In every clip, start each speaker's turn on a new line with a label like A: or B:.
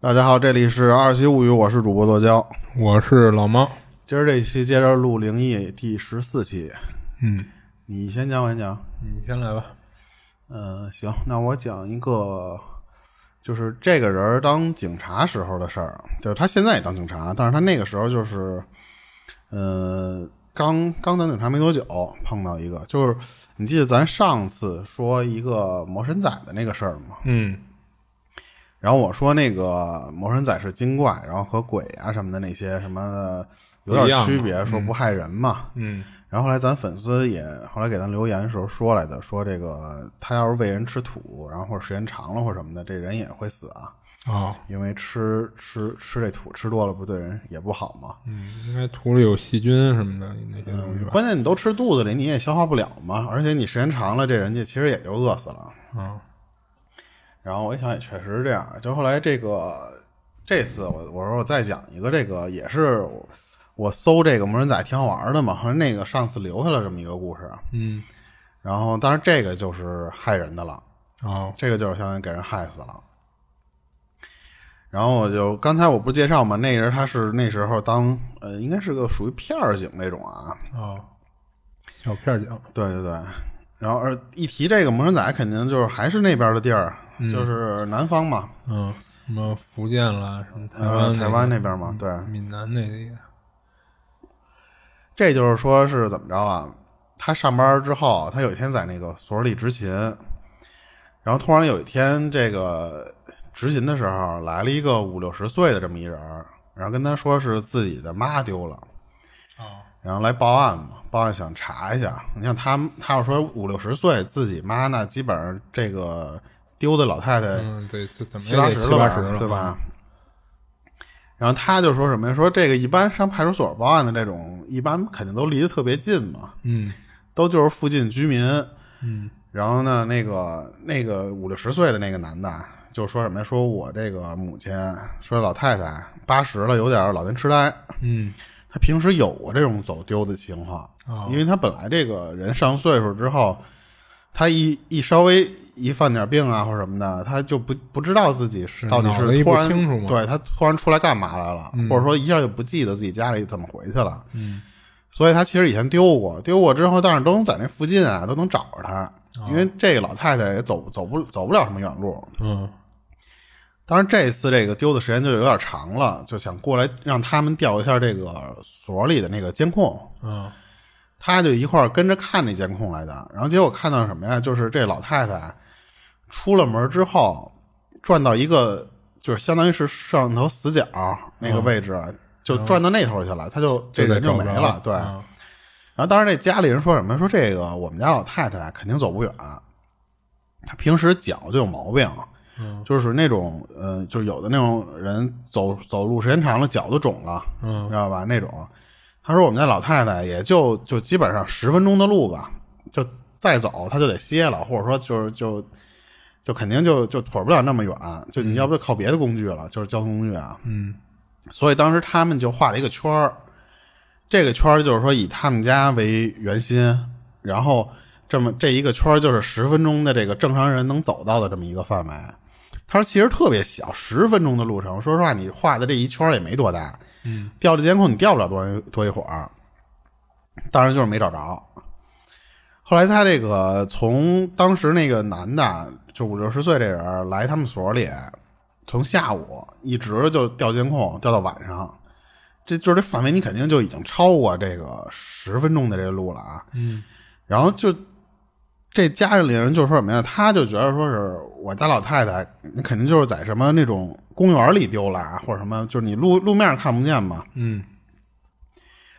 A: 大家好，这里是《二七物语》，我是主播剁椒。
B: 我是老猫，
A: 今儿这一期接着录灵异第十四期，
B: 嗯，
A: 你先讲，我先讲。
B: 你先来吧。
A: 嗯、行，那我讲一个，就是这个人儿当警察时候的事儿，就是他现在也当警察，但是他那个时候就是，呃，刚刚当警察没多久，碰到一个，就是你记得咱上次说一个魔神仔的那个事儿吗？
B: 嗯
A: 然后我说那个魔神仔是精怪，然后和鬼啊什么的那些什么的有
B: 不一
A: 点
B: 样嘛
A: 区别，说不害人嘛。
B: 嗯
A: 然后后来咱粉丝也后来给咱留言的时候说来的，说这个他要是喂人吃土，然后或者时间长了或者什么的，这人也会死啊，
B: 哦，
A: 因为吃吃吃这土吃多了不对人也不好嘛。
B: 嗯，应该土里有细菌什么的那些东西吧？
A: 关键你都吃肚子里，你也消化不了嘛，而且你时间长了，这人家其实也就饿死了。
B: 啊，
A: 然后我一想也确实是这样，就后来这个这次我我说我再讲一个这个也是我我搜这个魔人仔挺好玩的嘛，好像那个上次留下了这么一个故事，
B: 嗯，
A: 然后当然这个就是害人的了。
B: 哦，
A: 这个就是相当于给人害死了。然后我就刚才我不是介绍嘛，那人他是那时候当呃，应该是个属于片儿警那种啊，
B: 哦，小片儿讲，
A: 对对对。然后而一提这个魔神仔，肯定就是还是那边的地儿，就是南方嘛，
B: 嗯，什么福建啦，什么台
A: 呃
B: 湾、
A: 台湾那边嘛，对。
B: 闽南那里，
A: 这就是说是怎么着啊？他上班之后，他有一天在那个所里执勤，然后突然有一天，这个执勤的时候来了一个五六十岁的这么一人儿，然后跟他说是自己的妈丢了，
B: 哦，
A: 然后来报案嘛，报案想查一下。你像他，他要说五六十岁自己妈，那基本上这个丢的老太太
B: 嗯，对，这怎么
A: 七
B: 也
A: 八
B: 得
A: 十
B: 七
A: 了吧，
B: 八十了，啊嗯
A: 对吧？？然后他就说什么呀？说这个一般上派出所报案的这种，一般肯定都离得特别近嘛，
B: 嗯
A: 都就是附近居民。
B: 嗯，
A: 然后呢，那个那个五六十岁的那个男的就说什么呀？说我这个母亲，说老太太八十了，有点老年痴呆。
B: 嗯，
A: 他平时有过这种走丢的情况，
B: 哦
A: 因为他本来这个人上岁数之后，他一一稍微一犯点病啊或者什么的，他就不不知道自己是
B: 是
A: 到底
B: 脑子
A: 是
B: 一
A: 突
B: 不
A: 然
B: 清楚嘛
A: 对他突然出来干嘛来了，或者说一下就不记得自己家里怎么回去了，
B: 嗯，
A: 所以他其实以前丢过，丢过之后，但是都能在那附近啊都能找着他，
B: 哦
A: 因为这个老太太也走走不走不了什么远路，
B: 嗯，
A: 当然，这次这个丢的时间就有点长了，就想过来让他们调一下这个所里的那个监控。
B: 嗯，
A: 他就一块儿跟着看那监控来的，然后结果看到什么呀？就是这老太太出了门之后，转到一个就是相当于是摄像头死角那个位置，就转到那头去了，他就这人嗯就没
B: 找不着
A: 了。对，
B: 嗯
A: 然后当时这家里人说什么？说这个我们家老太太肯定走不远，她平时脚就有毛病，
B: 嗯
A: 就是那种呃，就是有的那种人走走路时间长了脚都肿了，
B: 嗯
A: 知道吧？那种，他说我们家老太太也就就基本上十分钟的路吧，就再走她就得歇了，或者说就是就就肯定就就腿儿不了那么远，就你要不就靠别的工具了，就是交通工具啊，
B: 嗯，
A: 所以当时他们就画了一个圈儿，这个圈儿就是说以他们家为圆心，然后这么这一个圈儿就是十分钟的这个正常人能走到的这么一个范围。他说其实特别小，十分钟的路程，说实话你画的这一圈儿也没多大，
B: 嗯，
A: 调着监控你调不了多多一会儿，当然就是没找着。后来他这个从当时那个男的，就五六十岁这人儿来他们所里，从下午一直就调监控，调到晚上，这就是这范围，你肯定就已经超过这个十分钟的这个路了啊。
B: 嗯，
A: 然后就这家里人就说什么呀？他就觉得说是我家老太太，你肯定就是在什么那种公园里丢了啊，或者什么，就是你路路面上看不见嘛，
B: 嗯，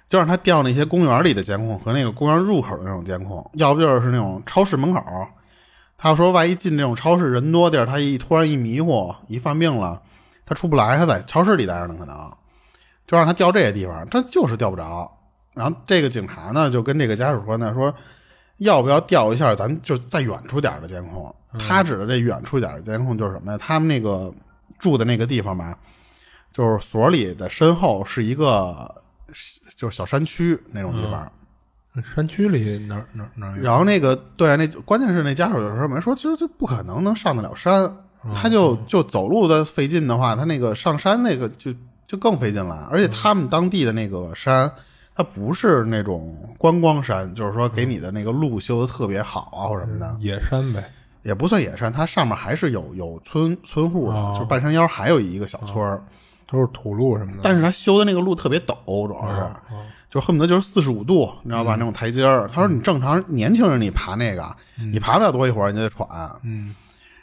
A: 就让他调那些公园里的监控和那个公园入口的那种监控，要不就是那种超市门口。他说，万一进这种超市人多地儿，他一突然一迷糊，一犯病了，他出不来，他在超市里待着呢，可能就让他调这些地方，他就是调不着。然后这个警察呢，就跟这个家属说呢，说要不要调一下，咱就再远处点儿的监控。他指的这远处点儿的监控就是什么呀？他们那个住的那个地方吧，就是所里的身后是一个就是小山区那种地方。
B: 山区里哪儿哪儿哪儿有？
A: 啊然后那个对，那关键是那家属就说什么说，其实这不可能能上得了山，他就就走路的费劲的话，他那个上山那个就就更费劲了。而且他们当地的那个山，它不是那种观光山，就是说给你的那个路修的特别好啊或什么的，
B: 野山呗，
A: 也不算野山，它上面还是有有村村户的，
B: 哦
A: 就是半山腰还有一个小村儿。
B: 都是土路什么的。
A: 但是他修的那个路特别陡，主要是，
B: 嗯
A: 就恨不得就是四十五度，你知道吧？那种台阶儿。他说你正常年轻人你爬那个，你爬不了多一会儿你就得喘。
B: 嗯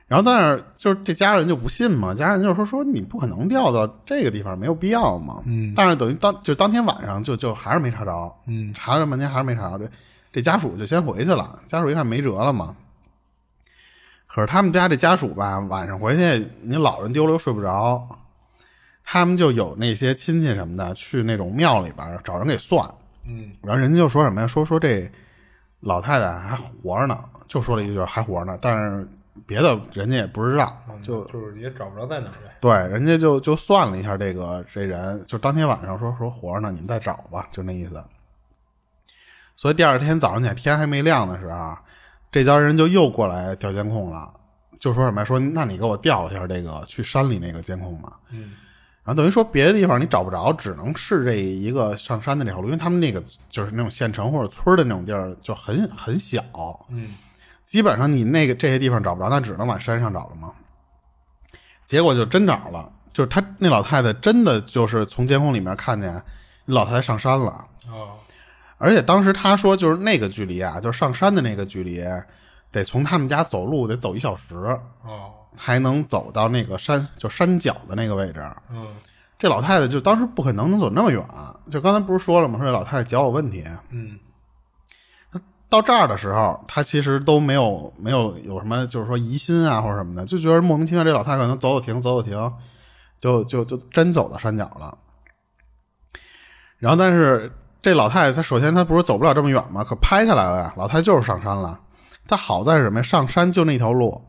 A: 然后但是就是这家人就不信嘛，家人就说说你不可能掉到这个地方，没有必要嘛。
B: 嗯
A: 但是等于当就当天晚上就就还是没查着，
B: 嗯
A: 查了半天还是没查着，这这家属就先回去了。家属一看没辙了嘛，可是他们家这家属吧，晚上回去你老人丢了又睡不着，他们就有那些亲戚什么的去那种庙里边儿找人给算，
B: 嗯
A: 然后人家就说什么呀？说说这老太太还活着呢，就说了一句还活着呢，但是别的人家也不知道，就
B: 嗯就是也找不着在哪儿呗。
A: 对，人家就就算了一下这个这人，就当天晚上说说活着呢，你们再找吧，就那意思。所以第二天早上起来天还没亮的时候，啊这家人就又过来调监控了，就说什么呀说那你给我调一下这个去山里那个监控吧。
B: 嗯
A: 然后等于说别的地方你找不着，只能是这一个上山的这条路，因为他们那个就是那种县城或者村儿的那种地儿就很很小，
B: 嗯
A: 基本上你那个这些地方找不着，那只能往山上找了嘛。结果就真找了，就是他那老太太真的就是从监控里面看见老太太上山了，
B: 哦
A: 而且当时她说就是那个距离啊，就是上山的那个距离，得从他们家走路得走一小时
B: 哦
A: 才能走到那个山就山脚的那个位置。
B: 嗯
A: 这老太太就当时不可能能走那么远，啊就刚才不是说了吗？说这老太太脚有问题，
B: 嗯
A: 到这儿的时候，她其实都没有没有有什么就是说疑心啊或者什么的，就觉得莫名其妙这老太太可能走走停走走停，就就就真走到山脚了。然后但是这老太太她首先她不是走不了这么远嘛，可拍下来了呀，老太太就是上山了。她好在是什么呀？上山就那条路，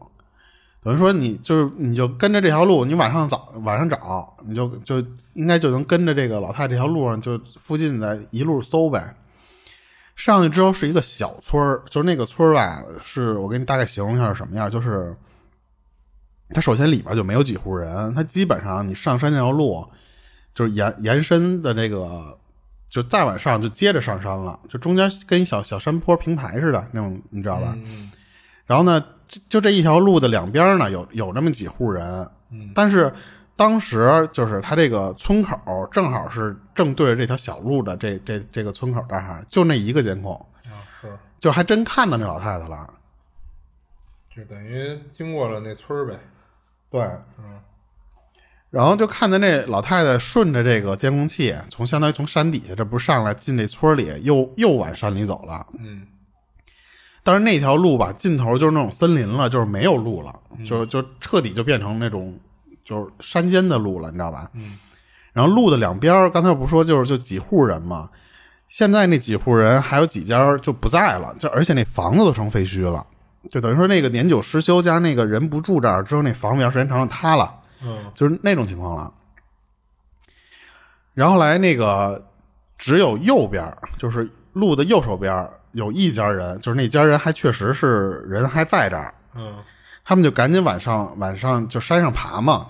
A: 等于说你就是你就跟着这条路，你晚上早晚上找，你就就应该就能跟着这个老太太这条路上就附近的一路搜呗。上去之后是一个小村儿，就是那个村儿吧，是我给你大概形容一下是什么样，就是它首先里边就没有几户人，它基本上你上山这条路就是延延伸的这个，就再往上就接着上山了，就中间跟一小小山坡平台似的那种，你知道吧？
B: 嗯
A: 然后呢，就就这一条路的两边呢，有有这么几户人，
B: 嗯
A: 但是当时就是他这个村口正好是正对着这条小路的这这这个村口这儿，就那一个监控，
B: 啊是，
A: 就还真看到那老太太了。
B: 就等于经过了那村儿呗。
A: 对，
B: 嗯
A: 然后就看见那老太太顺着这个监控器，从相当于从山底下，这不是上来进这村里，又又往山里走了。
B: 嗯
A: 但是那条路吧，尽头就是那种森林了，就是没有路了，
B: 嗯
A: 就就彻底就变成那种就是山间的路了，你知道吧？
B: 嗯。
A: 然后路的两边儿，刚才我不是说就是就几户人嘛，现在那几户人还有几家儿就不在了，就而且那房子都成废墟了，就等于说那个年久失修，加上那个人不住这儿之后，那房子要时间长了塌了。
B: 嗯
A: 就是那种情况了。然后后来那个只有右边儿，就是路的右手边儿有一家人，就是那家人还确实是人还在这儿，
B: 嗯
A: 他们就赶紧晚上晚上就山上爬嘛。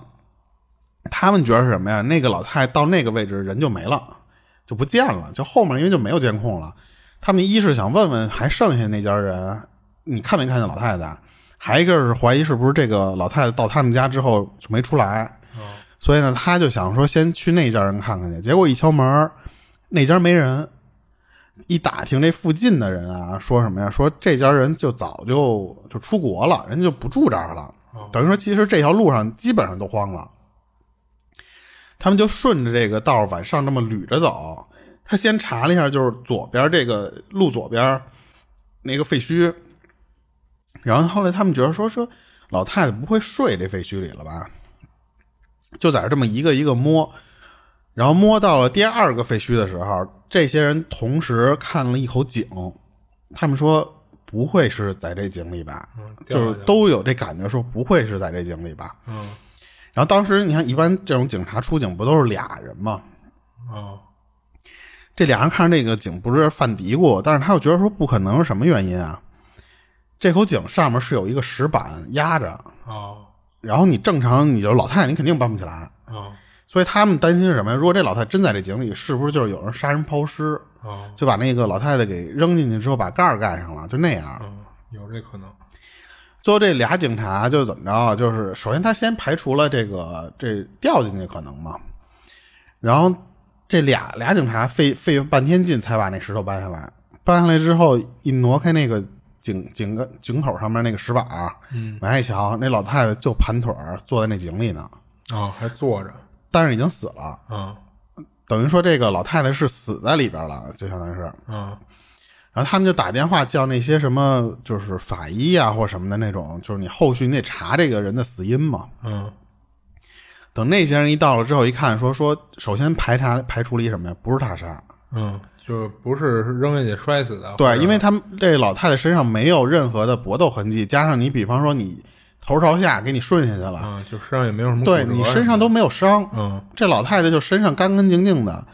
A: 他们觉得是什么呀？那个老太太到那个位置人就没了，就不见了，就后面因为就没有监控了。他们一是想问问还剩下那家人，你看没看见老太太？还一个是怀疑是不是这个老太太到他们家之后就没出来，
B: 哦
A: 所以呢，他就想说先去那家人看看去。结果一敲门儿，那家没人。一打听这附近的人啊，说什么呀？说这家人就早就就出国了，人家就不住这儿了。
B: 哦
A: 等于说，其实这条路上基本上都荒了。他们就顺着这个道儿往上这么捋着走。他先查了一下，就是左边这个路左边那个废墟。然后后来他们觉得说说老太太不会睡这废墟里了吧？就在这儿这么一个一个摸，然后摸到了第二个废墟的时候，这些人同时看了一口井，他们说不会是在这井里吧？
B: 嗯掉
A: 就
B: 下
A: 是
B: 去了
A: 都有这感觉，说不会是在这井里吧？
B: 嗯
A: 然后当时你看，一般这种警察出警不都是俩人吗？
B: 哦
A: 这俩人看着这个井不是犯嘀咕，但是他又觉得说不可能是什么原因啊？这口井上面是有一个石板压着，
B: 哦
A: 然后你正常你就老太太，你肯定搬不起来。
B: 啊
A: 所以他们担心是什么呀？如果这老太太真在这井里，是不是就是有人杀人抛尸，
B: 啊
A: 就把那个老太太给扔进去之后，把盖儿盖上了，就那样。
B: 啊，有这可能
A: 最后这俩警察就是怎么着啊？就是首先他先排除了这个这掉进去的可能嘛，然后这俩俩警察费费半天劲才把那石头搬下来，搬下来之后一挪开那个井井个井口上面那个石板儿，
B: 嗯
A: 往下一瞧，那老太太就盘腿儿坐在那井里呢，
B: 啊，还坐着
A: 但是已经死了，
B: 啊
A: 等于说这个老太太是死在里边了，就相当于是。
B: 啊
A: 然后他们就打电话叫那些什么，就是法医啊或什么的那种，就是你后续你得查这个人的死因嘛。
B: 嗯
A: 等那些人一到了之后，一看说说，首先排查排除了一什么呀？不是他杀，
B: 嗯，就不是扔下去摔死的，或
A: 对，
B: 者
A: 因为他们这老太太身上没有任何的搏斗痕迹，加上你比方说你头朝下给你顺下去了，
B: 啊，就身上也没有什么骨折
A: 对
B: 什么的，
A: 你身上都没有伤，
B: 嗯
A: 这老太太就身上干干净净的。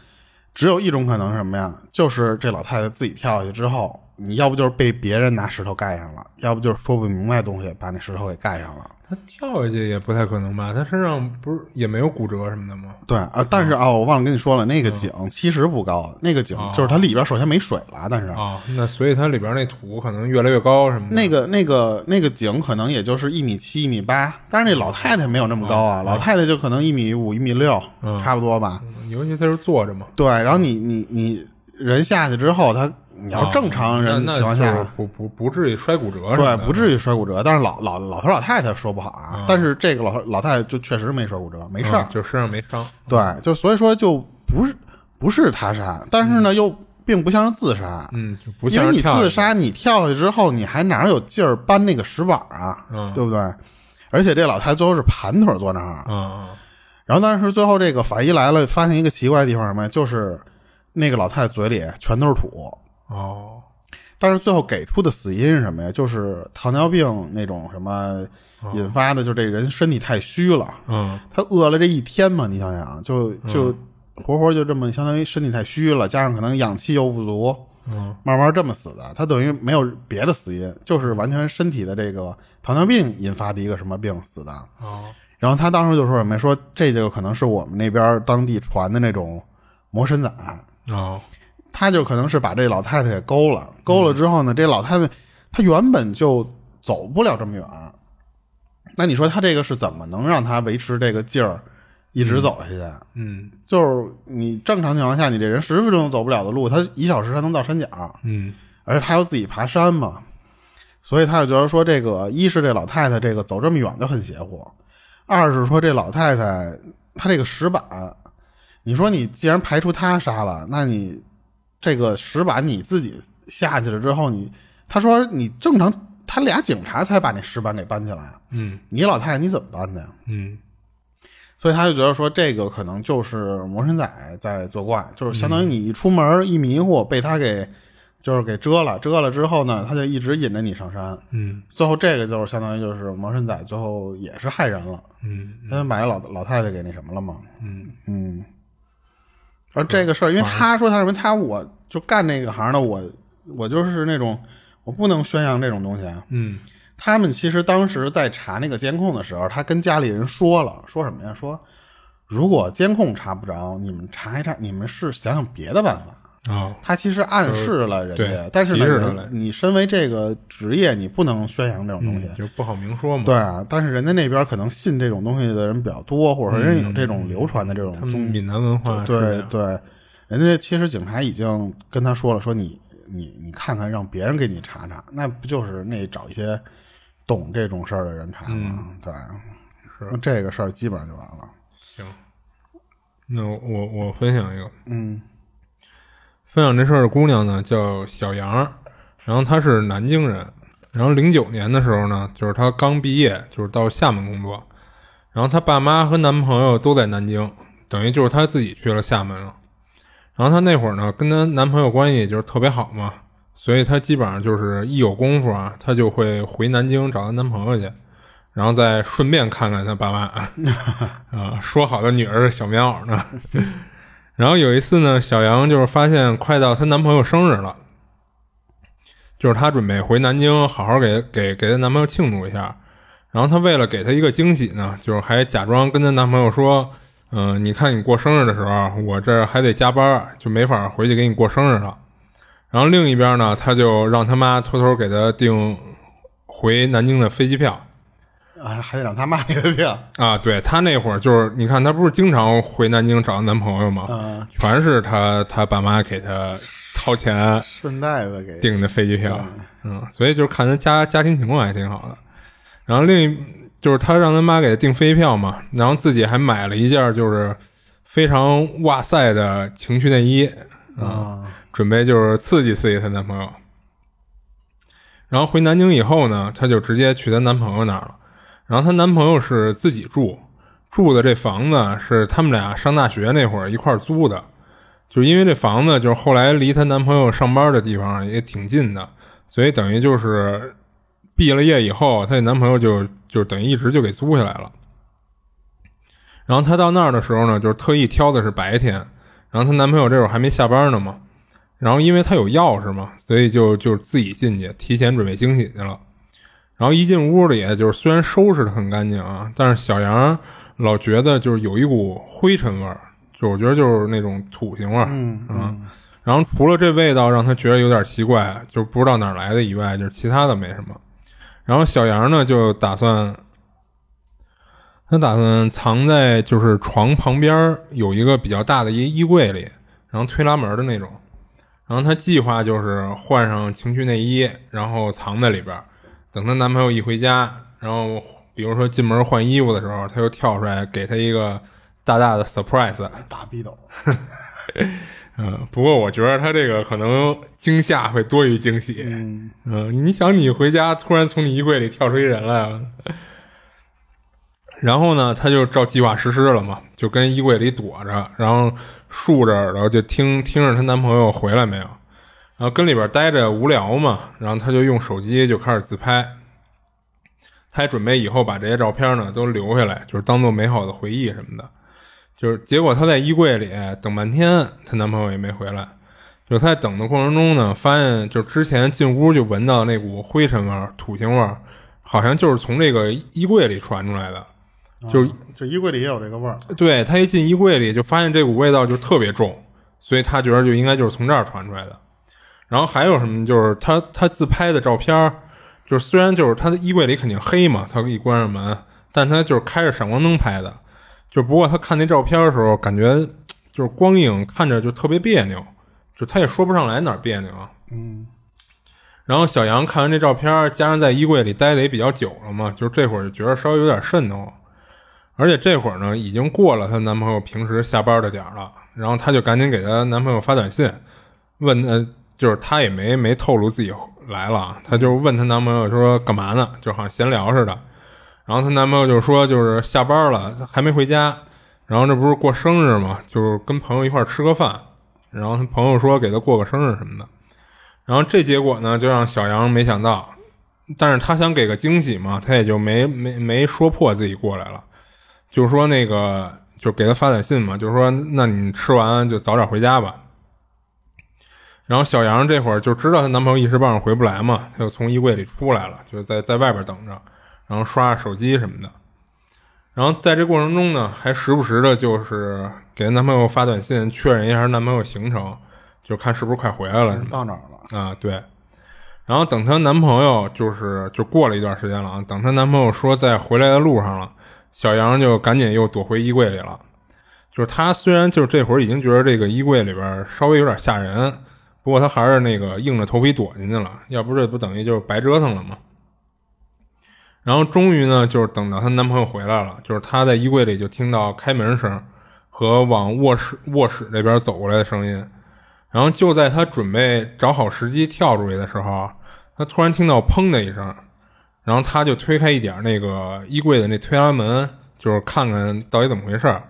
A: 只有一种可能是什么呀？就是这老太太自己跳下去之后，你要不就是被别人拿石头盖上了，要不就是说不明白东西把那石头给盖上了。
B: 他跳下去也不太可能吧？他身上不是也没有骨折什么的吗？
A: 对，啊，但是
B: 哦
A: 啊、我忘了跟你说了，那个
B: 嗯
A: 井其实不高，那个井就是它里边首先没水了，但是
B: 啊，那所以它里边那土可能越来越高什么的。
A: 那个那个那个井可能也就是一米七、一米八，但是那老太太没有那么高啊，老太太就可能一米五、一米六，差不多吧。
B: 哦嗯尤其他是坐着嘛，
A: 对，然后你你你人下去之后，他你要是正常人
B: 哦那
A: 情况下，
B: 那就是不不不至于摔骨折什么
A: 对，
B: 的。
A: 不至于摔骨折。但是老老老头老太太说不好啊，但是这个老头老太太就确实没摔骨折，没事儿。
B: 嗯就身上没伤。
A: 对，就所以说就不是不是他杀，但是呢、又并不像是自杀，
B: 嗯，就嗯不
A: 因
B: 像
A: 为
B: 是
A: 你自
B: 跳下去，
A: 杀，你跳下去之后，你还哪有劲儿搬那个石板啊？
B: 嗯
A: 对不对？而且这老太最后是盘腿坐那儿，啊
B: 嗯
A: 然后当时最后这个法医来了，发现一个奇怪的地方是什么呀？就是那个老太太嘴里全都是土，
B: 嗯哦
A: 但是最后给出的死因是什么呀？就是糖尿病那种什么引发的，就这人身体太虚了，
B: 嗯
A: 他饿了这一天嘛，你想想，就就活活就这么相当于身体太虚了，加上可能氧气又不足，
B: 嗯
A: 慢慢这么死的。他等于没有别的死因，就是完全身体的这个糖尿病引发的一个什么病死的。
B: 哦
A: 然后他当时就说什么呀说这就可能是我们那边当地传的那种魔神仔，
B: 哦
A: 他就可能是把这老太太给勾了，勾了之后呢，这老太太她原本就走不了这么远，那你说她这个是怎么能让她维持这个劲儿一直走下去？
B: 嗯
A: 就是你正常情况下，你这人十分钟走不了的路，他一小时才能到山脚，
B: 嗯
A: 而且他要自己爬山嘛，所以他就觉得说，这个一是这老太太这个走这么远就很邪乎，二是说这老太太她这个石板，你说你既然排除她杀了，那你这个石板你自己下去了之后，你他说你正常，他俩警察才把那石板给搬起来，啊
B: 嗯
A: 你老太太你怎么搬的呀？
B: 嗯
A: 所以他就觉得说，这个可能就是魔神仔在作怪，就是相当于你一出门一迷糊，被他给就是给遮了，遮了之后呢，他就一直引着你上山，
B: 嗯
A: 最后这个就是相当于就是魔神仔最后也是害人了，
B: 嗯
A: 他把老老太太给那什么了嘛，
B: 嗯
A: 嗯。而这个事儿，因为他说他什么，他我就干这个行的，我我就是那种我不能宣扬这种东西啊。
B: 嗯
A: 他们其实当时在查那个监控的时候，他跟家里人说了，说什么呀？说如果监控查不着，你们查一查，你们是想想别的办法。
B: 哦
A: 他其实暗示了人
B: 就是
A: 家
B: 对，
A: 但是
B: 提示他
A: 呢
B: 了，
A: 你身为这个职业，你不能宣扬这种东西。
B: 嗯就不好明说嘛。
A: 对啊，但是人家那边可能信这种东西的人比较多，或者说人家有这
B: 嗯
A: 种流传的这种
B: 他们
A: 宗
B: 闽南文化是这
A: 对
B: 样
A: 对，人家其实警察已经跟他说了，说你你你看看，让别人给你查查，那不就是那找一些懂这种事儿的人查吗？
B: 嗯
A: 对，是这个事儿基本上就完了。
B: 行。那我我我分享一个，
A: 嗯
B: 分享这事儿的姑娘呢叫小杨儿，然后她是南京人，然后零九年的时候呢，就是她刚毕业，就是到厦门工作，然后她爸妈和男朋友都在南京，等于就是她自己去了厦门了。然后她那会儿呢，跟她男朋友关系就是特别好嘛，所以她基本上就是一有功夫啊，她就会回南京找她男朋友去，然后再顺便看看她爸妈。啊、说好的女儿是小棉袄呢。 然后有一次呢，小杨就是发现快到她男朋友生日了，就是她准备回南京好好给给给她男朋友庆祝一下。然后她为了给她一个惊喜呢，就是还假装跟她男朋友说，嗯、你看你过生日的时候，我这儿还得加班，就没法回去给你过生日了。然后另一边呢，她就让她妈偷偷给她订回南京的飞机票。
A: 啊，还得让他妈给他定。
B: 啊，对她那会儿就是，你看她不是经常回南京找男朋友吗？
A: 嗯，
B: 全是她她爸妈给她掏钱
A: 顺带的给
B: 订的飞机票，嗯，所以就是看她家家庭情况还挺好的。然后另一就是她让她妈给她订飞机票嘛，然后自己还买了一件就是非常哇塞的情趣内衣，
A: 啊，
B: 准备就是刺激刺激她男朋友。然后回南京以后呢，她就直接去她男朋友那儿了。然后她男朋友是自己住，住的这房子是他们俩上大学那会儿一块儿租的。就是因为这房子就是后来离她男朋友上班的地方也挺近的，所以等于就是毕了业以后，她这男朋友就就等于一直就给租下来了。然后她到那儿的时候呢，就是特意挑的是白天，然后她男朋友这会儿还没下班呢嘛，然后因为她有钥匙嘛，所以就就自己进去，提前准备惊喜去了。然后一进屋里，就是虽然收拾的很干净啊，但是小杨老觉得就是有一股灰尘味儿，就我觉得就是那种土腥味儿，啊
A: 嗯嗯
B: 然后除了这味道让他觉得有点奇怪，就不知道哪儿来的以外，就是其他的没什么。然后小杨呢就打算，他打算藏在就是床旁边儿有一个比较大的一衣柜里，然后推拉门的那种。然后她计划就是换上情趣内衣，然后藏在里边儿，等她男朋友一回家，然后比如说进门换衣服的时候，她又跳出来给他一个大大的 surprise。
A: 大逼斗，
B: 嗯，不过我觉得他这个可能惊吓会多于惊喜。
A: 嗯，
B: 嗯，你想你回家突然从你衣柜里跳出一人来，然后呢，他就照计划实施了嘛，就跟衣柜里躲着，然后竖着耳朵就听听着她男朋友回来没有，然后跟里边待着无聊嘛，然后他就用手机就开始自拍，他还准备以后把这些照片呢都留下来，就是当做美好的回忆什么的。就是结果她在衣柜里等半天，她男朋友也没回来。就是她在等的过程中呢，发现就之前进屋就闻到那股灰尘味儿、土腥味儿，好像就是从这个衣柜里传出来的。就是
A: 这衣柜里也有这个味儿，
B: 对她一进衣柜里就发现这股味道就特别重，所以她觉得就应该就是从这儿传出来的。然后还有什么就是她她自拍的照片儿，就是虽然就是她的衣柜里肯定黑嘛，她一关上门，但她就是开着闪光灯拍的。就不过她看那照片的时候，感觉嘖就是光影看着就特别别扭，就她也说不上来哪儿别扭啊。
A: 嗯
B: 然后小杨看完这照片，加上在衣柜里待的也比较久了嘛，就是这会儿就觉得稍微有点瘆得慌。而且这会儿呢，已经过了她男朋友平时下班的点儿了，然后她就赶紧给她男朋友发短信，问呃，就是她也没没透露自己来了啊，她就问她男朋友说干嘛呢，就好像闲聊似的。然后她男朋友就说就是下班了还没回家，然后这不是过生日嘛，就是跟朋友一块儿吃个饭，然后她朋友说给她过个生日什么的。然后这结果呢，就让小杨没想到，但是他想给个惊喜嘛，他也就没没没说破自己过来了，就说那个就给他发短信嘛，就说那你吃完就早点回家吧。然后小杨这会儿就知道她男朋友一时半会儿回不来嘛，她就从衣柜里出来了，就在在外边等着，然后刷刷手机什么的。然后在这过程中呢，还时不时的就是给她男朋友发短信确认一下她男朋友行程，就看是不是快回来了什么的。
A: 到哪儿了？
B: 啊，对。然后等她男朋友就是就过了一段时间了啊，等她男朋友说在回来的路上了，小杨就赶紧又躲回衣柜里了。就是她虽然就是这会儿已经觉得这个衣柜里边稍微有点吓人，不过她还是那个硬着头皮躲进去了，要不这不等于就是白折腾了吗？然后终于呢，就是等到她男朋友回来了，就是她在衣柜里就听到开门声和往卧室卧室那边走过来的声音，然后就在她准备找好时机跳出去的时候，她突然听到砰的一声，然后她就推开一点那个衣柜的那推拉门，就是看看到底怎么回事儿。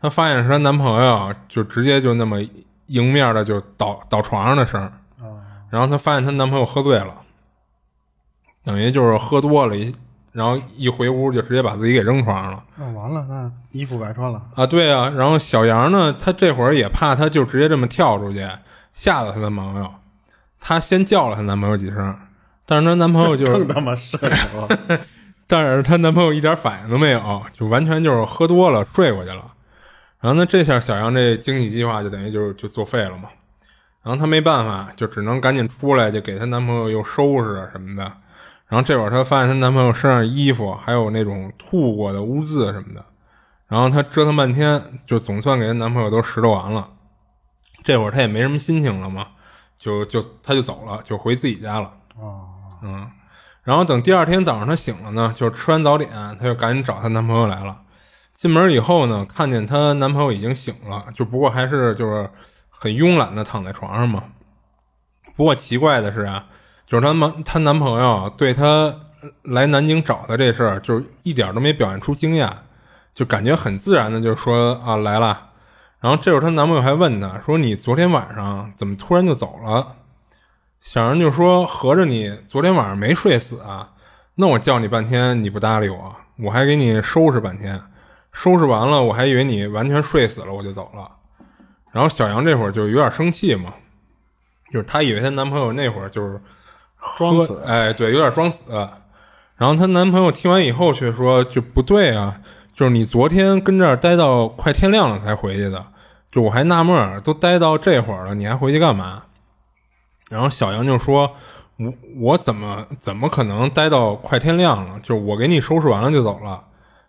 B: 她发现是她男朋友，啊就直接就那么迎面的就倒倒床上的声儿。
A: 啊，
B: 然后她发现她男朋友喝醉了，等于就是喝多了，一然后一回屋就直接把自己给扔床上了。
A: 那完了，那衣服白穿了，
B: 啊，对啊，然后小杨呢，他这会儿也怕，他就直接这么跳出去，吓到她男朋友。 她先叫了她男朋友几声，但是她男朋友就是
A: 更他妈瘆得慌。
B: 但是她男朋友一点反应都没有，就完全就是喝多了睡过去了。然后呢，这下小杨这经济计划就等于就是就作废了嘛。然后她没办法，就只能赶紧出来，就给她男朋友又收拾啊什么的。然后这会儿她发现她男朋友身上衣服还有那种吐过的污渍什么的。然后她折腾半天，就总算给她男朋友都拾掇完了。这会儿她也没什么心情了嘛，就就她就走了，就回自己家了。
A: 哦，
B: 嗯，然后等第二天早上她醒了呢，就吃完早点，她就赶紧找她男朋友来了。进门以后呢，看见她男朋友已经醒了，就不过还是就是很慵懒的躺在床上嘛。不过奇怪的是啊，就是她男她男朋友啊对她来南京找她这事儿，就是一点都没表现出惊讶，就感觉很自然的就说啊来了。然后这会儿她男朋友还问她说：“你昨天晚上怎么突然就走了？”小人就说：“合着你昨天晚上没睡死啊？那我叫你半天你不搭理我，我还给你收拾半天，收拾完了我还以为你完全睡死了，我就走了。”然后小杨这会儿就有点生气嘛，就是她以为她男朋友那会儿就是
A: 装
B: 喝
A: 死，
B: 哎，对，有点装死。然后她男朋友听完以后却说：“就不对啊，就是你昨天跟这儿待到快天亮了才回去的，就我还纳闷儿，都待到这会儿了，你还回去干嘛？”然后小杨就说：“我我怎么怎么可能待到快天亮了？就是我给你收拾完了就走了。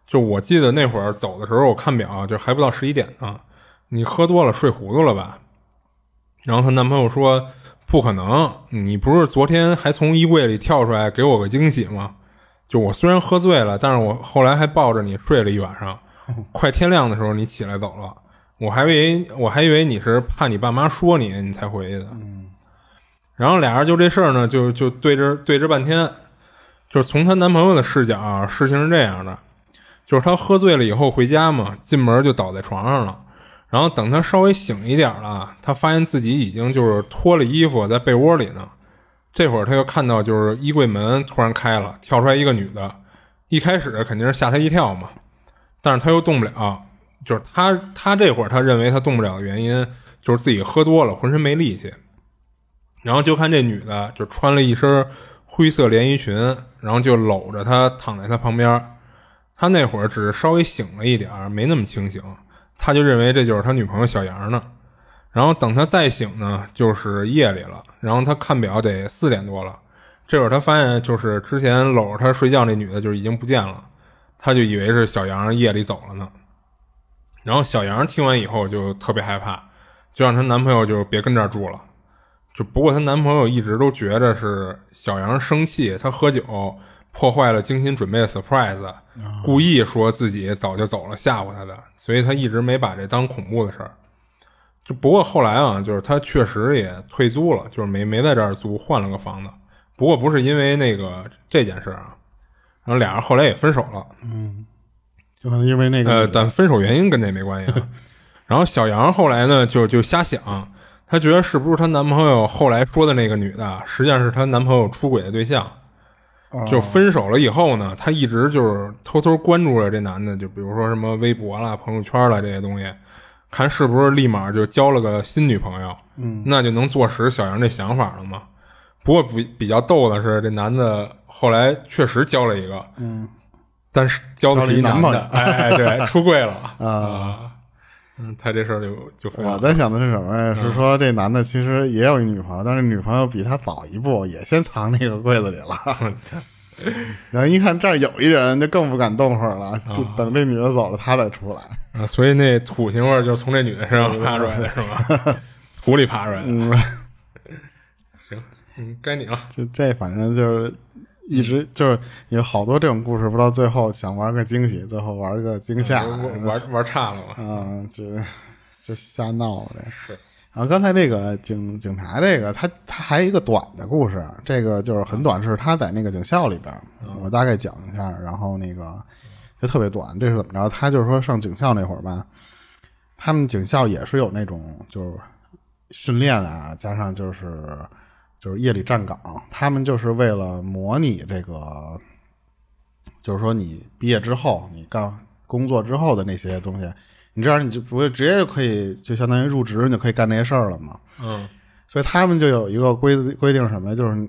B: 就我记得那会儿走的时候，我看表就还不到十一点呢。你喝多了睡糊涂了吧？”然后她男朋友说：“不可能，你不是昨天还从衣柜里跳出来给我个惊喜吗？就我虽然喝醉了，但是我后来还抱着你睡了一晚上，快天亮的时候你起来走了，我还以为我还以为你是怕你爸妈说你，你才回去的。然后俩人就这事儿呢，就就对着对着半天，就是从她男朋友的视角啊，事情是这样的，就是她喝醉了以后回家嘛，进门就倒在床上了。然后等她稍微醒一点了，她发现自己已经就是脱了衣服在被窝里呢。这会儿她又看到就是衣柜门突然开了，跳出来一个女的。一开始肯定是吓她一跳嘛，但是她又动不了。就是她她这会儿她认为她动不了的原因就是自己喝多了，浑身没力气。然后就看这女的就穿了一身灰色连衣裙，然后就搂着她躺在她旁边儿。她那会儿只是稍微醒了一点儿，没那么清醒，他就认为这就是他女朋友小杨呢。然后等他再醒呢，就是夜里了。然后他看表得四点多了，这会儿他发现就是之前搂着他睡觉那女的就已经不见了，他就以为是小杨夜里走了呢。然后小杨听完以后就特别害怕，就让她男朋友就别跟这儿住了。就不过她男朋友一直都觉着是小杨生气，她喝酒破坏了精心准备的 surprise，故意说自己早就走了吓唬她的，所以她一直没把这当恐怖的事儿。就不过后来啊，就是她确实也退租了，就是没没在这儿租，换了个房子。不过不是因为那个这件事儿啊，然后俩人后来也分手了。
A: 就可能因为那
B: 呃，
A: 个
B: 但分手原因跟这没关系啊。然后小杨后来呢，就就瞎想，她觉得是不是她男朋友后来说的那个女的，实际上是她男朋友出轨的对象。
A: 哦
B: 就分手了以后呢，她一直就是偷偷关注着这男的，就比如说什么微博啦、朋友圈啦这些东西，看是不是立马就交了个新女朋友。嗯，那就能坐实小杨这想法了嘛。不过比比较逗的是，这男的后来确实交了一个，
A: 嗯，
B: 但是交的是一男
A: 交了一
B: 的，
A: 男
B: 哎哎， 对，出柜了啊、
A: 啊
B: 嗯，他这事儿就就非
A: 我
B: 常
A: 在想的是什么
B: 嗯
A: 呀？是说这男的其实也有一女朋友，但是女朋友比他早一步，也先藏那个柜子里了。 然后一看这儿有一人，就更不敢动会儿了，就等这女的走了，他再出来。
B: 啊，所以那土腥味儿就是从这女的身上爬出来的 是吧？土里爬出来的。
A: 嗯，
B: 行，嗯，该你了。
A: 就这反正就是一直就是有好多这种故事，不到最后想玩个惊喜，最后玩个惊吓，
B: 嗯玩玩玩差了嘛？
A: 啊，就就瞎闹这
B: 是。
A: 然后刚才那个警警察这个，他他还有一个短的故事，这个就是很短，是他在那个警校里边，我大概讲一下，然后那个就特别短。这是怎么着？他就是说上警校那会儿吧，他们警校也是有那种就是训练啊，加上就是就是夜里站岗，他们就是为了模拟这个就是说你毕业之后，你干工作之后的那些东西，你这样你就不会直接就可以就相当于入职，你就可以干那些事儿了嘛。
B: 嗯，
A: 所以他们就有一个规规定什么呀，就是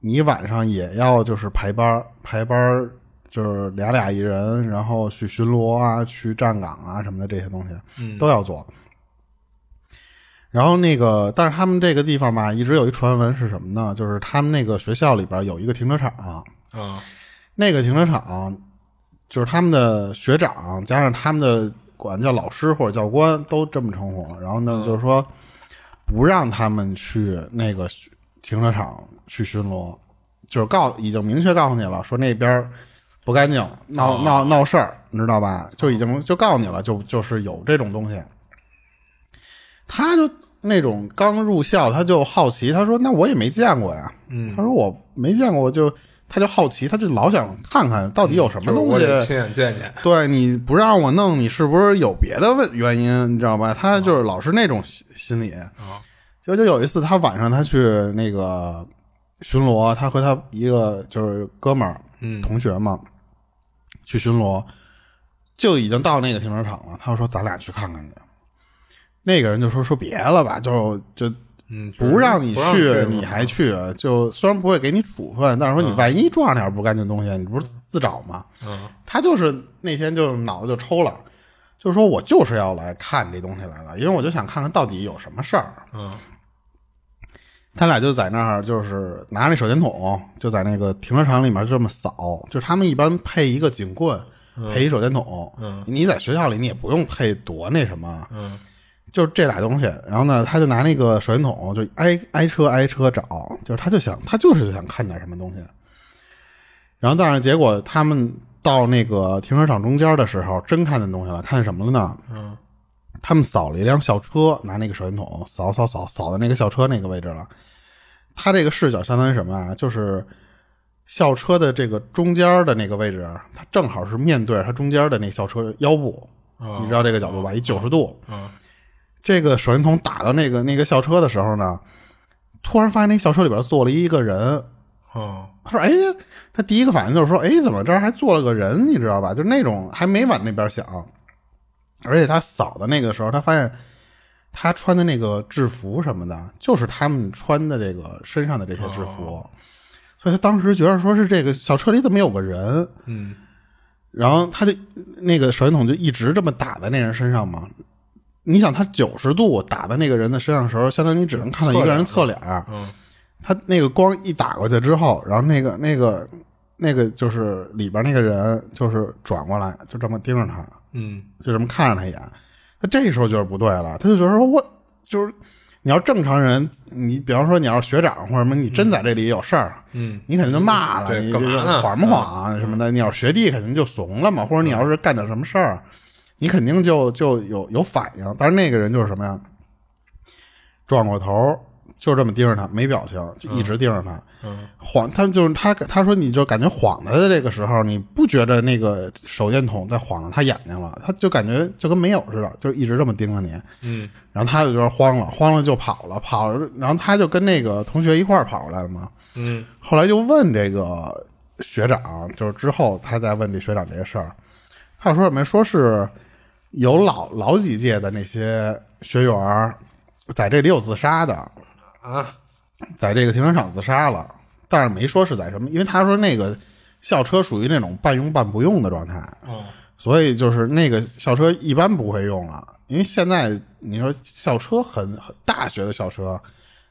A: 你晚上也要就是排班儿，排班儿就是俩俩一人，然后去巡逻啊、去站岗啊什么的这些东西，
B: 嗯
A: 都要做。然后那个，但是他们这个地方吧，一直有一传闻是什么呢？就是他们那个学校里边有一个停车场、
B: 啊，
A: 那个停车场就是他们的学长加上他们的管叫老师或者教官都这么称呼。然后呢，就是说不让他们去那个巡停车场去巡逻，就是告已经明确告诉你了，说那边儿不干净，闹、
B: 哦
A: 闹闹事儿，你知道吧？就已经就告诉你了，就就是有这种东西。他就那种刚入校，他就好奇，他说：“那我也没见过呀。”
B: 嗯
A: 他说：“我没见过，就他就好奇，他就老想看看到底有什么
B: 嗯就是
A: 东
B: 我
A: 西。
B: 得亲眼见见。
A: 对你不让我弄，你是不是有别的问原因？你知道吧？
B: 嗯
A: 他就是老是那种心心理。
B: 啊
A: 就就有一次，他晚上他去那个巡逻，他和他一个就是哥们儿
B: 嗯
A: 同学嘛，去巡逻，就已经到那个停车场了。他就说：“咱俩去看看去。”那个人就说：“说别了吧，就就
B: 嗯，就是
A: 不让你
B: 不让
A: 去，
B: 嘛
A: 你还去，啊就虽然不会给你处分，但是说你万一撞上点不干净的东西，你不是自找吗？
B: 嗯
A: 他就是那天就脑子就抽了，就说我就是要来看这东西来了，因为我就想看看到底有什么事儿。
B: 嗯
A: 他俩就在那儿，就是拿那手电筒，就在那个停车场里面就这么扫。就是他们一般配一个警棍，配一手电筒。
B: 嗯
A: 你在学校里你也不用配多那什么，
B: 嗯
A: 就是这俩东西。然后呢，他就拿那个手电筒，就挨挨车挨车找，就是他就想他就是想看点什么东西。然后，但是结果他们到那个停车场中间的时候，真看见东西了，看见什么了呢？
B: 嗯
A: 他们扫了一辆校车，拿那个手电筒扫扫扫扫到那个校车那个位置了。他这个视角相当于什么啊？就是校车的这个中间的那个位置，它正好是面对它中间的那个校车腰部，
B: 哦
A: 你知道这个角度吧？一九十度。
B: 嗯
A: 这个手电筒打到那个那个校车的时候呢，突然发现那校车里边坐了一个人。
B: 哦
A: 他说：“哎，他第一个反应就是说，哎，怎么这儿还坐了个人？你知道吧？就那种还没往那边想。而且他扫的那个时候，他发现他穿的那个制服什么的，就是他们穿的这个身上的这些制服，所以他当时觉得说是这个小车里怎么有个人？
B: 嗯
A: 然后他就那个手电筒就一直这么打在那人身上嘛。你想，他九十度打在那个人的身上的时候，相当于你只能看到一个人侧脸。
B: 嗯
A: 他那个光一打过去之后，然后那个那个那个就是里边那个人就是转过来，就这么盯着他，
B: 嗯
A: 就这么看着他一眼。他这时候觉得不对了，他就觉得说我就是你要正常人，你比方说你要是学长或者什么，你真在这里有事儿，
B: 嗯
A: 你肯定就骂了，
B: 对
A: 你
B: 干嘛呢
A: 缓不缓啊什么的？你要是学弟肯定就怂了嘛，或者你要是干点什么事儿，你肯定就就有有反应。但是那个人就是什么呀，转过头就这么盯着他，没表情，就一直盯着他。
B: 嗯
A: 晃，他就是他，他说你就感觉晃他的这个时候，你不觉着那个手电筒在晃着他眼睛了，他就感觉就跟没有似的，就一直这么盯着你。
B: 嗯
A: 然后他就觉得慌了，慌了就跑了，跑了，然后他就跟那个同学一块儿跑过来了嘛。
B: 嗯
A: 后来就问这个学长，就是之后他再问这学长这些事儿，他说什么呀？说是有老老几届的那些学员儿在这里有自杀的，
B: 啊
A: 在这个停车场自杀了，但是没说是在什么，因为他说那个校车属于那种半用半不用的状态，
B: 哦
A: 所以就是那个校车一般不会用了，因为现在你说校车很很大学的校车，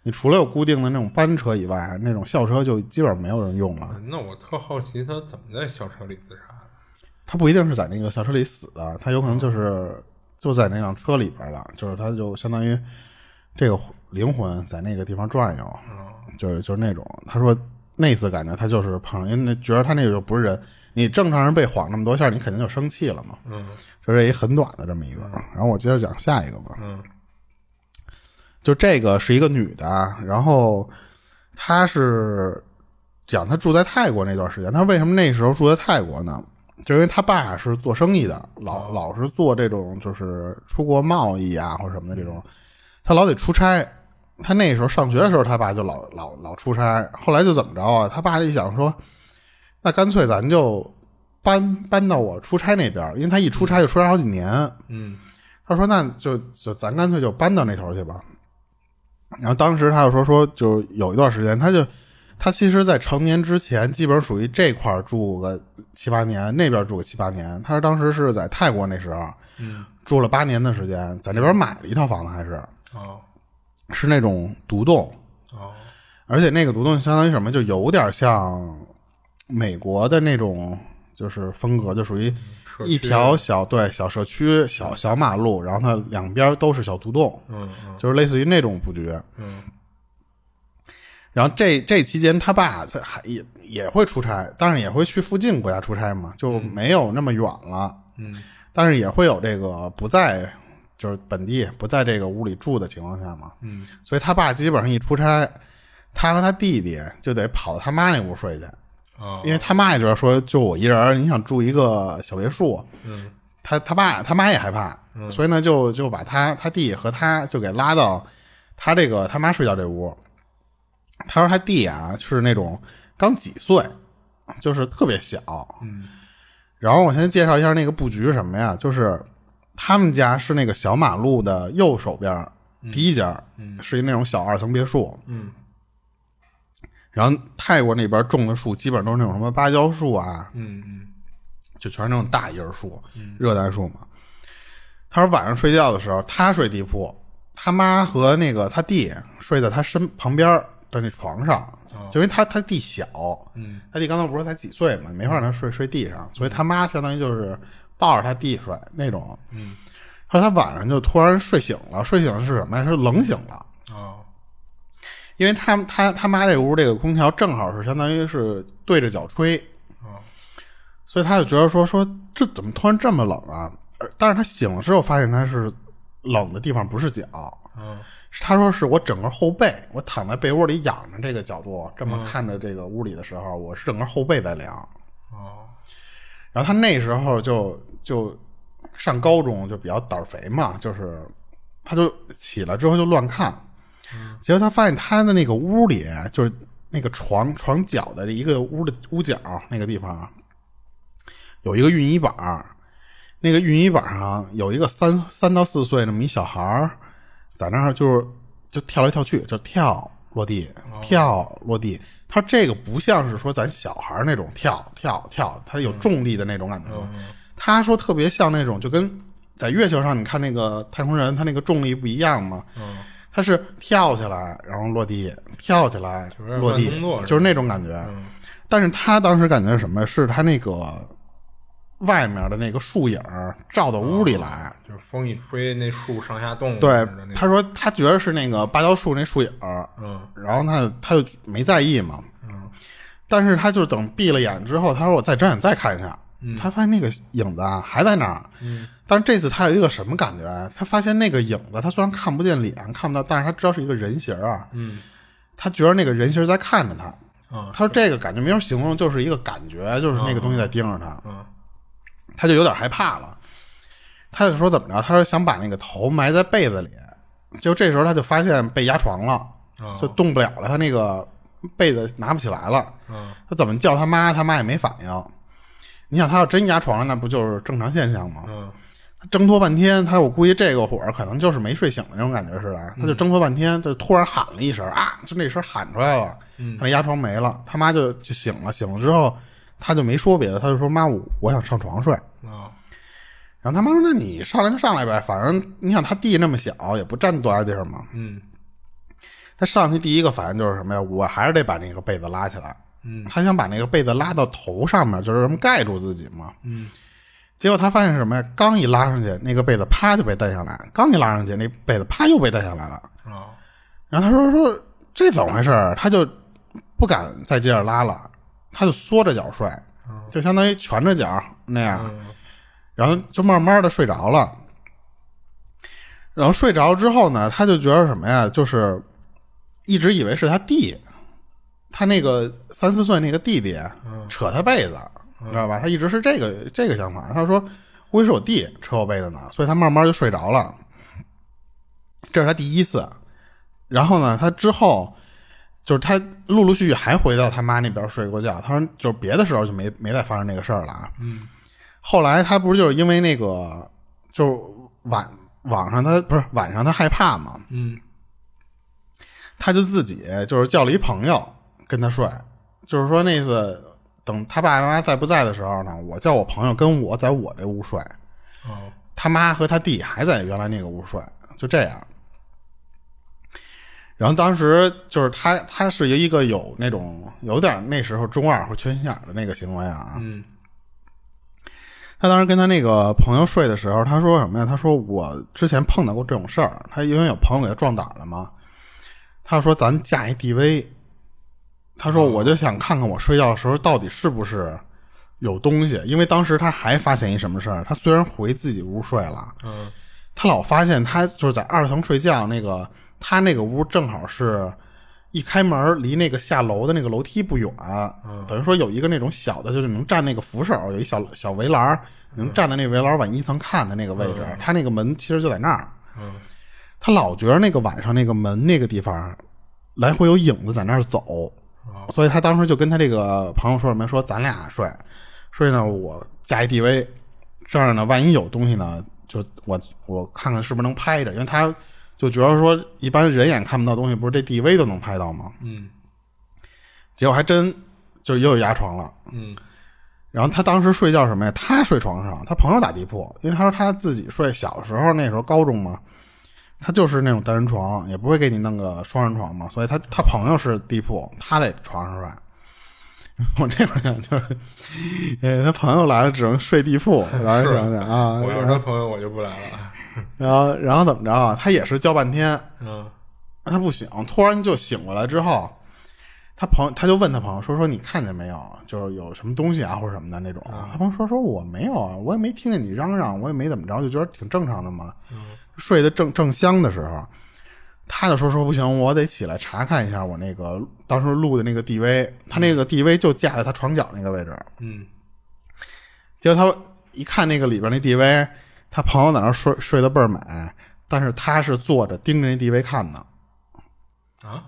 A: 你除了有固定的那种班车以外，那种校车就基本上没有人用了。
B: 那我特好奇他怎么在校车里自杀的？
A: 他不一定是在那个校车里死的，他有可能就是就在那辆车里边了，就是他就相当于这个灵魂在那个地方转悠，就是就是那种。他说那次感觉他就是碰上，因为那觉得他那个就不是人，你正常人被晃那么多下，你肯定就生气了嘛。
B: 嗯
A: 就是一很短的这么一个。啊然后我接着讲下一个吧。
B: 嗯
A: 就这个是一个女的啊，然后她是讲她住在泰国那段时间，她为什么那时候住在泰国呢？就因为她爸是做生意的，老老是做这种就是出国贸易啊或者什么的这种，他老得出差。他那时候上学的时候，他爸就老老老出差。后来就怎么着啊？他爸就想说，那干脆咱就搬搬到我出差那边儿，因为他一出差就出差好几年。
B: 嗯
A: 他说那就就咱干脆就搬到那头去吧。然后当时他就说说就有一段时间，他就他其实，在成年之前，基本上属于这块儿住个七八年，那边住个七八年。他是当时是在泰国那时候，
B: 嗯，
A: 住了八年的时间，在那边买了一套房子，还是
B: 哦
A: 是那种独栋，
B: 哦
A: 而且那个独栋相当于什么，就有点像美国的那种，就是风格，就属于
B: 社区
A: 一条小对小社区、小小马路，然后它两边都是小独栋，
B: 嗯嗯
A: 就是类似于那种布局。
B: 嗯
A: 然后这这期间，他爸他还也也会出差，但是也会去附近国家出差嘛，就没有那么远了。
B: 嗯
A: 但是也会有这个不在就是本地不在这个屋里住的情况下嘛，
B: 嗯，
A: 所以他爸基本上一出差，他和他弟弟就得跑他妈那屋睡去，
B: 哦，
A: 因为他妈也觉得说就我一人儿，你想住一个小别墅，
B: 嗯
A: 他他爸他妈也害怕，所以呢就就把他他弟和他就给拉到他这个他妈睡觉这屋。他说他弟啊是那种刚几岁，就是特别小。
B: 嗯
A: 然后我先介绍一下那个布局是什么呀，就是他们家是那个小马路的右手边儿第一家，
B: 嗯
A: 是一那种小二层别墅。
B: 嗯
A: 然后泰国那边种的树基本都是那种什么芭蕉树啊，
B: 嗯嗯
A: 就全是那种大叶儿树、热带树嘛。他说晚上睡觉的时候，他睡地铺，他妈和那个他弟睡在他身旁边儿的那床上，就因为他他弟小，
B: 嗯
A: 他弟刚才不是才几岁嘛，没法让他睡睡地上，所以他妈相当于就是抱着他弟睡那种。
B: 嗯，
A: 他说他晚上就突然睡醒了，睡醒的是什么呀？是冷醒了。
B: 哦
A: 因为他他他妈这屋这个空调正好是相当于是对着脚吹，
B: 哦
A: 所以他就觉得说说这怎么突然这么冷啊？而但是他醒了之后发现他是冷的地方不是脚，
B: 哦
A: 他说是我整个后背，我躺在被窝里仰着这个角度这么看着这个屋里的时候，我是整个后背在凉。
B: 哦
A: 然后他那时候就就上高中就比较胆儿肥嘛，就是他就起来之后就乱看，结果他发现他的那个屋里啊就是那个床床角的一个屋的屋角那个地方啊有一个熨衣板儿，那个熨衣板上有一个三三到四岁那么一小孩儿在那儿就是就跳来跳去，就跳落地
B: 哦
A: 跳落地。他这个不像是说咱小孩儿那种跳跳跳，他
B: 嗯
A: 有重力的那种感觉。
B: 哦
A: 他说特别像那种就跟在月球上你看那个太空人，他那个重力不一样嘛。
B: 哦
A: 他是跳起来，然后落地，跳起来
B: 就是慢
A: 落地
B: 动作，是吧
A: 就是那种感觉。
B: 嗯
A: 但是他当时感觉是什么？是他那个外面的那个树影儿照到屋里
B: 哦
A: 来。
B: 就是风一吹，那树上下动
A: 对
B: 似的，那
A: 他
B: 种
A: 说他觉得是那个芭蕉树那树影儿，
B: 嗯
A: 然后他他就没在意嘛。
B: 嗯
A: 但是他就等闭了眼之后，他说我再睁眼再看一下，他发现那个影子啊还在那儿。
B: 嗯
A: 但是这次他有一个什么感觉啊？他发现那个影子，他虽然看不见脸，看不到，但是他知道是一个人形儿啊。
B: 嗯
A: 他觉得那个人形儿在看着他。
B: 啊
A: 他说这个感觉没法形容，就是一个感觉，就是那个东西在盯着他，
B: 嗯
A: 他就有点害怕了。他就说怎么着？他说想把那个头埋在被子里，结果这时候他就发现被压床了，
B: 啊
A: 就动不了了，他那个被子拿不起来了。
B: 嗯
A: 他怎么叫他妈，他妈也没反应。你想，他要真压床了，那不就是正常现象吗？
B: 嗯
A: 他挣脱半天，他我估计这个会儿可能就是没睡醒的那种感觉似的，他就挣脱半天，就突然喊了一声啊，就那声喊出来了，他那压床没了，他妈就就醒了，醒了之后他就没说别的，他就说妈我我想上床睡，
B: 啊
A: 然后他妈说那你上来就上来呗，反正你想他弟那么小也不占多大地儿嘛，
B: 嗯
A: 他上去第一个反应就是什么呀，我还是得把那个被子拉起来，
B: 嗯
A: 他想把那个被子拉到头上面，就是这么盖住自己嘛，
B: 嗯
A: 结果他发现是什么呀？刚一拉上去，那个被子啪就被带下来；刚一拉上去，那被子啪又被带下来了。
B: 啊
A: 然后他说说这怎么回事儿？他就不敢再接着拉了，他就缩着脚睡，
B: 哦
A: 就相当于蜷着脚那样，
B: 嗯
A: 然后就慢慢的睡着了。然后睡着之后呢，他就觉得什么呀？就是一直以为是他弟，他那个三四岁那个弟弟扯他被子，你知道吧？他一直是这个这个想法。他说估计是我弟扯我被子呢，所以他慢慢就睡着了。这是他第一次。然后呢，他之后就是他陆陆续续还回到他妈那边睡过觉。他说就是别的时候就没没再发生这个事儿了啊。
B: 嗯。
A: 后来他不是就是因为那个就是晚晚上他不是晚上他害怕嘛，
B: 嗯
A: 他就自己就是叫了一朋友，跟他睡。就是说那次等他爸妈在不在的时候呢，我叫我朋友跟我在我这屋睡，
B: 哦，
A: 他妈和他弟还在原来那个屋睡，就这样。然后当时就是他，他是一个有那种有点那时候中二或缺心眼儿的那个行为啊。
B: 嗯，
A: 他当时跟他那个朋友睡的时候，他说什么呀？他说我之前碰到过这种事儿，他因为有朋友给他壮胆了嘛。他说咱架一 DV，他说我就想看看我睡觉的时候到底是不是有东西，因为当时他还发现一什么事儿，他虽然回自己屋睡了，
B: 嗯，
A: 他老发现他就是在二层睡觉，那个他那个屋正好是一开门离那个下楼的那个楼梯不远，等于说有一个那种小的，就是能站那个扶手，有一小小围栏儿，能站在那围栏儿往一层看的那个位置，他那个门其实就在那儿。
B: 嗯，
A: 他老觉得那个晚上那个门那个地方来回有影子在那儿走，所以他当时就跟他这个朋友说什么，说咱俩睡，睡呢我加一 DV，这样呢万一有东西呢，就我我看看是不是能拍着，因为他就觉得说一般人眼看不到东西，不是这 DV 都能拍到吗？
B: 嗯，
A: 结果还真就又压床了。
B: 嗯，
A: 然后他当时睡觉什么呀？他睡床上，他朋友打地铺，因为他说他自己睡小时候那时候高中嘛，他就是那种单人床，也不会给你弄个双人床嘛，所以他他朋友是地铺，他在床上睡。 我这会儿想就是，呃、他朋友来了只能睡地 铺，然后想想啊，
B: 我要是他朋友，我就不来了。
A: 然后然后怎么着啊？他也是叫半天，
B: 嗯，
A: 他不醒，突然就醒过来之后，他朋友他就问他朋友说说你看见没有，就是有什么东西啊或者什么的那种。他朋友说说我没有啊，我也没听见你嚷嚷，我也没怎么着，就觉得挺正常的嘛。睡得正正香的时候，他就说说不行，我得起来查看一下我那个当时录的那个 DV，他那个 DV 就架在他床角那个位置。
B: 嗯，
A: 结果他一看那个里边那 DV，他朋友在那儿睡睡得倍儿美，但是他是坐着盯着那 DV 看的。
B: 啊，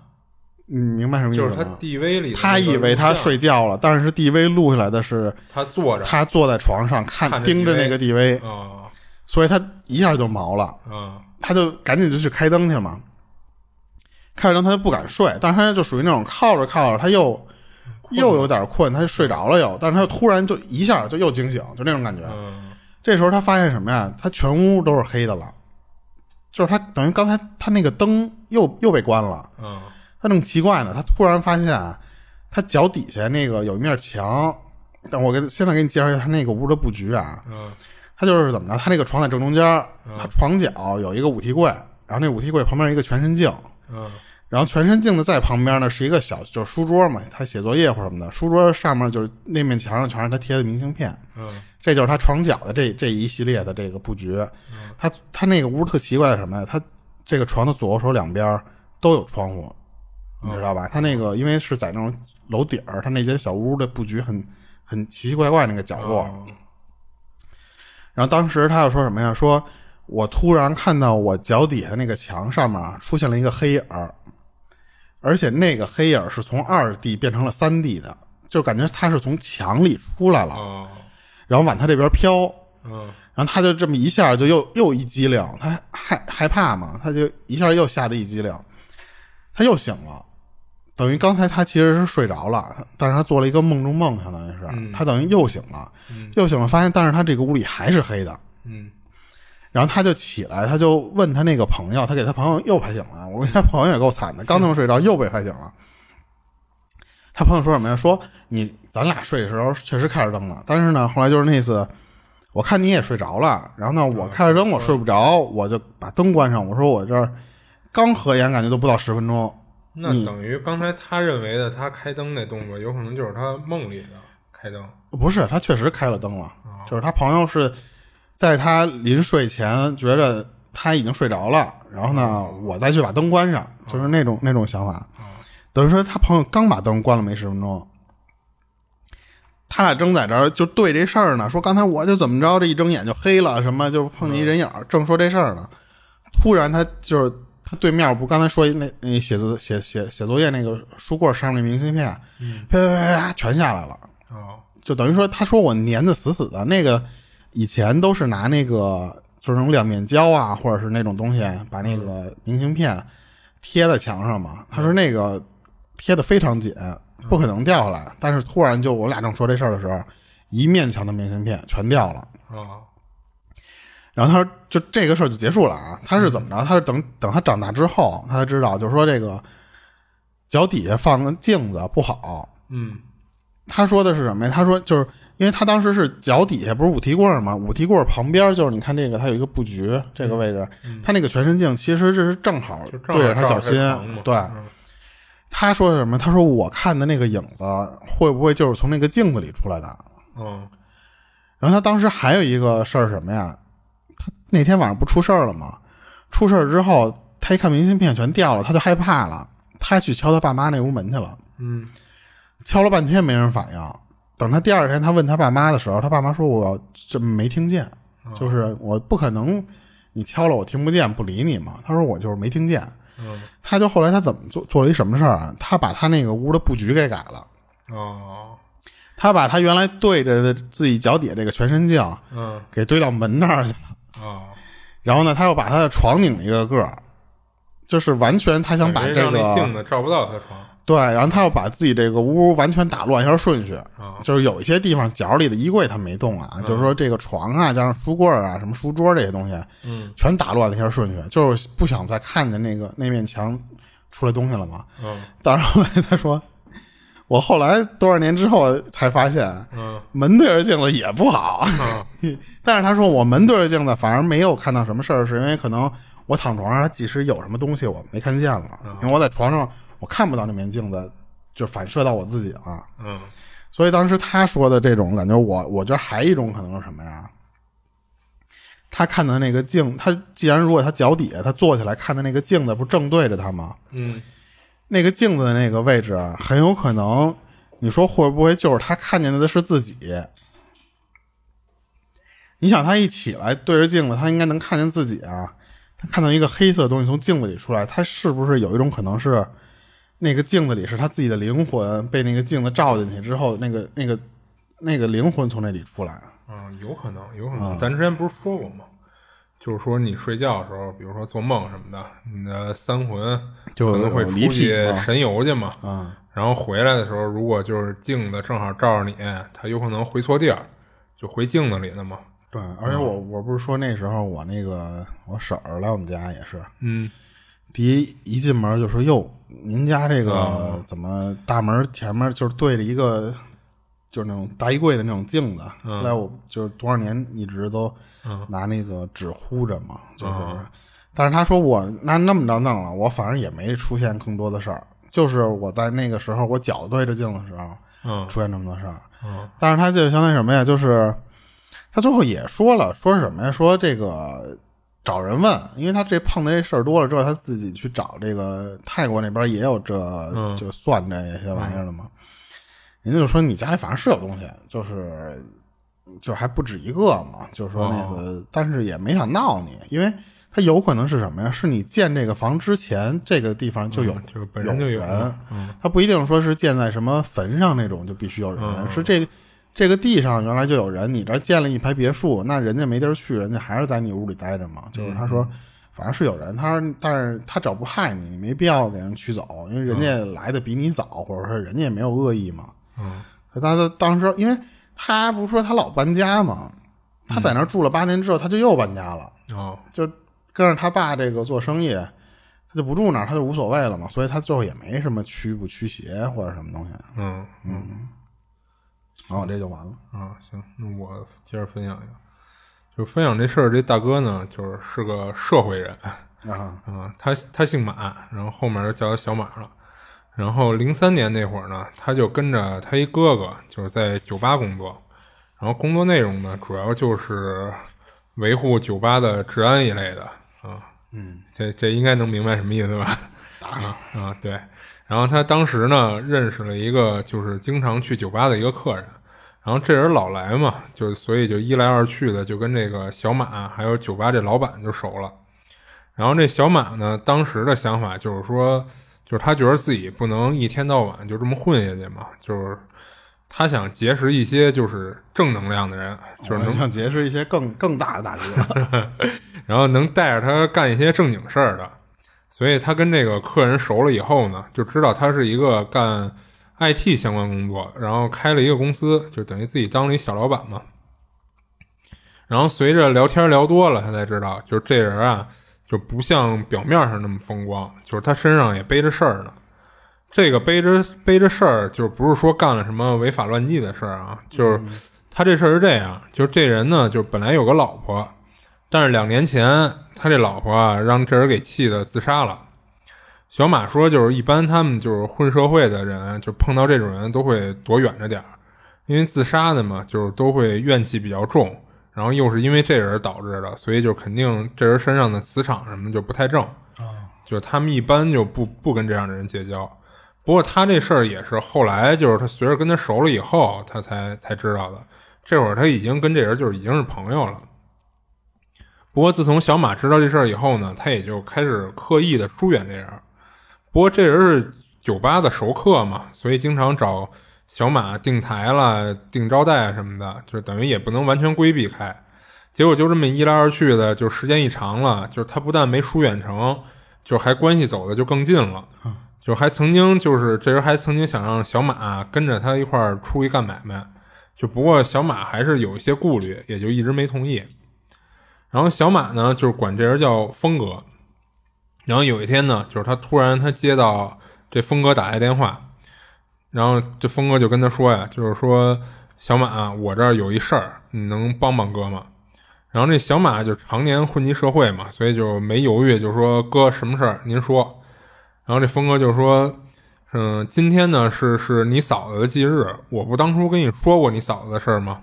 A: 你明白什么意思
B: 就
A: 吗？
B: 是他 DV 里的那个录像，
A: 他以为他睡觉了，但是 DV 录下来的是
B: 他坐着，
A: 他坐在床上看
B: 看着
A: 盯着那个 DV，
B: 啊
A: 所以他一下就毛了，
B: 啊，
A: 他就赶紧就去开灯去嘛。开着灯他就不敢睡，但是他就属于那种靠着靠着他又又有点困，他就睡着了又，但是他又突然就一下就又惊醒，就那种感觉。
B: 嗯
A: 这时候他发现什么呀？他全屋都是黑的了，就是他等于刚才他那个灯又又被关了。
B: 嗯
A: 他正奇怪呢，他突然发现啊他脚底下那个有一面墙。但我给现在给你介绍一下他那个屋的布局啊，
B: 嗯
A: 他就是怎么着，他那个床在正中间，他床角有一个五屉柜，然后那五屉柜旁边有一个全身镜，
B: 嗯
A: 然后全身镜的在旁边呢是一个小就是书桌嘛，他写作业或什么的，书桌上面就是那面墙上全是他贴的明信片，
B: 嗯
A: 这就是他床角的这这一系列的这个布局。他他那个屋特奇怪的是什么呀？他这个床的左右手两边都有窗户，你知道吧？他那个因为是在那种楼顶儿，他那间小屋的布局很很奇奇怪怪那个角落。
B: 哦
A: 然后当时他又说什么呀？说我突然看到我脚底下那个墙上面啊出现了一个黑影儿，而且那个黑影儿是从二 D 变成了三 D 的，就感觉他是从墙里出来了，
B: 哦
A: 然后往他这边飘。
B: 嗯
A: 然后他就这么一下就又又一激灵，他还害害怕嘛，他就一下又吓得一激灵，他又醒了，等于刚才他其实是睡着了，但是他做了一个梦中梦，相当于是，
B: 嗯
A: 他等于又醒了，
B: 嗯
A: 又醒了，发现但是他这个屋里还是黑的，
B: 嗯
A: 然后他就起来，他就问他那个朋友，他给他朋友又拍醒了。我跟他朋友也够惨的，刚他妈睡着又被拍醒了。他朋友说什么呀？说你咱俩睡的时候确实开着灯了，但是呢，后来就是那次，我看你也睡着了，然后呢，我开着灯我睡不着，我就把灯关上。我说我这儿刚合眼，感觉都不到十分钟。
B: 那等于刚才他认为的他开灯那动作，有可能就是他梦里的开灯。
A: 不是，他确实开了灯了，就是他朋友是在他临睡前觉着他已经睡着了，然后呢，我再去把灯关上，就是那种那种想法。等于说他朋友刚把灯关了没十分钟，他俩正在这儿就对这事儿呢，说刚才我就怎么着，这一睁眼就黑了，什么就是碰见一人影儿，正说这事儿呢，突然他就是他对面不刚才说那那写字写写写作业那个书柜上面那明信片，啪啪啪啪啪全下来了。
B: 哦
A: 就等于说，他说我粘的死死的。那个以前都是拿那个就是那种两面胶啊，或者是那种东西，把那个明信片贴在墙上嘛。他说那个贴的非常紧，不可能掉下来。但是突然就我俩正说这事儿的时候，一面墙的明信片全掉了。
B: 啊，
A: 然后他说，就这个事儿就结束了啊。他是怎么着？他是等等他长大之后，他才知道，就是说这个脚底下放的镜子不好。
B: 嗯
A: 他说的是什么呀？他说就是因为他当时是脚底下不是五提棍儿吗？五提棍儿旁边就是你看这个，它有一个布局，这个位置，他那个全身镜其实这是正好
B: 嗯就正好
A: 对着他脚心
B: 照着他床嘛。
A: 对，他说的什么？他说我看的那个影子会不会就是从那个镜子里出来的？
B: 嗯
A: 然后他当时还有一个事儿是什么呀？他那天晚上不出事儿了吗？出事儿之后，他一看明信片全掉了，他就害怕了，他去敲他爸妈那屋门去了，
B: 嗯
A: 敲了半天没人反应。等他第二天他问他爸妈的时候，他爸妈说：“我这没听见，
B: 哦
A: 就是我不可能，你敲了我听不见，不理你嘛。”他说：“我就是没听见。
B: 嗯”
A: 他就后来他怎么做做了一什么事儿啊？他把他那个屋的布局给改了，
B: 哦
A: 他把他原来对着的自己脚底下这个全身镜
B: 嗯
A: 给堆到门那儿去了。
B: 哦，
A: 然后呢，他又把他的床拧了一个个儿，就是完全他想把
B: 感
A: 这
B: 觉让那镜
A: 个
B: 子照不到他床
A: 对，然后他又把自己这个屋完全打乱一下顺序，
B: 啊
A: 就是有一些地方角里的衣柜他没动啊，就是说这个床啊，加上书柜啊、什么书桌这些东西
B: 嗯
A: 全打乱了一下顺序，就是不想再看见那个那面墙出来东西了嘛。
B: 嗯
A: 但是后来他说，我后来多少年之后才发现，
B: 嗯
A: 门对着镜子也不好。
B: 嗯
A: 但是他说我门对着镜子，反而没有看到什么事儿，是因为可能我躺床上，他即使有什么东西我没看见了，因为我在床上我看不到那面镜子，就反射到我自己了。
B: 嗯
A: 所以当时他说的这种感觉，我我觉得还一种可能是什么呀？他看的那个镜，他既然如果他脚底下他坐起来看的那个镜子不正对着他吗？
B: 嗯
A: 那个镜子的那个位置啊很有可能，你说会不会就是他看见的是自己？你想，他一起来对着镜子，他应该能看见自己啊。他看到一个黑色的东西从镜子里出来，他是不是有一种可能是那个镜子里是他自己的灵魂被那个镜子照进去之后，那个那个那个灵魂从那里出来啊？
B: 嗯，有可能，有可能。咱之前不是说过吗？就是说你睡觉的时候，比如说做梦什么的，你的三魂
A: 就
B: 可能会
A: 有
B: 出
A: 离体
B: 去
A: 嘛
B: 神游去嘛。
A: 嗯
B: 然后回来的时候，如果就是镜子正好照着你，它有可能回错地儿，就回镜子里了嘛。
A: 对，而且我我不是说那时候我那个我婶儿来我们家也是，
B: 嗯
A: 第一一进门就说：“哟，您家这个
B: 啊
A: 怎么大门前面就是对着一个就是那种大衣柜的那种镜子？”后来我就是多少年一直都
B: 嗯
A: 拿那个纸糊着嘛，就是
B: 嗯。
A: 但是他说我那那么着弄了，我反正也没出现更多的事儿，就是我在那个时候我脚对着镜子的时候
B: 嗯
A: 出现这么多事儿。
B: 嗯
A: 但是他就相当于什么呀？就是他最后也说了，说是什么呀？说这个找人问，因为他这碰的这事儿多了之后，他自己去找这个泰国那边也有这、
B: 嗯
A: 就算这些玩意儿的嘛。人家就说你家里反正是有东西，就是就还不止一个嘛，就是说那个，
B: 哦
A: 但是也没想闹你，因为他有可能是什么呀？是你建这个房之前，这个地方就有、
B: 嗯就本身就有
A: 人，
B: 嗯
A: 它不一定说是建在什么坟上那种就必须有人，
B: 嗯
A: 是这个这个地上原来就有人，你这儿建了一排别墅，那人家没地儿去，人家还是在你屋里待着嘛。
B: 嗯
A: 就是他说，反正是有人，他说，但是他只要不害你，你没必要给人驱走，因为人家来的比你早，或者说人家也没有恶意嘛。
B: 嗯
A: 他他当时因为他不是说他老搬家嘛，他在那儿住了八年之后，他就又搬家了。
B: 哦
A: 就跟着他爸这个做生意，他就不住那儿，他就无所谓了嘛，所以他最后也没什么驱不驱邪或者什么东西，啊
B: 嗯嗯
A: 然哦后我这就完了。
B: 啊，行，那我接着分享一个，就分享这事儿。这大哥呢，就是是个社会人，
A: 啊，
B: 啊，他他姓马，然后后面就叫他小马了。然后零三年那会儿呢，他就跟着他一哥哥，就是在酒吧工作。然后工作内容呢，主要就是维护酒吧的治安一类的啊。
A: 嗯，
B: 这这应该能明白什么意思吧？啊啊，对。然后他当时呢，认识了一个就是经常去酒吧的一个客人。然后这人老来嘛，就所以就一来二去的，就跟这个小马还有酒吧这老板就熟了。然后这小马呢，当时的想法就是说，就是他觉得自己不能一天到晚就这么混下去嘛，就是他想结识一些就是正能量的人，就是能
A: 能想结识一 些更更大的大哥。
B: 然后能带着他干一些正经事儿的。所以他跟这个客人熟了以后呢，就知道他是一个干 IT 相关工作，然后开了一个公司，就等于自己当了一小老板嘛。然后随着聊天聊多了，他才知道，就是这人啊，就不像表面上那么风光，就是他身上也背着事儿呢。这个背着背着事儿，就是不是说干了什么违法乱纪的事儿啊，就是他这事儿是这样，就是这人呢，就是本来有个老婆，但是两年前他这老婆啊，让这人给气的自杀了。小马说，就是一般他们就是混社会的人，啊就碰到这种人都会躲远着点儿，因为自杀的嘛，就是都会怨气比较重，然后又是因为这人导致的，所以就肯定这人身上的磁场什么的就不太正，就是他们一般就不不跟这样的人结交。不过他这事儿也是后来，就是他随着跟他熟了以后，他才才知道的。这会儿他已经跟这人就是已经是朋友了。不过自从小马知道这事儿以后呢，他也就开始刻意的疏远这人。不过这人是酒吧的熟客嘛，所以经常找小马订台了、订招待啊什么的，就是等于也不能完全规避开。结果就这么一来二去的，就时间一长了，就是他不但没疏远成，就还关系走的就更近了。就还曾经就是这人还曾经想让小马跟着他一块儿出去干买卖，就不过小马还是有一些顾虑，也就一直没同意。然后小马呢，就是管这人叫峰哥。然后有一天呢，就是他突然他接到这峰哥打来电话，然后这峰哥就跟他说呀，就是说小马、啊我这儿有一事儿，你能帮帮哥吗？然后这小马就常年混迹社会嘛，所以就没犹豫，就说哥什么事儿您说。然后这峰哥就说：“嗯，今天呢是是你嫂子的忌日，我不当初跟你说过你嫂子的事儿吗？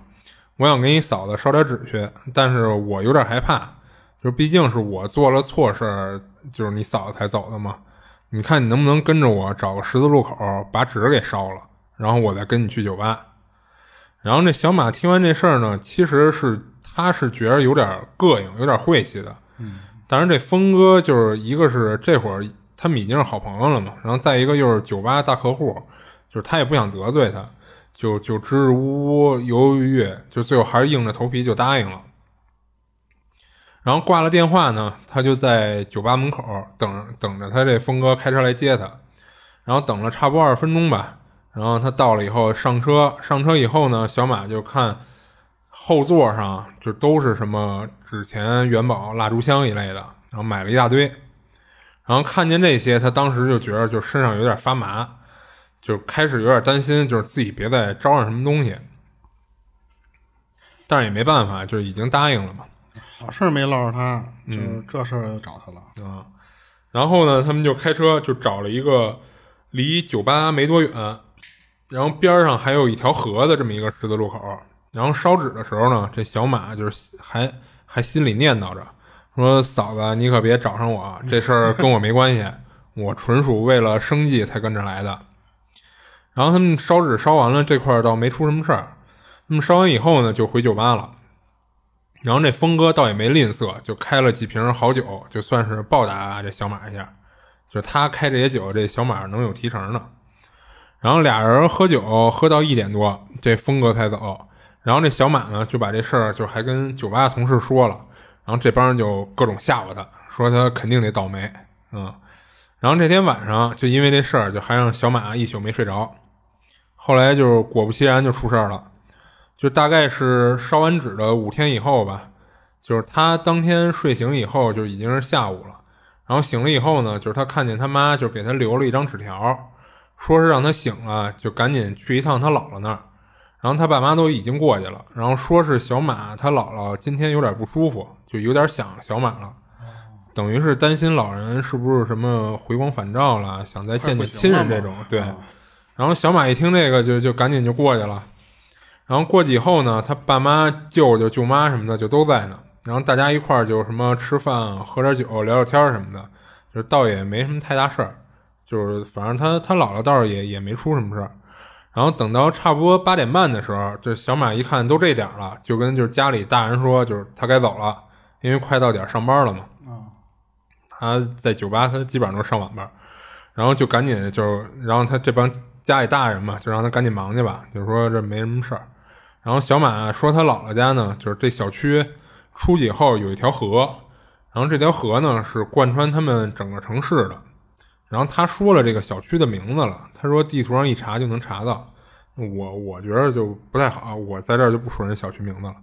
B: 我想给你嫂子烧点纸去，但是我有点害怕，就毕竟是我做了错事儿，就是你嫂子才走的嘛。你看你能不能跟着我找个十字路口把纸给烧了，然后我再跟你去酒吧。”然后这小马听完这事儿呢，其实是他是觉得有点膈应，有点晦气的。嗯，但是这峰哥就是一个是这会儿他们已经是好朋友了嘛，然后再一个又是酒吧大客户，就是他也不想得罪他，就就支支吾吾、犹犹豫豫，就最后还是硬着头皮就答应了。然后挂了电话呢，他就在酒吧门口等等着他这峰哥开车来接他，然后等了差不多二十分钟吧。然后他到了以后上车，上车以后呢，小马就看后座上就都是什么纸钱、元宝、蜡烛香一类的，然后买了一大堆。然后看见这些，他当时就觉得就身上有点发麻，就开始有点担心，就是自己别再招上什么东西。但是也没办法，就是已经答应了嘛。
A: 好啊事儿没落着他，就是这事儿找他了。
B: 然后呢，他们就开车就找了一个离酒吧没多远，然后边儿上还有一条河的这么一个十字路口。然后烧纸的时候呢，这小马就是还还心里念叨着说：“嫂子，你可别找上我，这事儿跟我没关系，我纯属为了生计才跟着来的。”然后他们烧纸烧完了，这块儿倒没出什么事儿。那么烧完以后呢，就回酒吧了。然后这峰哥倒也没吝啬，就开了几瓶好酒，就算是报答这小马一下。就是他开这些酒，这小马能有提成呢。然后俩人喝酒喝到一点多，这峰哥才走。然后这小马呢，就把这事儿就还跟酒吧同事说了。然后这帮人就各种吓唬他，说他肯定得倒霉，嗯。然后这天晚上就因为这事儿，就还让小马一宿没睡着。后来就是果不其然就出事儿了。就大概是烧完纸的五天以后吧，就是他当天睡醒以后就已经是下午了，然后醒了以后呢，就是他看见他妈就给他留了一张纸条，说是让他醒了就赶紧去一趟他姥姥那儿，然后他爸妈都已经过去了，然后说是小马他姥姥今天有点不舒服，就有点想小马了。
A: 哦
B: 等于是担心老人是不是什么回光返照了，想再见见亲人这种
A: 快不，行
B: 对
A: 了嘛。
B: 然后小马一听这个就就赶紧就过去了，然后过去以后呢，他爸妈、舅舅、舅妈什么的就都在呢。然后大家一块儿就什么吃饭、啊喝点酒、聊聊天儿什么的，就倒也没什么太大事儿。就是反正他他姥姥倒是也也没出什么事儿。然后等到差不多八点半的时候，这小马一看都这点儿了，就跟就是家里大人说，就是他该走了，因为快到点儿上班了嘛。他在酒吧，他基本上都是上晚班，然后就赶紧就，然后他这帮家里大人嘛，就让他赶紧忙去吧，就说这没什么事儿。然后小马说他姥姥家呢，就是这小区出去以后有一条河，然后这条河呢是贯穿他们整个城市的。然后他说了这个小区的名字了，他说地图上一查就能查到。我我觉得就不太好，啊我在这儿就不说人小区名字了。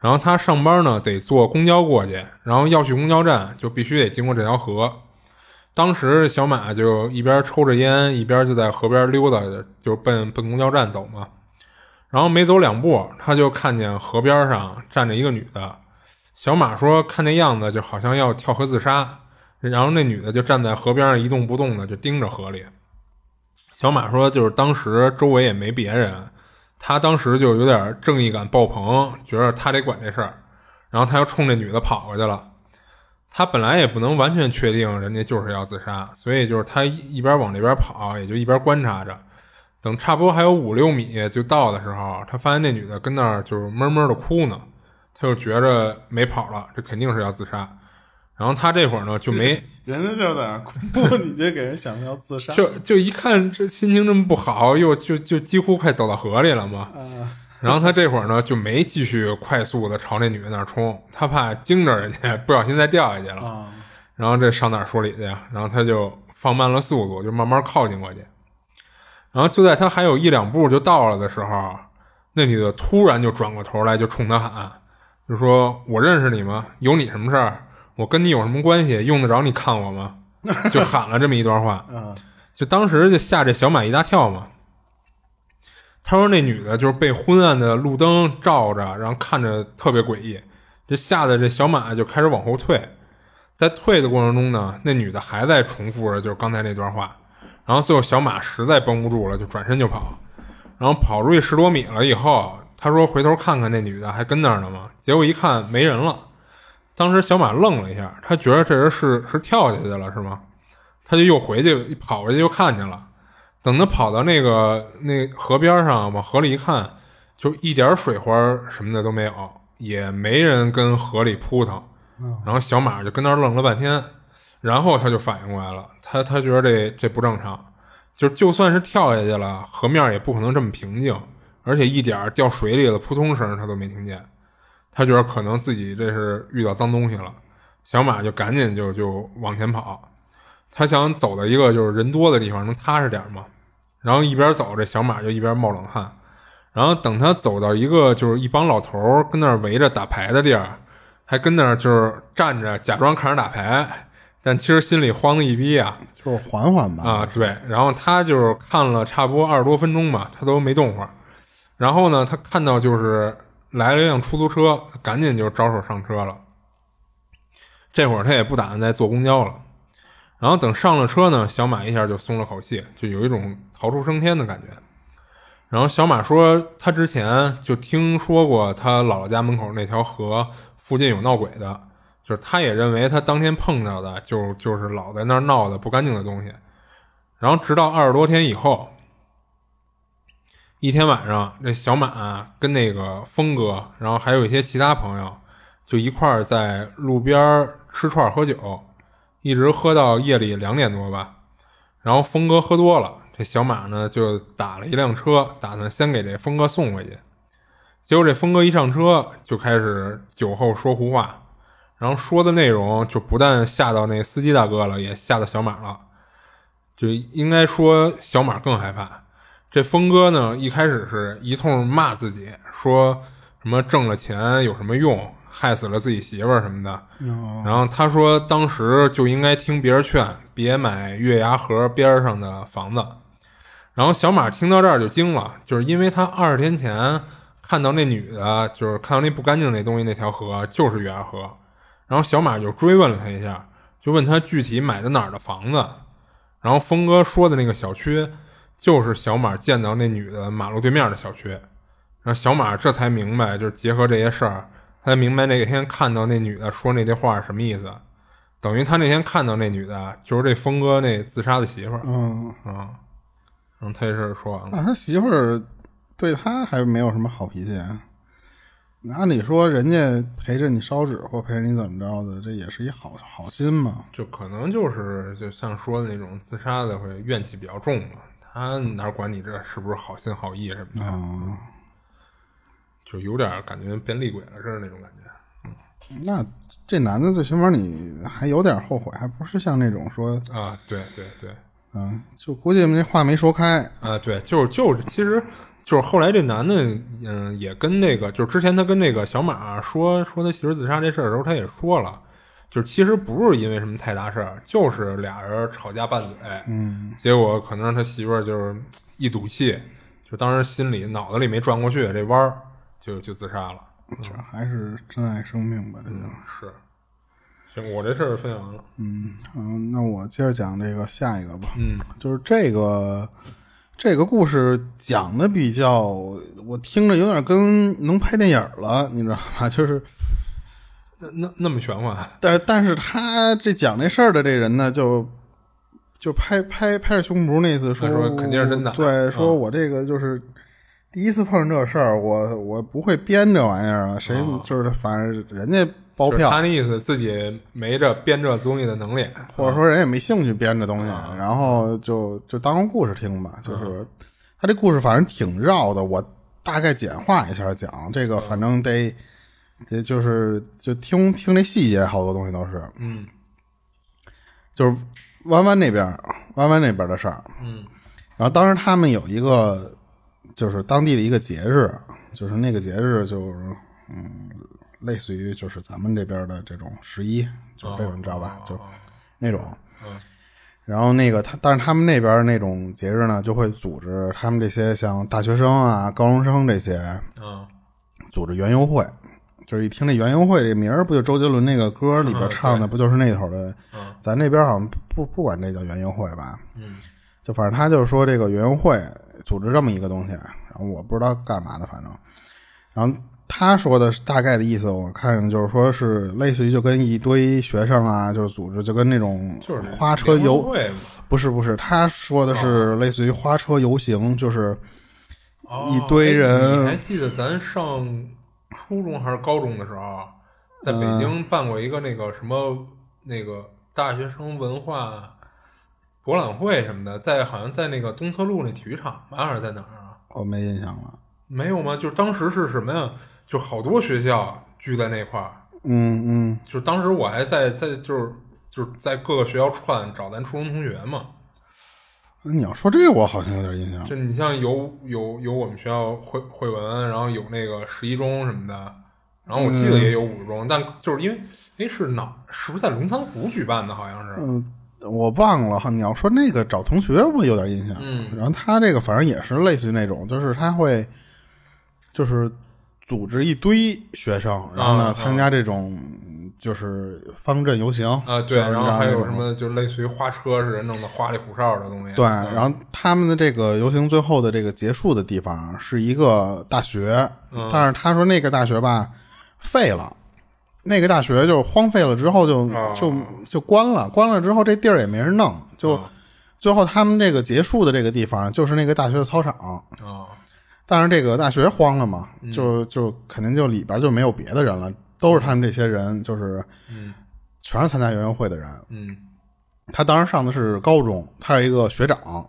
B: 然后他上班呢得坐公交过去，然后要去公交站就必须得经过这条河。当时小马就一边抽着烟，一边就在河边溜达，就奔奔公交站走嘛。然后没走两步，他就看见河边上站着一个女的。小马说：“看那样子就好像要跳河自杀。”然后那女的就站在河边上一动不动的，就盯着河里。小马说：“就是当时周围也没别人，他当时就有点正义感爆棚，觉得他得管这事儿，然后他就冲这女的跑过去了。他本来也不能完全确定人家就是要自杀，所以就是他一边往这边跑，也就一边观察着。等差不多还有五六米就到的时候，他发现那女的跟那儿就是闷闷的哭呢，他就觉着没跑了，这肯定是要自杀。然后他这会儿呢就没
A: 人家就是在那儿 哭，你就给人想要自杀，
B: 就就一看这心情这么不好，又就就几乎快走到河里了嘛。
A: 啊，
B: 然后他这会儿呢就没继续快速的朝那女的那儿冲，他怕惊着人家，不小心再掉下去了。
A: 啊
B: 然后这上哪儿说理去呀？然后他就放慢了速度，就慢慢靠近过去。然后就在他还有一两步就到了的时候，啊那女的突然就转过头来，就冲他喊，就说：“我认识你吗？有你什么事儿？我跟你有什么关系？用得着你看我吗？”就喊了这么一段话。
A: 啊
B: 就当时就吓这小马一大跳嘛。他说那女的就是被昏暗的路灯照着，然后看着特别诡异，这吓得这小马就开始往后退。在退的过程中呢，那女的还在重复着就是刚才那段话，然后最后小马实在绷不住了，就转身就跑，然后跑出去十多米了以后，他说回头看看那女的还跟那儿呢吗？结果一看没人了，当时小马愣了一下，他觉得这人是是跳下去了是吗？他就又回去跑回去又看见了。等他跑到那个那河边上，往河里一看，就一点水花什么的都没有，也没人跟河里扑腾。然后小马就跟那儿愣了半天，然后他就反应过来了，他他觉得这这不正常，就就算是跳下去了，河面也不可能这么平静，而且一点儿掉水里的扑通声他都没听见。他觉得可能自己这是遇到脏东西了，小马就赶紧就就往前跑，他想走到一个就是人多的地方，能踏实点嘛。然后一边走，这小马就一边冒冷汗。然后等他走到一个就是一帮老头儿跟那儿围着打牌的地儿，还跟那儿就是站着假装看人打牌，但其实心里慌的一逼啊
A: 就是缓缓吧，
B: 啊！对，然后他就是看了差不多二十多分钟吧，他都没动会儿。然后呢，他看到就是来了一辆出租车，赶紧就招手上车了。这会儿他也不打算再坐公交了。然后等上了车呢，小马一下就松了口气，就有一种逃出升天的感觉。然后小马说，他之前就听说过他姥姥家门口那条河附近有闹鬼的，就是他也认为他当天碰到的就就是老在那儿闹的不干净的东西。然后直到二十多天以后，一天晚上，这小马、跟那个峰哥，然后还有一些其他朋友，就一块儿在路边儿吃串儿喝酒，一直喝到夜里两点多吧。然后峰哥喝多了，这小马呢就打了一辆车，打算先给这峰哥送回去。结果这峰哥一上车就开始酒后说胡话，然后说的内容就不但吓到那司机大哥了，也吓到小马了。就应该说小马更害怕。这峰哥呢，一开始是一通骂自己，说什么挣了钱有什么用，害死了自己媳妇儿什么的。
A: 嗯
B: 然后他说，当时就应该听别人劝，别买月牙河边上的房子。然后小马听到这儿就惊了，就是因为他二十天前看到那女的，就是看到那不干净那东西那条河就是月牙河。然后小马就追问了他一下，就问他具体买的哪儿的房子。然后峰哥说的那个小区，就是小马见到那女的马路对面的小区。然后小马这才明白，就是结合这些事儿，他才明白那天看到那女的说那些话是什么意思。等于他那天看到那女的，就是这峰哥那自杀的媳妇儿
A: 嗯，
B: 啊。然后他这事儿说完了。
A: 那他媳妇儿对他还没有什么好脾气啊。按理说，人家陪着你烧纸或陪着你怎么着的，这也是一好好心嘛。
B: 就可能就是就像说的那种自杀的会怨气比较重嘛，他哪管你这是不是好心好意什么的，
A: 嗯，
B: 就有点感觉变厉鬼了似的那种感觉。
A: 那这男的最起码你还有点后悔，还不是像那种说，
B: 啊，对对对，
A: 嗯，就估计那话没说开，
B: 啊，对，就是就是，其实就是后来这男的，嗯、也跟那个，就是之前他跟那个小马说说他媳妇自杀这事儿的时候，他也说了，就是其实不是因为什么太大事儿，就是俩人吵架拌嘴，嗯，结果可能是他媳妇儿就是一赌气，就当时心里脑子里没转过去这弯儿，就就自杀了。
A: 这还是珍爱生命吧，这就。
B: 是，行，我这事儿分享完了。
A: 嗯嗯，那我接着讲这个下一个吧。
B: 嗯，
A: 就是这个这个故事讲的比较，我听着有点跟能拍电影了，你知道吧？ 就是，
B: 那那那么玄幻，
A: 但但是他这讲这事儿的这人呢，就就拍拍拍着胸脯那次说，
B: 他说肯定是真的
A: 对，
B: 嗯
A: 说我这个就是。第一次碰上这事儿，我我不会编这玩意儿啊，谁就是反正人家包
B: 哦就是
A: 票，
B: 他那意思自己没这编这综艺的能力，
A: 或者说人也没兴趣编这东西，
B: 啊
A: 然后就就当故事听吧。就是他这故事反正挺绕的，我大概简化一下讲。这
B: 啊
A: 个反正得得就是就听听这细节，好多东西都是
B: 嗯
A: 就是弯弯那边儿弯弯那边的事儿。
B: 嗯
A: 然后当时他们有一个就是当地的一个节日，就是那个节日就是嗯，类似于就是咱们这边的这种十一，就是这种你知道吧？
B: 哦
A: 就那种。然后那个他，但是他们那边那种节日呢，就会组织他们这些像大学生啊、高中生这些
B: 嗯，
A: 组织园游会。就是一听这园游会这名儿，不就周杰伦那个歌里边唱的，不就是那头的？
B: 嗯
A: 咱那边好像不不管这叫园游会吧？
B: 嗯，
A: 就反正他就是说这个园游会组织这么一个东西，然后我不知道干嘛的，反正，然后他说的是大概的意思，我看就是说是类似于就跟一堆学生啊，就是组织就跟那种
B: 就是
A: 花车
B: 联欢
A: 游，
B: 会嘛
A: 不是不是，他说的是类似于花车游行，就是
B: 哦
A: 一堆人
B: 哎你还记得咱上初中还是高中的时候，啊在北
A: 嗯
B: 京办过一个那个什么那个大学生文化博览会什么的，在好像在那个东侧路那体育场吧，还是在哪儿啊？
A: 我没印象了，
B: 没有吗？就是当时是什么呀？就好多学校聚在那块儿，
A: 嗯嗯，
B: 就是当时我还在在就是就是在各个学校串找咱初中同学嘛。
A: 呃你要说这个我好像有点印象，
B: 就你像有有有我们学校会会文，然后有那个十一中什么的，然后我记得也有五中，但就是因为哎是哪是不是在龙潭湖举办的？好像是，
A: 嗯，我忘了，你要说那个找同学，我有点印象。
B: 嗯
A: 然后他这个反正也是类似于那种，就是他会，就是组织一堆学生，然后呢、
B: 啊
A: 参加这种就是方阵游行
B: 啊对，然后还
A: 就
B: 有什。
A: 是那种
B: 么就类似于花车似的弄的花里胡哨的东西，嗯
A: 对，然后他们的这个游行最后的这个结束的地方是一个大学，但是他说那个大学吧废了，那个大学就是荒废了之后就、
B: 啊
A: 就就关了，关了之后这地儿也没人弄，就、
B: 啊
A: 最后他们这个结束的这个地方就是那个大学的操场，
B: 啊
A: 但是这个大学荒了嘛，就就肯定就里边就没有别的人了，都是他们这些人，就是
B: 嗯
A: 全是参加园游会的人。
B: 嗯
A: 他当时上的是高中，他有一个学长，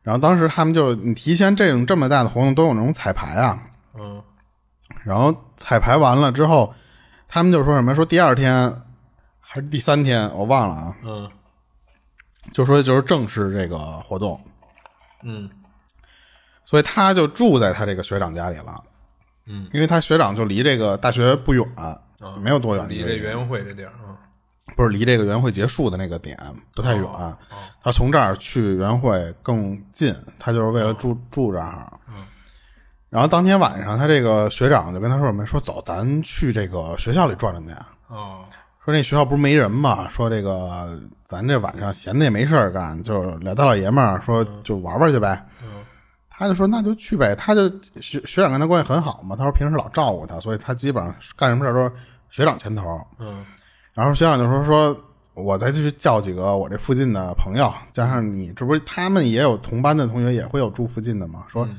A: 然后当时他们就你提前这种这么大的活动都有那种彩排啊，
B: 嗯
A: 然后彩排完了之后，他们就说什么说第二天还是第三天我忘了啊，
B: 嗯
A: 就说就是正式这个活动，
B: 嗯
A: 所以他就住在他这个学长家里了。
B: 嗯，
A: 因为他学长就离这个大学不远，
B: 啊
A: 没有多远，
B: 离这园游会这地儿啊
A: 不是离这个园会结束的那个点不太远。他从这儿去园会更近，他就是为了住、住这儿。然后当天晚上，他这个学长就跟他说什么？说走，咱去这个学校里转转去。
B: 啊
A: 说那学校不是没人嘛？说这个咱这晚上闲的也没事儿干，就是俩大老爷们儿说就玩玩去呗。
B: 嗯
A: 他就说那就去呗。他就学学长跟他关系很好嘛，他说平时老照顾他，所以他基本上干什么事儿都是学长牵头。
B: 嗯
A: 然后学长就说说，我再去叫几个我这附近的朋友，加上你，这不是他们也有同班的同学也会有住附近的嘛？说、
B: 嗯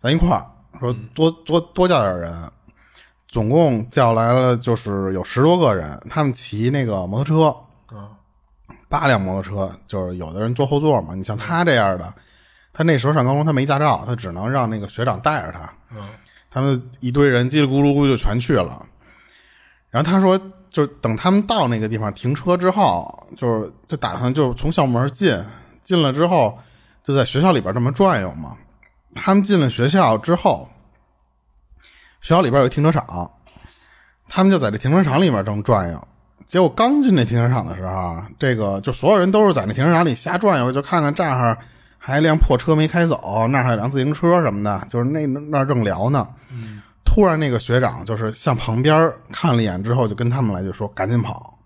A: 咱一块儿，说多多多叫点人，总共叫来了就是有十多个人，他们骑那个摩托车，
B: 啊
A: 八辆摩托车，就是有的人坐后座嘛。你像他这样的，他那时候上高中，他没驾照，他只能让那个学长带着他。
B: 嗯
A: 他们一堆人叽里咕噜咕就全去了。然后他说，就是等他们到那个地方停车之后，就是就打算就是从校门进，进了之后就在学校里边这么转悠嘛。他们进了学校之后，学校里边有一停车场，他们就在这停车场里面正转悠。结果刚进那停车场的时候啊，这个就所有人都是在那停车场里瞎转悠，就看看这儿还一辆破车没开走，那儿还有辆自行车什么的，就是那那儿正聊呢。突然那个学长就是向旁边看了一眼之后，就跟他们来就说赶紧跑。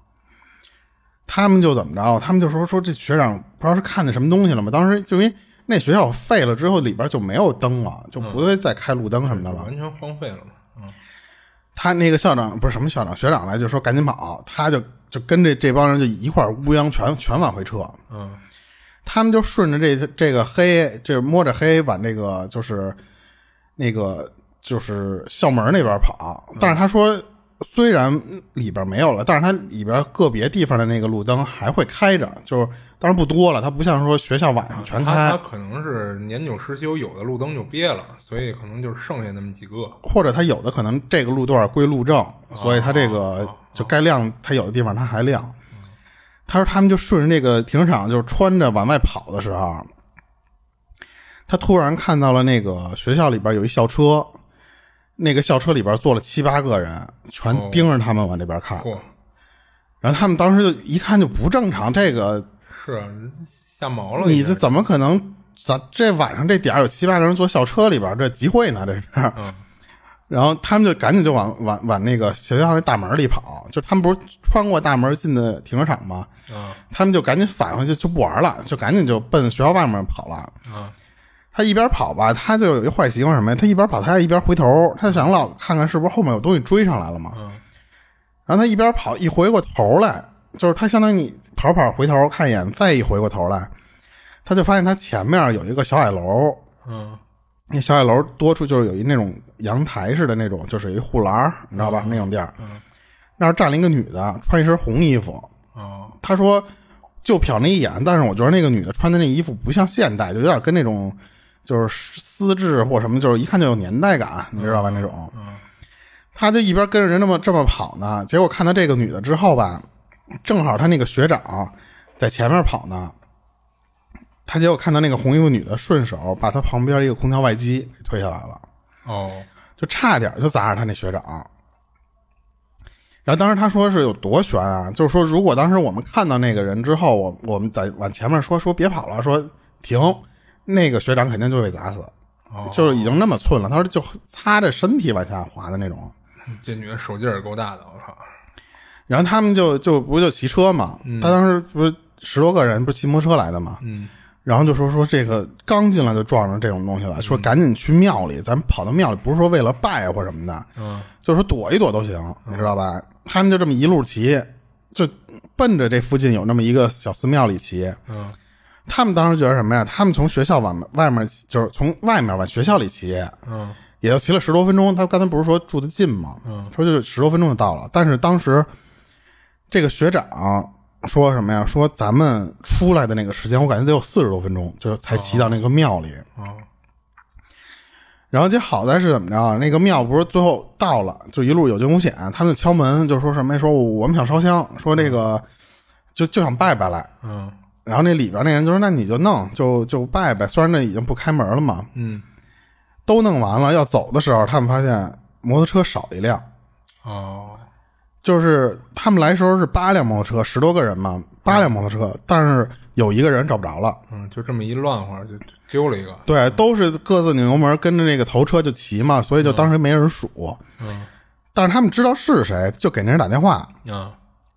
A: 他们就怎么着？他们就说说这学长不知道是看见什么东西了吗？当时就因为那学校废了之后，里边就没有灯了，就不会再开路灯什么的了。
B: 完全荒废了嘛。嗯，
A: 他那个校长不是什么校长，学长来就说赶紧跑，他就就跟这这帮人就一块儿乌泱全全往回撤。
B: 嗯，
A: 他们就顺着这这个黑，这摸着黑往那个就是那个就是校门那边跑。但是他说，虽然里边没有了，但是它里边个别地方的那个路灯还会开着，就是当然不多了，它不像说学校晚上全
B: 他
A: 开
B: 他，可能是年久失修，有的路灯就憋了，所以可能就是剩下那么几个。
A: 或者它有的可能这个路段归路政，所以它这个就该亮，它有的地方它还亮。他说他们就顺着这个停车场，就是穿着往外跑的时候，他突然看到了那个学校里边有一校车，那个校车里边坐了七八个人，全
B: 哦
A: 盯着他们往这边看。
B: 嚯，
A: 然后他们当时就一看就不正常，这个
B: 是啊，吓毛了已经。
A: 你这怎么可能？咱这晚上这点儿有七八个人坐校车里边儿，这集会呢，这是。
B: 嗯
A: 然后他们就赶紧就往往往那个学校那大门里跑，就他们不是穿过大门进的停车场吗？
B: 啊
A: 他们就赶紧返回去，就不玩了，就赶紧就奔学校外面跑了。
B: 啊
A: 他一边跑吧，他就有一坏习惯什么呀？他一边跑，他还一边回头，他就想老看看是不是后面有东西追上来了嘛。
B: 嗯
A: 然后他一边跑，一回过头来，就是他相当于你跑跑回头看一眼，再一回过头来，他就发现他前面有一个小矮楼，
B: 嗯
A: 那小矮楼多处就是有一那种阳台似的那种，就是一护栏儿，你知道吧？那种地儿，那儿站了一个女的，穿一身红衣服。
B: 啊
A: 他说就瞟那一眼，但是我觉得那个女的穿的那衣服不像现代，就有点跟那种就是丝质或什么，就是一看就有年代感，你知道吧？那种。他就一边跟着人这么这么跑呢，结果看到这个女的之后吧，正好他那个学长在前面跑呢，他结果看到那个红衣服女的顺手把他旁边一个空调外机给推下来了，
B: 哦
A: 就差点就砸着他那学长。然后当时他说是有多悬啊，就是说如果当时我们看到那个人之后，我我们在往前面说说别跑了，说停，那个学长肯定就被砸死，
B: 哦，
A: 就是已经那么寸了。他说就擦着身体往下滑的那种。
B: 这女的手劲儿也够大的，我靠！
A: 然后他们就就不就骑车嘛，他当时不是十多个人，不是骑摩托车来的嘛，
B: 嗯
A: 然后就说说这个刚进来就撞上这种东西
B: 嗯
A: 了，说赶紧去庙里，咱们跑到庙里不是说为了拜或什么的，
B: 嗯
A: 就是说躲一躲都行，你知道吧？他们就这么一路骑，就奔着这附近有那么一个小寺庙里骑。
B: 嗯
A: 他们当时觉得什么呀？他们从学校往外面，就是从外面往学校里骑，
B: 嗯
A: 也就骑了十多分钟。他刚才不是说住的近吗？
B: 嗯，
A: 说就是十多分钟就到了。但是当时这个学长说什么呀？说咱们出来的那个时间，我感觉得有四十多分钟，就是才骑到那个庙里。
B: 哦
A: 然后这好在是怎么着啊？那个庙不是最后到了，就一路有惊无险，他们敲门就说什么说我们想烧香，说那个就就想拜拜来。
B: 嗯
A: 然后那里边那人就说那你就弄就就拜拜，虽然那已经不开门了嘛，
B: 嗯
A: 都弄完了要走的时候，他们发现摩托车少一辆，
B: 哦
A: 就是他们来时候是八辆摩托车，十多个人嘛，八辆摩托车，但是有一个人找不着了。
B: 嗯，就这么一乱晃就就丢了一个。
A: 对，都是各自拧油门，跟着那个头车就骑嘛，所以就当时没人数。
B: 嗯
A: 但是他们知道是谁，就给那人打电话，
B: 啊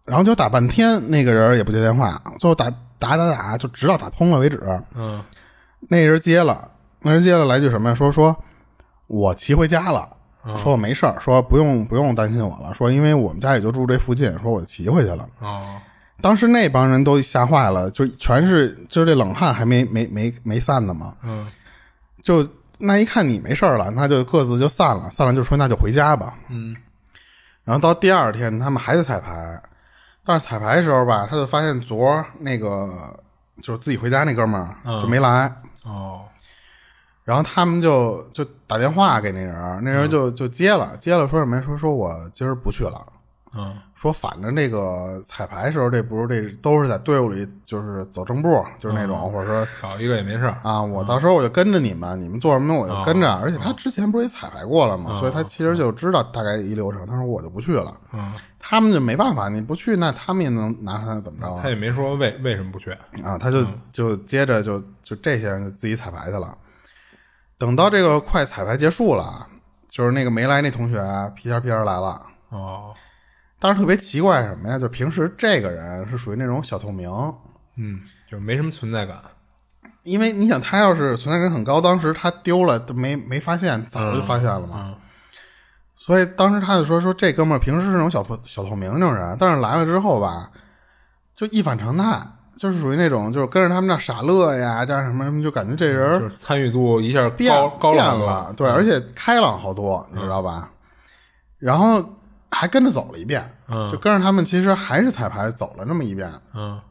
A: 然后就打半天，那个人也不接电话，最后打打打打，就直到打通了为止。
B: 嗯
A: 那人接了，那人接了来句什么呀？说说我骑回家了，说我没事儿，说不用不用担心我了，说因为我们家也就住这附近，说我骑回去了。
B: 哦
A: 当时那帮人都吓坏了，就全是就是这冷汗还没没没没散呢嘛，
B: 嗯
A: 就那一看你没事儿了，那就各自就散了，散了就说那就回家吧。
B: 嗯
A: 然后到第二天，他们还在彩排，但是彩排的时候吧，他就发现昨儿那个就是自己回家那哥们儿就没来，
B: 哦
A: 然后他们就就打电话给那人儿，那人就就接了，接了说什么呀？说说我今儿不去了，
B: 嗯
A: 说反正这个彩排时候，这不是这都是在队伍里，就是走正步，就是那种，
B: 嗯
A: 或者哦说
B: 搞一个也没事儿。
A: 啊，我到时候我就跟着你们，你们做什么我就跟着。而且他之前不是也彩排过了嘛，所以他其实就知道大概一流程。他说我就不去了，
B: 嗯，
A: 他们就没办法，你不去那他们也能拿他怎么着啊
B: 他？也没说为为什么不去。
A: 啊，他
B: 嗯
A: 就就接着就就这些人就自己彩排去了。等到这个快彩排结束了，啊就是那个没来那同学屁颠儿屁颠儿来了。
B: 哦，
A: 当时特别奇怪什么呀？就平时这个人是属于那种小透明，
B: 嗯，就没什么存在感。
A: 因为你想，他要是存在感很高，当时他丢了都没没发现，早就发现了嘛。
B: 嗯
A: 所以当时他就说说这哥们儿平时是那种小小透明那种人，但是来了之后吧，就一反常态，就是属于那种就是跟着他们那傻乐呀，加上什么什么，就感觉这人
B: 就是参与度一下
A: 变
B: 高高
A: 变
B: 了很嗯多
A: 了，对，而且开朗好多，你知道吧？然后还跟着走了一遍，
B: 嗯
A: 就跟着他们，其实还是彩排走了那么一遍。
B: 嗯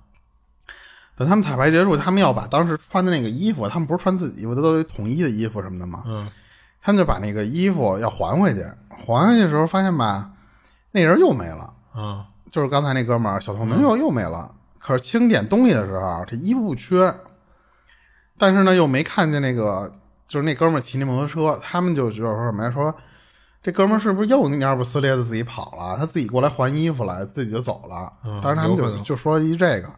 A: 等他们彩排结束，他们要把当时穿的那个衣服，他们不是穿自己衣服，都都统一的衣服什么的嘛，
B: 嗯
A: 他们就把那个衣服要还回去。还回去的时候发现吧，那人又没了，
B: 嗯
A: 就是刚才那哥们儿小透明又、又没了。可是清点东西的时候，啊这衣服不缺，但是呢又没看见那个，就是那哥们儿骑那摩托车，他们就觉得说什么呀？说这哥们儿是不是又蔫不撕裂的自己跑了？他自己过来还衣服来，自己就走了。
B: 嗯
A: 当时他们
B: 有可
A: 就
B: 能嗯
A: 就说了一句这个，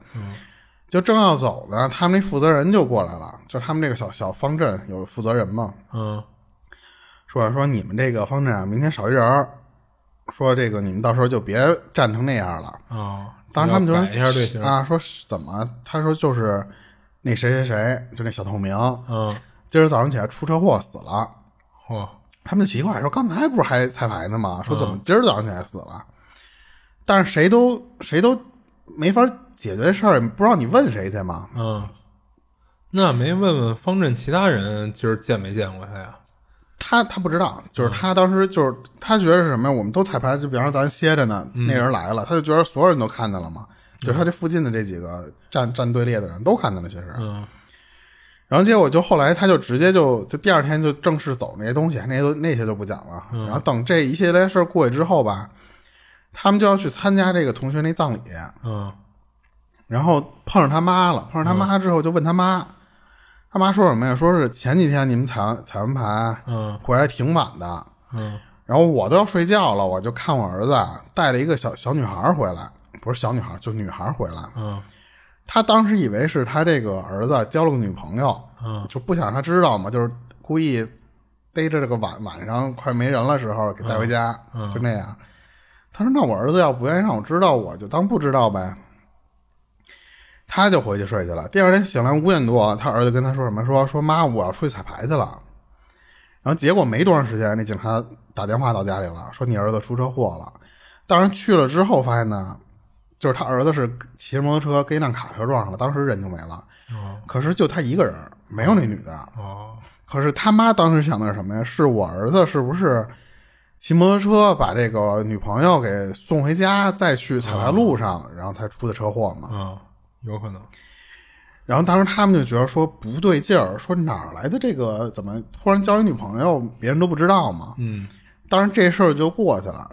A: 就正要走呢，他们那负责人就过来了，就是他们这个小小方阵有负责人嘛，
B: 嗯
A: 说说你们这个方阵啊，明天少一人儿，说这个你们到时候就别站成那样了。
B: 哦，
A: 当时他们就
B: 要
A: 说
B: 改一下队形。
A: 啊，说是怎么？他说就是那谁谁谁，就那小透明，
B: 嗯，
A: 今儿早上起来出车祸死了。
B: 嚯，
A: 他们就奇怪说，刚才不是还彩排呢吗？说怎
B: 嗯
A: 么今儿早上起来死了？但是谁都谁都没法解决这事儿，不知道你问谁去嘛？
B: 嗯，那没问问方阵其他人今儿见没见过他呀？
A: 他他不知道，就是他当时就是他觉得是什么呀？我们都彩排，就比方说咱歇着呢，那人来了，他就觉得所有人都看见了嘛，就是他这附近的这几个站站队列的人都看见了，其实。
B: 嗯
A: 然后结果就后来他就直接就就第二天就正式走那些东西，那些都那些就不讲了。然后等这一系列事儿过去之后吧，他们就要去参加这个同学那葬礼，
B: 嗯
A: 然后碰上他妈了，碰上他妈之后就问他妈，他妈说什么呀？说是前几天你们彩完彩完盘
B: 嗯
A: 回来挺晚的，
B: 嗯
A: 然后我都要睡觉了，我就看我儿子啊带了一个小小女孩回来，不是小女孩，就是女孩回来。
B: 嗯
A: 他当时以为是他这个儿子交了个女朋友，
B: 嗯
A: 就不想让他知道嘛，就是故意逮着这个晚晚上快没人了时候给
B: 嗯
A: 带回家，就那样。他说：“那我儿子要不愿意让我知道，我就当不知道呗。”他就回去睡去了。第二天醒来五点多，他儿子跟他说什么？说说妈，我要出去彩排去了。然后结果没多长时间，那警察打电话到家里了，说你儿子出车祸了。当然去了之后发现呢，就是他儿子是骑着摩托车跟一辆卡车撞上了，当时人就没了。
B: 哦
A: 可是就他一个人，没有那女的。
B: 哦
A: 可是他妈当时想的是什么呀？是我儿子是不是骑摩托车把这个女朋友给送回家，再去彩排路上，然后才出的车祸嘛？
B: 嗯，有可能。
A: 然后当时他们就觉得说不对劲儿，说哪儿来的这个怎么突然交一女朋友，别人都不知道嘛？
B: 嗯
A: 当然这事儿就过去了，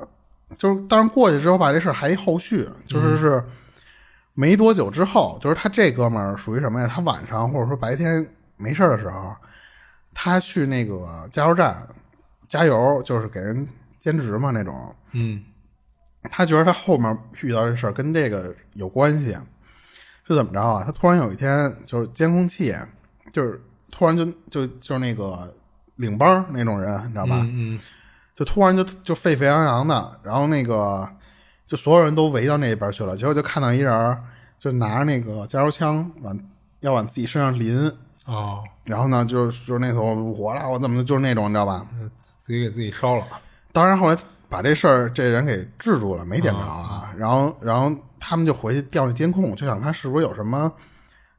A: 就是当然过去之后吧，这事儿还一后续，就是是没多久之后，就是他这哥们儿属于什么呀？他晚上或者说白天没事儿的时候，他去那个加油站加油，就是给人兼职嘛那种。
B: 嗯
A: 他觉得他后面遇到这事儿跟这个有关系，是怎么着啊？他突然有一天就是监控器，就是突然就就就是那个领班儿那种人，你知道吧？
B: 嗯嗯
A: 就突然就就沸沸扬扬的，然后那个就所有人都围到那边去了，结果就看到一人儿就拿着那个加油枪往要往自己身上淋，
B: 哦，
A: 然后呢就就是那头我不活了，我怎么就是那种你知道吧？
B: 自己给自己烧了。
A: 当然后来把这事儿这人给制住了，没点着啊。然后然后他们就回去调那监控，就想看是不是有什么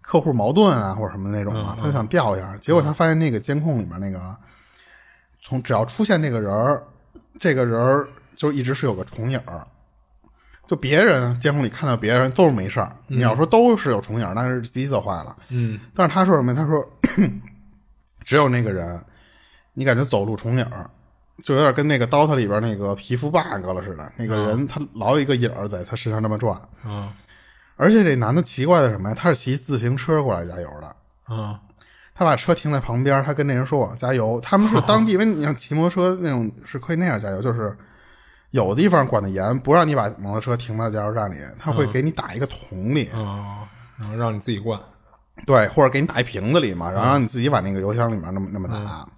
A: 客户矛盾啊或者什么那种啊，他就想调一下。结果他发现那个监控里面那个，从只要出现这个人儿，这个人儿就一直是有个重影儿。就别人监控里看到别人都是没事儿，你要说都是有重影儿，那是机色坏了。
B: 嗯
A: 但 是他说什么呀？他说只有那个人，你感觉走路重影儿，就有点跟那个 DOTA 里边那个皮肤 bug 了似的，那个人他老有一个影儿在他身上这么转。
B: 啊
A: 而且这男的奇怪的是什么呀？他是骑自行车过来加油的，
B: 啊
A: 他把车停在旁边，他跟那人说我加油。他们是当地，因为你像骑摩托车那种是可以那样加油，就是有的地方管得严，不让你把摩托车停在加油站里，他会给你打一个桶里，
B: 啊，然后让你自己灌
A: 对，或者给你打一瓶子里嘛，然后让你自己往那个油箱里面那么那么打。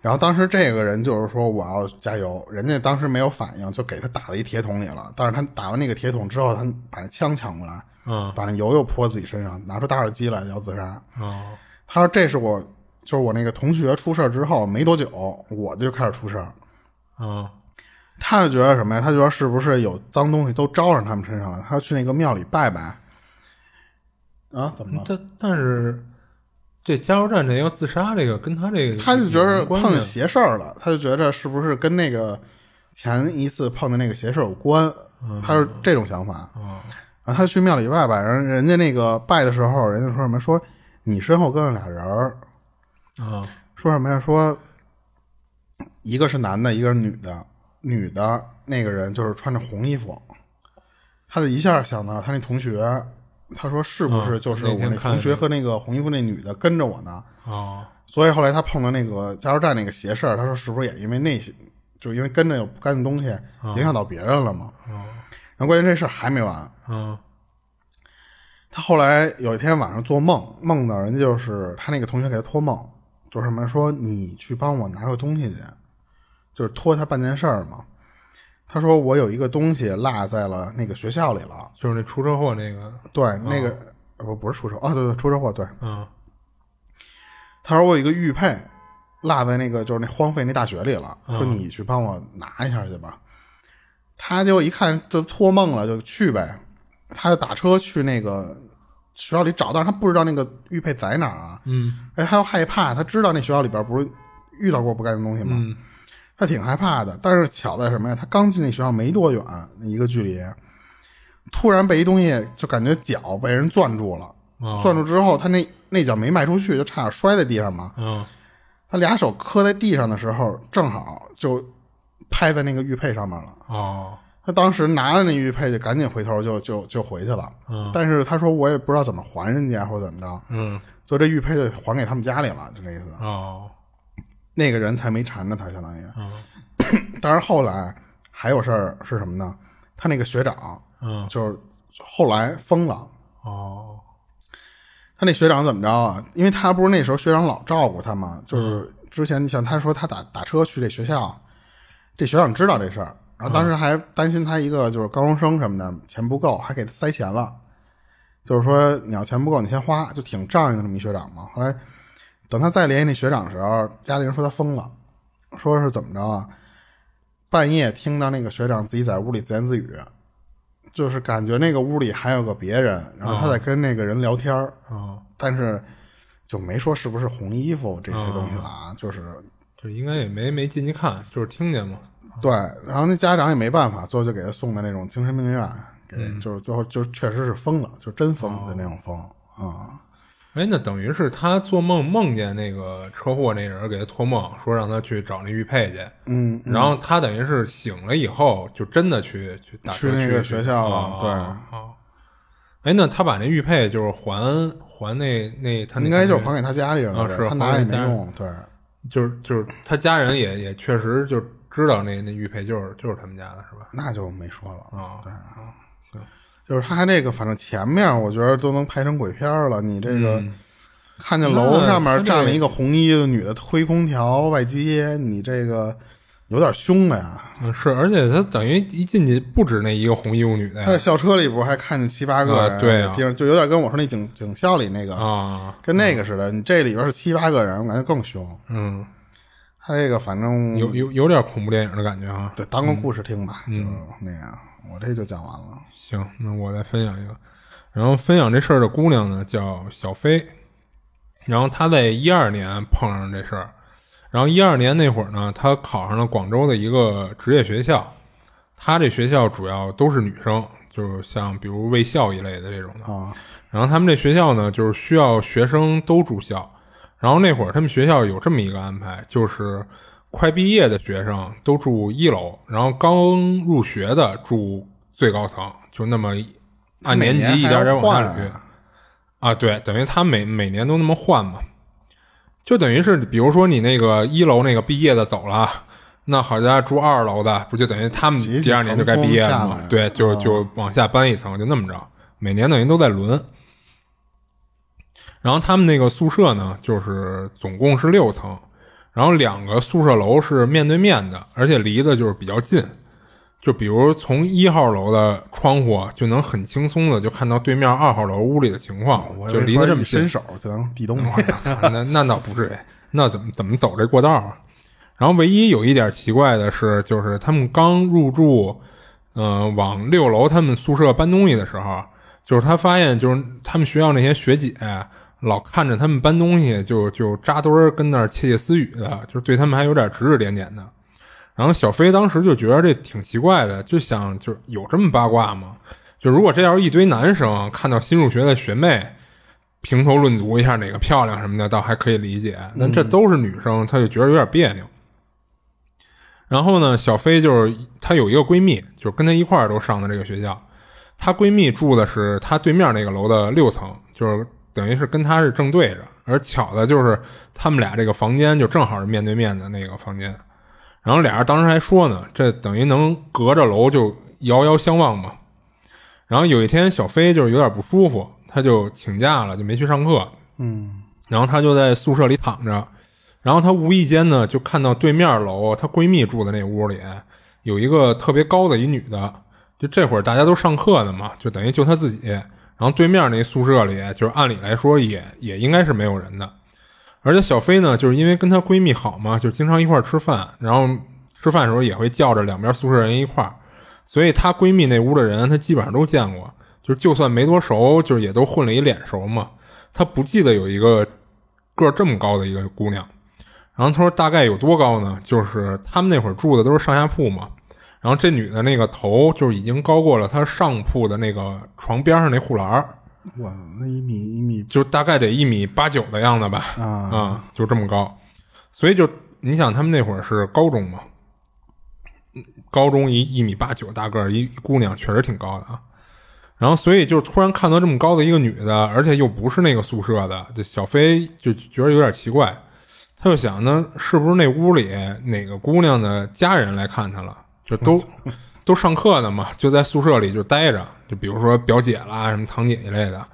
A: 然后当时这个人就是说我要加油，人家当时没有反应，就给他打到一铁桶里了。但是他打完那个铁桶之后，他把那枪抢过来，
B: 啊
A: 把那油又泼自己身上，拿出打火机来要自杀。
B: 啊
A: 他说这是我，就是我那个同学出事儿之后没多久，我就开始出事儿。
B: 啊
A: 他就觉得什么呀？他觉得是不是有脏东西都招上他们身上了？他去那个庙里拜拜。啊，怎么了？
B: 但但是这加油站这要自杀这个跟他这个
A: 他就觉
B: 有
A: 得
B: 什么关
A: 碰见
B: 系
A: 邪事儿了，他就觉得是不是跟那个前一次碰的那个邪事儿有关？
B: 嗯
A: 他是这种想法。
B: 啊
A: 然后他去庙里拜拜，然后人家那个拜的时候，人家说什么？说你身后跟着俩人儿，
B: 啊
A: 说什么呀？说一个是男的，一个是女的。女的那个人就是穿着红衣服，他就一下想到他那同学，他说是不是
B: 嗯
A: 就是
B: 那
A: 我
B: 天
A: 那
B: 看
A: 同学
B: 那
A: 和那个红衣服那女的跟着我呢？
B: 啊
A: 所以后来他碰到那个加油站那个邪事儿，他说是不是也因为那些，就是因为跟着有不干净东西影响到别人了嘛？然后关键这事儿还没完，
B: 啊
A: 他后来有一天晚上做梦，梦到人家就是他那个同学给他托梦，就是什么说你去帮我拿个东西去，就是托他办件事儿嘛。他说我有一个东西落在了那个学校里了，
B: 就是那出车祸那个
A: 对，那个呃不、不是出车啊，对对，出车祸，对，
B: 啊
A: 他说我有一个玉佩落在那个就是那荒废那大学里了，说你去帮我拿一下去吧。他就一看就托梦了，就去呗。他就打车去那个学校里找，但是他不知道那个玉佩在哪儿啊，
B: 嗯
A: 而且他又害怕，他知道那学校里边不是遇到过不干净东西吗？
B: 嗯
A: 他挺害怕的。但是巧在什么呀？他刚进那学校没多远，一个距离，突然被一东西就感觉脚被人攥住了，
B: 啊
A: 攥住之后，他那那脚没迈出去，就差点摔在地上嘛。
B: 啊
A: 他俩手磕在地上的时候，正好就拍在那个玉佩上面了。
B: 哦
A: 他当时拿了那玉佩，就赶紧回头就就就回去了。
B: 嗯
A: 但是他说我也不知道怎么还人家或者怎么着，
B: 嗯
A: 所以这玉佩就还给他们家里了，就这意思。
B: 哦
A: 那个人才没缠着他，相当于。
B: 嗯
A: 但是后来还有事儿是什么呢？他那个学长
B: 嗯
A: 就是后来疯了。
B: 哦
A: 他那学长怎么着啊？因为他不是那时候学长老照顾他嘛，就是之前你像他说他打打车去这学校，这学长知道这事儿，然后当时还担心他一个就是高中生什么的钱不够，还给他塞钱了，就是说你要钱不够你先花，就挺仗义的这么一学长嘛。后来等他再联系那学长的时候，家里人说他疯了，说是怎么着啊？半夜听到那个学长自己在屋里自言自语，就是感觉那个屋里还有个别人，然后他在跟那个人聊天儿。
B: 哦，
A: 但是就没说是不是红衣服这些东西了啊，就是
B: 就应该也没没进去看，就是听见嘛。
A: 对，然后那家长也没办法，最后就给他送到那种精神病院，给、
B: 嗯
A: 就是最后就确实是疯了，就真疯的那种疯啊、
B: 哎，那等于是他做梦梦见那个车祸那人给他托梦，说让他去找那玉佩去。
A: 嗯，
B: 然后他等于是醒了以后，就真的去去打车
A: 去那个学校了
B: 哦
A: 对
B: 哦哦哎，那他把那玉佩就是还还那那他那
A: 应该就是
B: 同
A: 还给他家里人了，
B: 啊是
A: 他拿也
B: 还给
A: 没
B: 家人
A: 用，对，
B: 学就是就是他家人也也确实就知道那那玉佩就是就是他们家的是吧？
A: 那就没说了。
B: 啊、
A: 就是他这个，反正前面我觉得都能拍成鬼片儿了，你这个。
B: 嗯
A: 看见楼上面站了一个红衣的女的推空调外接，你这个有点凶了呀！
B: 嗯是，而且他等于一进去不止那一个红衣服女的
A: 他在
B: 哎呀
A: 校车里不是还看见七八个人、
B: 啊对啊
A: 地上就有点跟我说那警警校里那个、
B: 啊，
A: 跟那个似的。你这里边是七八个人，我感觉更凶。
B: 嗯，
A: 他这个反正
B: 有嗯有有点恐怖电影的感觉啊。
A: 对当个故事听吧，就那样。我这就讲完了。
B: 行，那我再分享一个。然后分享这事儿的姑娘呢叫小飞，然后她在一二年碰上这事儿，然后一二年那会儿呢，她考上了广州的一个职业学校，她这学校主要都是女生，就是像比如卫校一类的这种的
A: 啊。
B: 然后他们这学校呢，就是需要学生都住校。然后那会儿他们学校有这么一个安排，就是快毕业的学生都住一楼，然后刚入学的住最高层，就那么一按年级一点点
C: 每
B: 往下
C: 年还要
B: 去
C: 换。
B: 啊，对，等于他每每年都那么换嘛，就等于是比如说你那个一楼那个毕业的走了，那好家伙住二楼的，不就等于他们
C: 集体
B: 第二年就该毕业了
C: 成功
B: 嘛
C: 下来？啊
B: 对，就就往下搬一层，就那么着，每年等于都在轮。然后他们那个宿舍呢，就是总共是六层，然后两个宿舍楼是面对面的，而且离的就是比较近。就比如从一号楼的窗户啊就能很轻松的就看到对面二号楼屋里的情况，
A: 哦
C: 我
B: 就离得这么近
C: 伸，手就能递东
B: 我
C: 西，
B: 操， 那那倒不至于，那怎么怎么走这过道啊？然后唯一有一点奇怪的是，就是他们刚入住，呃，往六楼他们宿舍搬东西的时候，就是他发现，就是他们学校那些学姐老看着他们搬东西就，就扎堆儿跟那儿窃窃私语的，就是对他们还有点指指点点的。然后小飞当时就觉得这挺奇怪的，就想就有这么八卦吗？就如果这要是一堆男生看到新入学的学妹，评头论足一下哪个漂亮什么的，倒还可以理解。但这都是女生，她就觉得有点别扭。然后呢，小飞就是她有一个闺蜜，就是跟她一块儿都上的这个学校。她闺蜜住的是她对面那个楼的六层，就是等于是跟她是正对着。而巧的就是他们俩这个房间就正好是面对面的那个房间。然后俩人当时还说呢，这等于能隔着楼就遥遥相望嘛。然后有一天，小飞就是有点不舒服，他就请假了，就没去上课。嗯，然后他就在宿舍里躺着，然后他无意间呢就看到对面楼她闺蜜住的那屋里有一个特别高的一女的，就这会儿大家都上课呢嘛，就等于就她自己。然后对面那宿舍里，就是按理来说也也应该是没有人的，而且小飞呢，就是因为跟她闺蜜好嘛，就经常一块儿吃饭，然后吃饭的时候也会叫着两边宿舍人一块儿，所以她闺蜜那屋的人，她基本上都见过，就是就算没多熟，就是也都混了一脸熟嘛。她不记得有一个个儿这么高的一个姑娘，然后她说大概有多高呢？就是他们那会儿住的都是上下铺嘛，然后这女的那个头就是已经高过了她上铺的那个床边上那护栏儿，
A: 嗯
C: 我那一米一米
B: 就大概得一米八九的样子吧，
C: 啊，
B: 啊、就这么高。所以就你想，他们那会儿是高中嘛，嗯高中一一米八九大个儿一一姑娘，确实挺高的啊。然后，所以就突然看到这么高的一个女的，而且又不是那个宿舍的，这小飞就觉得有点奇怪，他就想呢，是不是那屋里哪个姑娘的家人来看她了？就都都上课呢嘛，就在宿舍里就待着，就比如说表姐啦、什么堂姐一类的。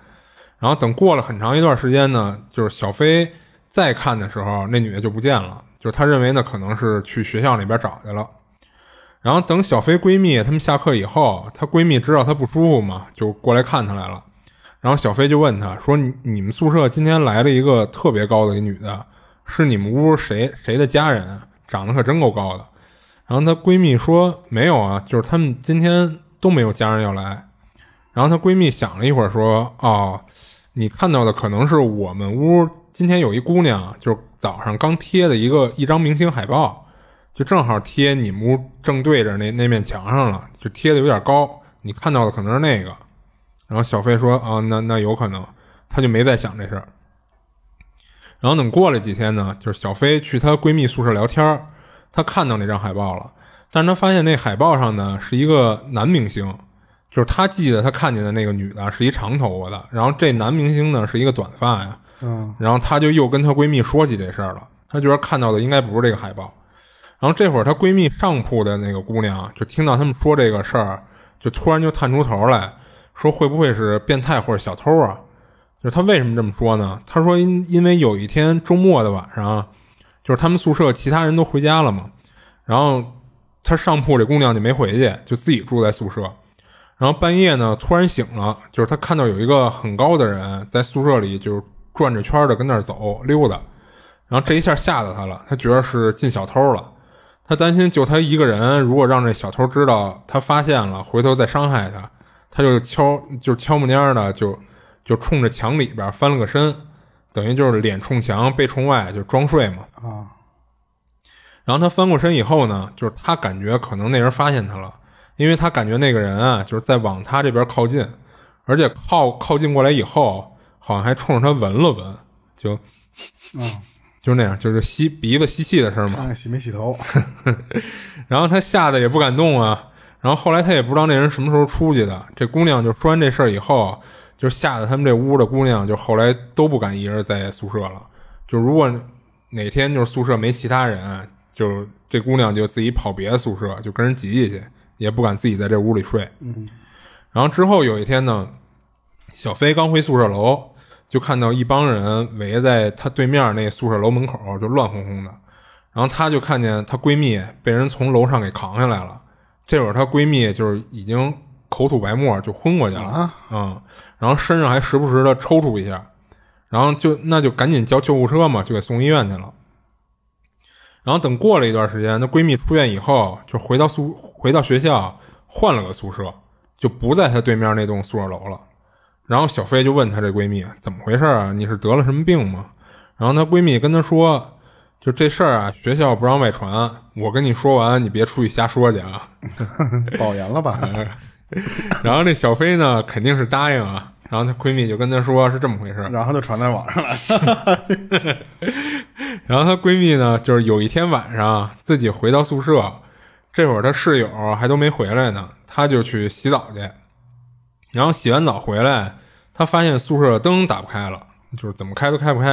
B: 然后等过了很长一段时间呢，就是小飞再看的时候，那女的就不见了，就是他认为呢可能是去学校那边找去了。然后等小飞闺蜜她们下课以后，她闺蜜知道她不舒服嘛，就过来看她来了。然后小飞就问她说你：“你们宿舍今天来了一个特别高的一女的，是你们屋谁谁的家人啊？长得可真够高的。”然后她闺蜜说：“没有啊，就是他们今天都没有家人要来。”然后她闺蜜想了一会儿说：“哦，你看到的可能是我们屋今天有一姑娘，就是早上刚贴的一个一张明星海报，就正好贴你们屋正对着那那面墙上了，就贴的有点高。你看到的可能是那个。”然后小飞说：“啊，那那有可能。”她就没再想这事儿。然后等过了几天呢，就是小飞去她闺蜜宿舍聊天儿，她看到那张海报了，但是她发现那海报上呢是一个男明星，就是她记得她看见的那个女的是一长头发的，然后这男明星呢是一个短发呀，
C: 嗯，
B: 然后她就又跟她闺蜜说起这事儿了，她觉得看到的应该不是这个海报。然后这会儿她闺蜜上铺的那个姑娘啊就听到他们说这个事儿，就突然就探出头来说会不会是变态或者小偷啊？就是她为什么这么说呢？她说因因为有一天周末的晚上啊，就是他们宿舍其他人都回家了嘛，然后她上铺这姑娘就没回去，就自己住在宿舍。然后半夜呢，突然醒了，就是他看到有一个很高的人在宿舍里就是转着圈的跟那儿走溜达，然后这一下吓到他了，他觉得是进小偷了，他担心就他一个人，如果让这小偷知道他发现了，回头再伤害他，他就悄就悄不蔫儿的就就冲着墙里边翻了个身，等于就是脸冲墙背冲外，就装睡嘛。然后他翻过身以后呢，就是他感觉可能那人发现他了，因为他感觉那个人啊，就是在往他这边靠近，而且靠靠近过来以后，好像还冲着他闻了闻，就， 就是那样，就是吸鼻子吸气的声嘛。
C: 看看洗没洗头，
B: 然后他吓得也不敢动啊。然后后来他也不知道那人什么时候出去的。这姑娘就说完这事儿以后，就吓得他们这屋的姑娘就后来都不敢一人在宿舍了。就如果哪天就是宿舍没其他人，就是这姑娘就自己跑别的宿舍，就跟人挤挤去，也不敢自己在这屋里睡。嗯。然后之后有一天呢，小飞刚回宿舍楼，就看到一帮人围在他对面那宿舍楼门口，就乱哄哄的。然后她就看见她闺蜜被人从楼上给扛下来了。这会儿她闺蜜就是已经口吐白沫，就昏过去了
C: 啊
B: 嗯，然后身上还时不时的抽搐一下，然后就那就赶紧叫救护车嘛，就给送医院去了。然后等过了一段时间，那闺蜜出院以后，就回到宿回到学校，换了个宿舍，就不在她对面那栋宿舍楼了。然后小飞就问她这闺蜜怎么回事啊？你是得了什么病吗？然后她闺蜜跟她说，就这事儿啊，学校不让外传。我跟你说完，你别出去瞎说去啊。
C: 保研了吧？
B: 嗯 然后那小飞呢，肯定是答应啊。然后她闺蜜就跟她说是这么回事儿。
C: 然后就传在网上了。
B: 然后她闺蜜呢，就是有一天晚上自己回到宿舍，这会儿她室友还都没回来呢，她就去洗澡去。然后洗完澡回来，她发现宿舍的灯打不开了，就是怎么开都开不开。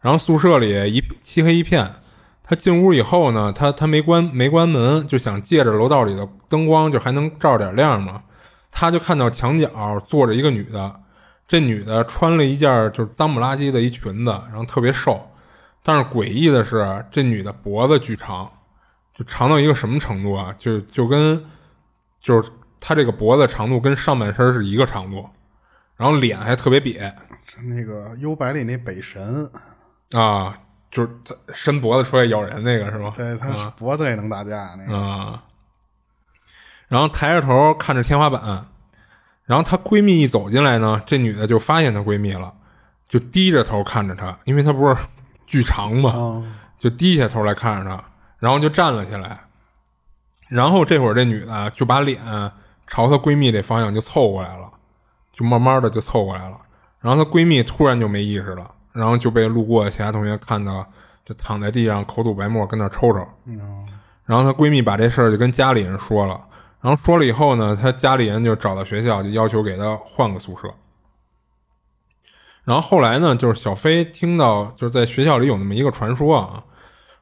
B: 然后宿舍里一漆黑一片。她进屋以后呢，她她没关没关门，就想借着楼道里的灯光，就还能照点亮嘛。她就看到墙角坐着一个女的，这女的穿了一件就是脏不拉几的一裙子，然后特别瘦。但是诡异的是，这女的脖子巨长，就长到一个什么程度啊？就就跟就是她这个脖子长度跟上半身是一个长度，然后脸还特别瘪
C: 是那个《幽白》里那北神，
B: 啊，就是她伸脖子出来咬人那个是吗？
C: 对他是脖子也能打架那个。
B: 啊，然后抬着头看着天花板，然后她闺蜜一走进来呢，这女的就发现她闺蜜了，就低着头看着她，因为她不是巨长嘛，
C: 嗯，
B: 就低下头来看着她，然后就站了起来。然后这会儿这女的啊就把脸朝她闺蜜这方向就凑过来了，就慢慢的就凑过来了。然后她闺蜜突然就没意识了，然后就被路过的其他同学看到，就躺在地上口吐白沫跟那儿抽抽。
A: 嗯
B: 然后她闺蜜把这事儿就跟家里人说了，然后说了以后呢，她家里人就找到学校，就要求给她换个宿舍。然后后来呢，就是小飞听到就是在学校里有那么一个传说啊，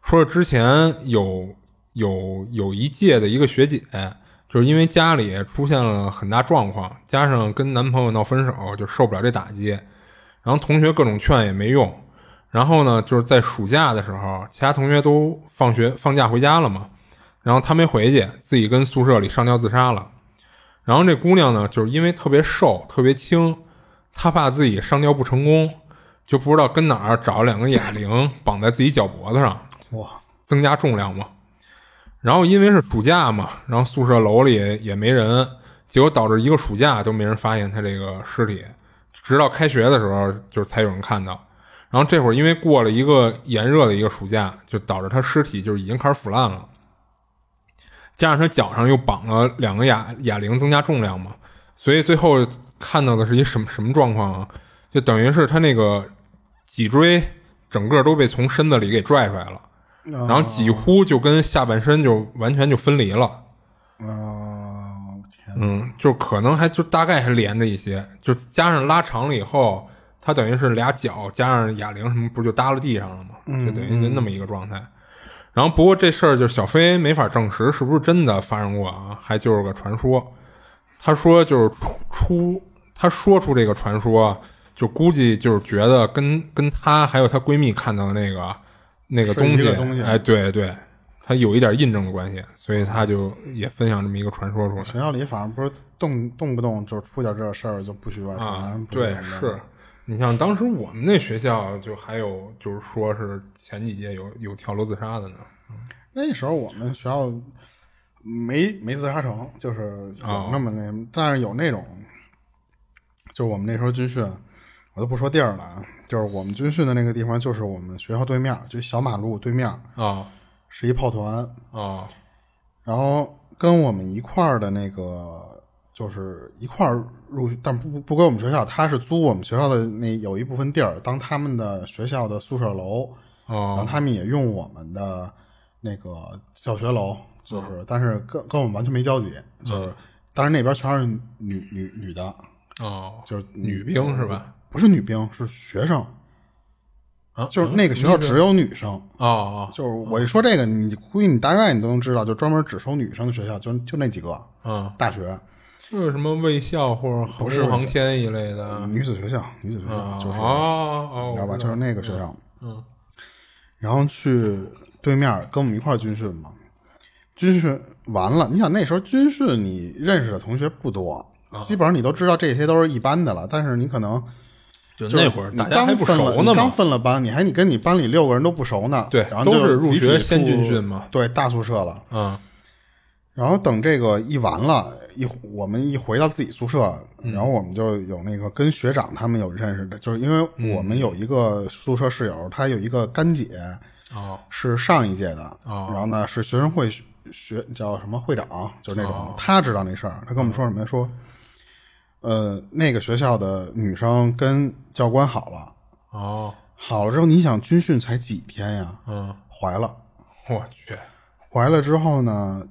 B: 说是之前有有有一届的一个学姐，就是因为家里出现了很大状况，加上跟男朋友闹分手，就受不了这打击，然后同学各种劝也没用。然后呢，就是在暑假的时候，其他同学都放学放假回家了嘛，然后她没回去，自己跟宿舍里上吊自杀了。然后这姑娘呢，就是因为特别瘦、特别轻，她怕自己上吊不成功，就不知道跟哪儿找了两个哑铃绑在自己脚脖子上，
C: 哇，
B: 增加重量嘛。然后因为是暑假嘛，然后宿舍楼里也没人，结果导致一个暑假都没人发现她这个尸体，直到开学的时候就是才有人看到。然后这会儿因为过了一个炎热的一个暑假，就导致她尸体就是已经开始腐烂了，加上她脚上又绑了两个哑哑铃增加重量嘛，所以最后看到的是一什么什么状况啊？就等于是她那个脊椎整个都被从身子里给拽出来了。然后几乎就跟下半身就完全就分离了，
C: 啊，天，
B: 嗯，就可能还就大概还连着一些，就加上拉长了以后，它等于是俩脚加上哑铃什么，不就搭了地上了吗？
C: 嗯
B: 就等于就那么一个状态。然后不过这事儿就是小飞没法证实是不是真的发生过啊，还就是个传说。他说就是出出，他说出这个传说，就估计就是觉得跟跟他还有她闺蜜看到的那个那个东
C: 是一
B: 西，
C: 个东西
B: 哎，对对，他有一点印证的关系，所以他就也分享这么一个传说出来。
C: 学校里反正不是动动不动就是出点这事儿就不许外
A: 啊
C: 传，不许
B: 啊对
C: 什，么的
B: 是你像当时我们那学校就还有就是说是前几届有有跳楼自杀的呢，
C: 那时候我们学校没没自杀城，就是
B: 哦
C: 有那么那，但是有那种，就是我们那时候军训，我都不说地儿了啊，就是我们军训的那个地方，就是我们学校对面，就小马路对面
B: 啊
C: 是一炮团，
B: 啊
C: 然后跟我们一块儿的那个就是一块儿入，但不不不归我们学校，他是租我们学校的那有一部分地儿当他们的学校的宿舍楼，
A: 然后
B: 哦
A: 他们也用我们的那个教学
B: 哦
A: 楼，就是但是跟跟我们完全没交集，
B: 嗯
A: 就是但是那边全是女女女的，
B: 哦，
A: 就是
B: 女兵是吧？
A: 不是女兵是学生，
B: 啊，
A: 就是那个学校只有女生。
B: 哦哦
A: 就是我一说这个，你估计你大概你都能知道，就专门只收女生的学校，就就那几个
B: 啊，
A: 大学
B: 就是什么卫校或者恒
A: 是
B: 日航天一类的
A: 女子学校，女子学校
B: 啊，
A: 嗯就是
B: 哦哦，
A: 你知道
B: 我
A: 吧？就是那个学校，
B: 嗯，
A: 然后去对面跟我们一块儿军训嘛。军训完了，你想那时候军训你认识的同学不多，
B: 啊
A: 基本上你都知道这些都是一班的了，但是你可能
B: 就
A: 就是
B: 那会儿
A: 你
B: 大家还
A: 刚
B: 不
A: 分了，
B: 熟呢
A: 你刚
B: 嘛，
A: 分了班，你还你跟你班里六个人都不熟呢，
B: 对
A: 然后就
B: 都是入
A: 集体
B: 学先
A: 住
B: 军训嘛
A: 对，大宿舍了。
B: 嗯
A: 然后等这个一完了，一我们一回到自己宿舍，然后我们就有那个跟学长他们有认识的，就是因为我们有一个宿舍室友，他有一个干姐
B: 哦
A: 是上一届的，
B: 哦
A: 然后呢是学生会学学叫什么会长，就是那种、他知道那事儿，他跟我们说什么呀？说，呃，那个学校的女生跟教官好了，
B: 哦
A: 好了之后你想军训才几天呀，
B: 嗯，
A: 怀了，
B: 我去，
A: 怀了之后呢，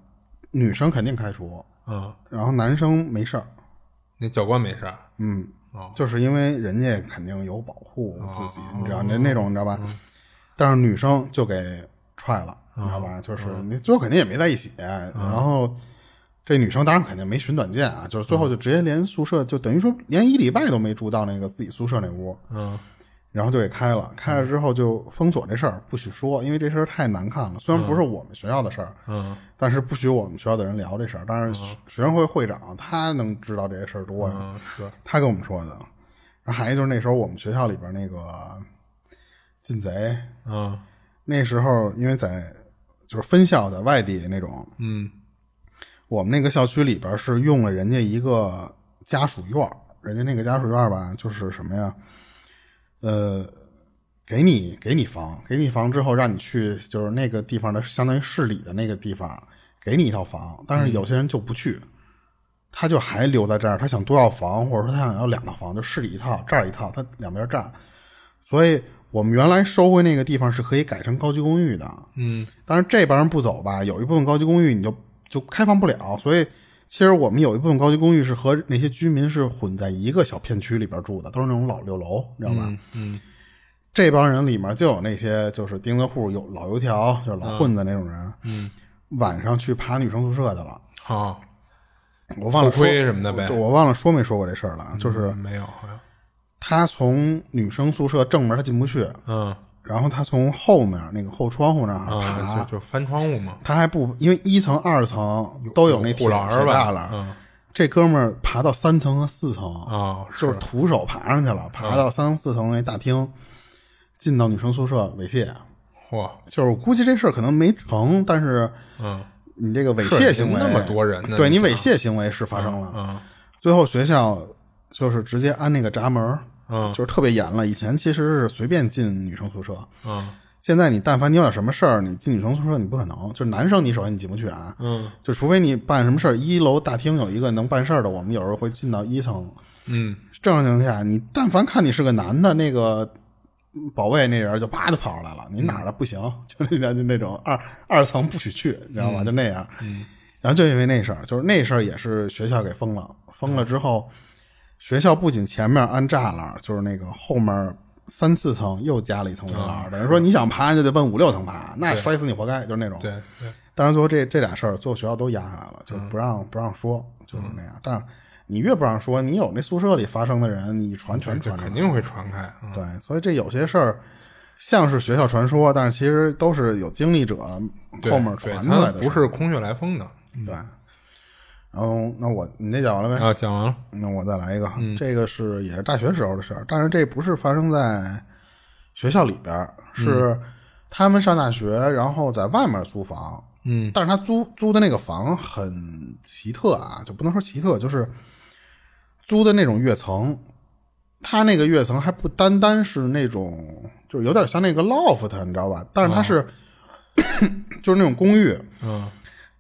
A: 女生肯定开除，
B: 嗯，
A: 然后男生没事儿。
B: 那教官没事儿，
A: 嗯
B: 哦，
A: 就是因为人家肯定有保护自己，你知道，
B: 哦
A: 那那种你知道吧？
B: 嗯
A: 但是女生就给踹了，你知道
B: 哦
A: 吧？就是
B: 嗯
A: 你最后肯定也没在一起，然后这女生当然肯定没寻短见啊，就是最
B: 嗯
A: 后就直接连宿舍就等于说连一礼拜都没住到那个自己宿舍那屋，
B: 嗯
A: 然后就给开了，开了之后就封锁这事儿，不许说，因为这事儿太难看了。虽然不是我们学校的事儿，
B: 嗯
A: 但是不许我们学校的人聊这事儿。但是学学生会会长他能知道这些事儿多呀，
B: 嗯是，
A: 他跟我们说的。然后还有就是那时候我们学校里边那个进贼，
B: 嗯
A: 那时候因为在就是分校在外地那种，
B: 嗯
A: 我们那个校区里边是用了人家一个家属院儿，人家那个家属院儿吧，就是什么呀，呃，给你给你房，给你房之后让你去就是那个地方的相当于市里的那个地方，给你一套房，但是有些人就不去。他就还留在这儿，他想多要房，或者说他想要两套房，就市里一套，这儿一套，他两边占。所以我们原来收回那个地方是可以改成高级公寓的，
B: 嗯
A: 但是这帮人不走吧，有一部分高级公寓你就就开放不了，所以其实我们有一部分高级公寓是和那些居民是混在一个小片区里边住的，都是那种老六楼，你知道吧？
B: 嗯嗯
A: 这帮人里面就有那些就是钉子户、有老油条，就是老混子那种人，
B: 嗯，
A: 晚上去爬女生宿舍去了。
B: 好，
A: 我忘了
B: 偷
A: 说
B: 窥什么的呗嗯
A: 我我忘了说没说过这事儿了啊，就是
B: 没有好像，
A: 他从女生宿舍正门他进不去，
B: 嗯
A: 然后他从后面那个后窗户那儿爬，
B: 啊，就就翻窗户嘛，
A: 他还不因为一层、二层都有那铁
B: 护栏
A: 铁
B: 儿
A: 栅
B: 吧，
A: 栏，
B: 嗯
A: 这哥们儿爬到三层和四层，
B: 哦，
A: 就是徒手爬上去
B: 嗯
A: 了，爬到三层四层那大厅，进到女生宿舍猥亵。
B: 嚯，
A: 就是我估计这事儿可能没成，但是
B: 嗯
A: 你这个猥亵行为，
B: 是那么多人呢
A: 对
B: 你
A: 你
B: 想
A: 猥亵行为是发生了。
B: 嗯
A: 最后学校就是直接安那个闸门儿，
B: 嗯
A: 就是特别严了。以前其实是随便进女生宿舍，
B: 嗯
A: 现在你但凡你有点什么事儿，你进女生宿舍你不可能。就是男生你首先你进不去啊，
B: 嗯
A: 就除非你办什么事儿，一楼大厅有一个能办事儿的，我们有时候会进到一层。
B: 嗯
A: 正常情况下，你但凡看你是个男的，那个嗯保卫那人就啪就跑出来了，你哪儿的不行， 就那就那种二二层不许去，你知道吗？就那样。然后就因为那事儿，就是那事儿也是学校给封了，封了之后，学校不仅前面安栅栏，就是那个后面三四层又加了一层围栏，等于说你想爬就得奔五六层爬，那摔死你活该，就是那种。
B: 对对，
A: 当然，最后这这俩事儿，最后学校都压下来
B: 嗯
A: 了，就是不让、不让说，就是那样。但是你越不让说，你有那宿舍里发生的人，你传全
B: 这
A: 传出来
B: 肯定会传开，嗯
A: 对，所以这有些事儿像是学校传说，但是其实都是有经历者
B: 对
A: 后面传
B: 对
A: 出来
B: 它
A: 的事
B: 不
A: 儿，
B: 是空穴来风的
A: 对。然后，那我你这讲完了呗？
B: 啊。讲完了，
A: 那我再来一个，
B: 嗯
A: 这个是也是大学时候的事儿，但是这不是发生在学校里边儿，
B: 嗯
A: 是他们上大学，然后在外面租房，
B: 嗯
A: 但是他租租的那个房很奇特啊，就不能说奇特，就是租的那种跃层，他那个跃层还不单单是那种，就是有点像那个 loft，你知道吧？但是它是、 就是那种公寓，
B: 嗯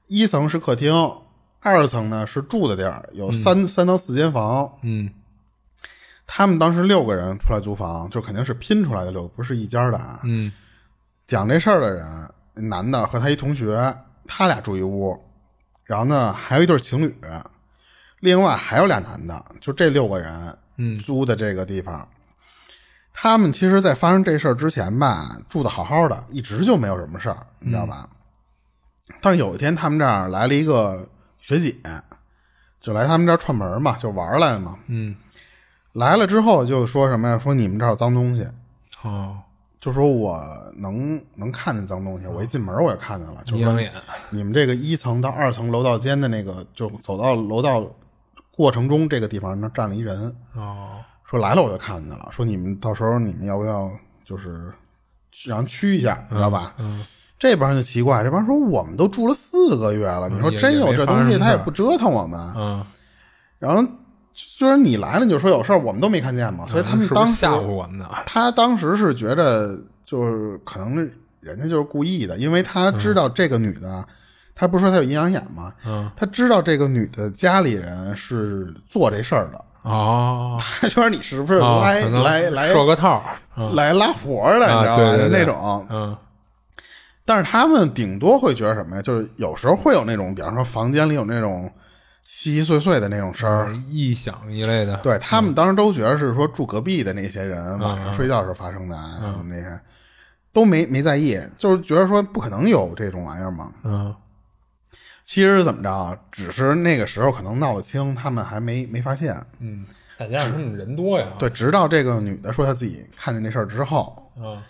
A: 一层是客厅，二层呢是住的地儿，有三、三到四间房。
B: 嗯
A: 他们当时六个人出来租房，就肯定是拼出来的六个，不是一家的啊。
B: 嗯
A: 讲这事儿的人，男的和他一同学，他俩住一屋，然后呢还有一对情侣，另外还有俩男的，就这六个人，
B: 嗯
A: 租的这个地方。他们其实，在发生这事儿之前吧，住的好好的，一直就没有什么事儿，你知道吧？但是有一天，他们这儿来了一个学姐，就来他们这儿串门儿嘛，就玩儿来了嘛。
B: 嗯，
A: 来了之后就说什么呀？说你们这儿有脏东西，
B: 哦，
A: 就说我能能看见脏东西，我一进门我也看见了，就
B: 阴
A: 是说
B: 阳眼，
A: 你们这个一层到二层楼道间的那个，就走到楼道过程中这个地方那儿站了一人，
B: 哦，
A: 说来了我就看见了，说你们到时候你们要不要就是去让驱一下，知道吧？
B: 嗯，
A: 这帮人就奇怪，这帮人说我们都住了四个月了，你说
B: 嗯也
A: 真有
B: 也没
A: 这
B: 发
A: 东
B: 生
A: 西，
B: 事
A: 他也
B: 儿
A: 不折腾我们，
B: 啊，
A: 然后虽然你来了你就说有事儿，我们都没看见嘛，所以他们
B: 嗯是不
A: 当
B: 是
A: 时
B: 吓唬我们的，
A: 他当时是觉着就是可能人家就是故意的，因为他知道这个女的，他不是说她有阴阳眼吗？
B: 嗯，
A: 他知道这个女的家里人是做这事儿的，
B: 哦，
A: 他觉得你是不是
B: 哦
A: 来
B: 可能
A: 来来
B: 设个套儿，嗯
A: 来拉活儿的，你知道吧？
B: 啊对对对
A: 就那种。
B: 嗯，
A: 但是他们顶多会觉得什么呀？就是有时候会有那种，比方说房间里有那种稀稀碎碎的那种声儿，
B: 臆想一类的，
A: 对他们当时都觉得是说住隔壁的那些人晚上睡觉时候发生的啊，什么那些都没没在意，就是觉得说不可能有这种玩意儿嘛。
B: 嗯，
A: 其实是怎么着啊，只是那个时候可能闹得轻，他们还没没发现。
B: 嗯，再加上他们人多呀，
A: 对，直到这个女的说她自己看见这事儿之后，
B: 嗯，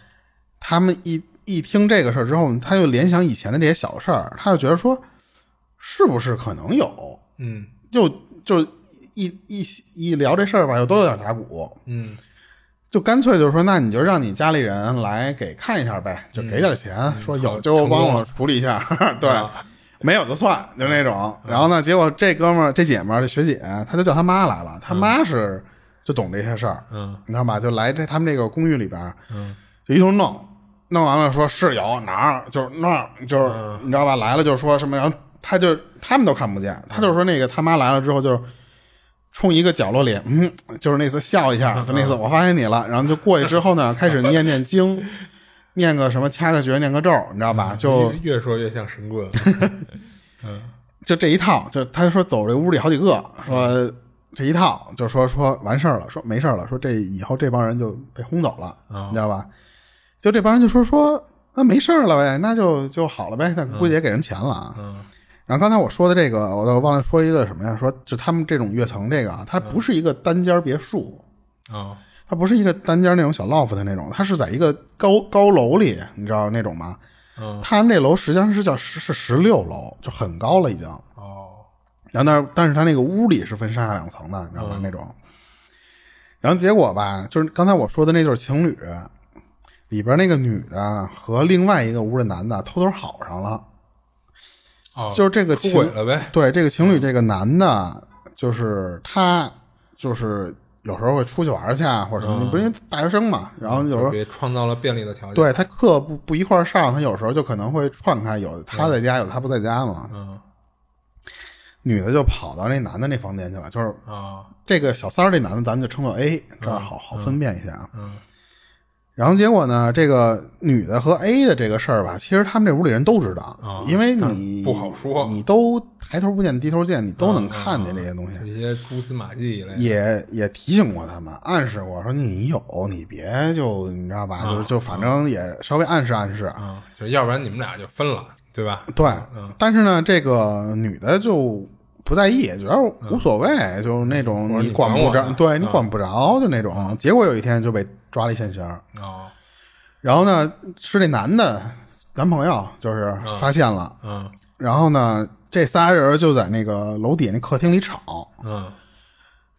A: 他们一一听这个事儿之后，他就联想以前的这些小事儿，他就觉得说是不是可能有，
B: 嗯
A: 就就一一一聊这事儿吧，又都有点打鼓。
B: 嗯
A: 就干脆就说，那你就让你家里人来给看一下呗，就给点钱，说有
B: 嗯好
A: 就
B: 成
A: 帮
B: 功
A: 我
B: 了啊
A: 处理一下， 对，没有就算，就那种。
B: 嗯
A: 然后呢，结果这哥们儿、这姐们儿、这学姐，她就叫她妈来了，她妈是就懂这些事儿，
B: 嗯
A: 你知道吧？就来这他们这个公寓里边儿，
B: 嗯
A: 就一通弄，弄完了说是有哪儿就是那儿就是、你知道吧？来了就说什么，然后他就他们都看不见，他就说那个他妈来了之后就是冲一个角落里，嗯，就是那次笑一下，就那次我发现你了，然后就过去之后呢，开始念念经， 念个什么掐个诀，念个咒，你知道吧？就
B: 越越说越像神 棍，
A: 就这一套，就他说走这屋里好几个，说这一套，就说说完事儿了，说没事儿了，说这以后这帮人就被轰走了，
B: 哦
A: 你知道吧？就这帮人就说说那没事儿了呗，那就就好了呗，那估计也给人钱了啊。
B: 嗯
A: 然后刚才我说的这个，我忘了说一个什么呀？说就他们这种跃层这个啊，它不是一个单间别墅，
B: 哦，
A: 它不是一个单间那种小 loft 的那种，它是在一个高高楼里，你知道那种吗？
B: 嗯
A: 他们这楼实际上是叫十是十六楼，就很高了已经。
B: 哦，
A: 然后那儿但是他那个屋里是分上下两层的，你知道吧？
B: 嗯
A: 那种。然后结果吧，就是刚才我说的那对情侣，里边那个女的和另外一个屋的男的偷偷好上了，
B: 哦，
A: 就是这个
B: 啊出
A: 情
B: 轨了嗯呗，
A: 对这个情侣这个男的，就是他就是有时候会出去玩去啊，或者什么，
B: 嗯
A: 不是因为大学生嘛，然后有时候
B: 给创造了便利的条件，
A: 对他课不不一块儿上，他有时候就可能会串开，有他在家，有他不在家嘛。
B: 嗯
A: 女的就跑到那男的那房间去了，就是
B: 啊
A: 这个小三儿这男的，咱们就称作 A，这样好好分辨一下啊。
B: 嗯
A: 然后结果呢，这个女的和 A 的这个事儿吧，其实他们这屋里人都知道，
B: 啊
A: 因为
B: 但
A: 你
B: 不好说
A: 你都抬头不见低头见，你都能
B: 嗯
A: 看见
B: 嗯
A: 这些东西，
B: 这些蛛丝马迹一类的，
A: 也也提醒过他们，暗示过说你有你别就你知道
B: 啊
A: 吧，就是就反正也稍微暗示暗示。啊
B: 嗯，就是要不然你们俩就分了，对吧？
A: 对，
B: 嗯
A: 但是呢，这个女的就不在意，觉得无所谓，就是那
B: 或者
A: 种
B: 你
A: 管
B: 管
A: 不
B: 我
A: 着，
B: 呢嗯
A: 对你管不着，就那种。结果有一天就被抓了一现行，
B: 哦，
A: 然后呢，是这男的男朋友就是发现了，
B: 嗯
A: 然后呢，这仨人就在那个楼底那客厅里吵，
B: 嗯，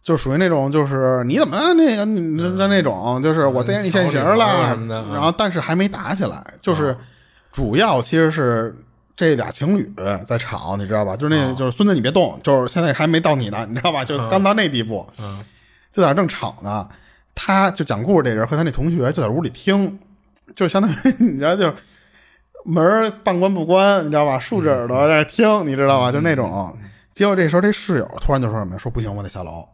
A: 就属于那种就是你怎么那个你这那种，就是我逮着你现行
B: 吵你
A: 了
B: 什么的，嗯
A: 然后但是还没打起来，就是主要其实是。这俩情侣在吵，你知道吧？就是那，就是孙子你别动，就是现在还没到你呢，你知道吧？就刚到那地步，
B: 嗯
A: 就在那儿正吵呢，他就讲故事这人和他那同学就在屋里听，就相当于你知道就是门儿半关不关，你知道吧？竖着耳朵在那儿听，你知道吧？就那种。结果这时候这室友突然就说什么呀？说不行，我得下楼。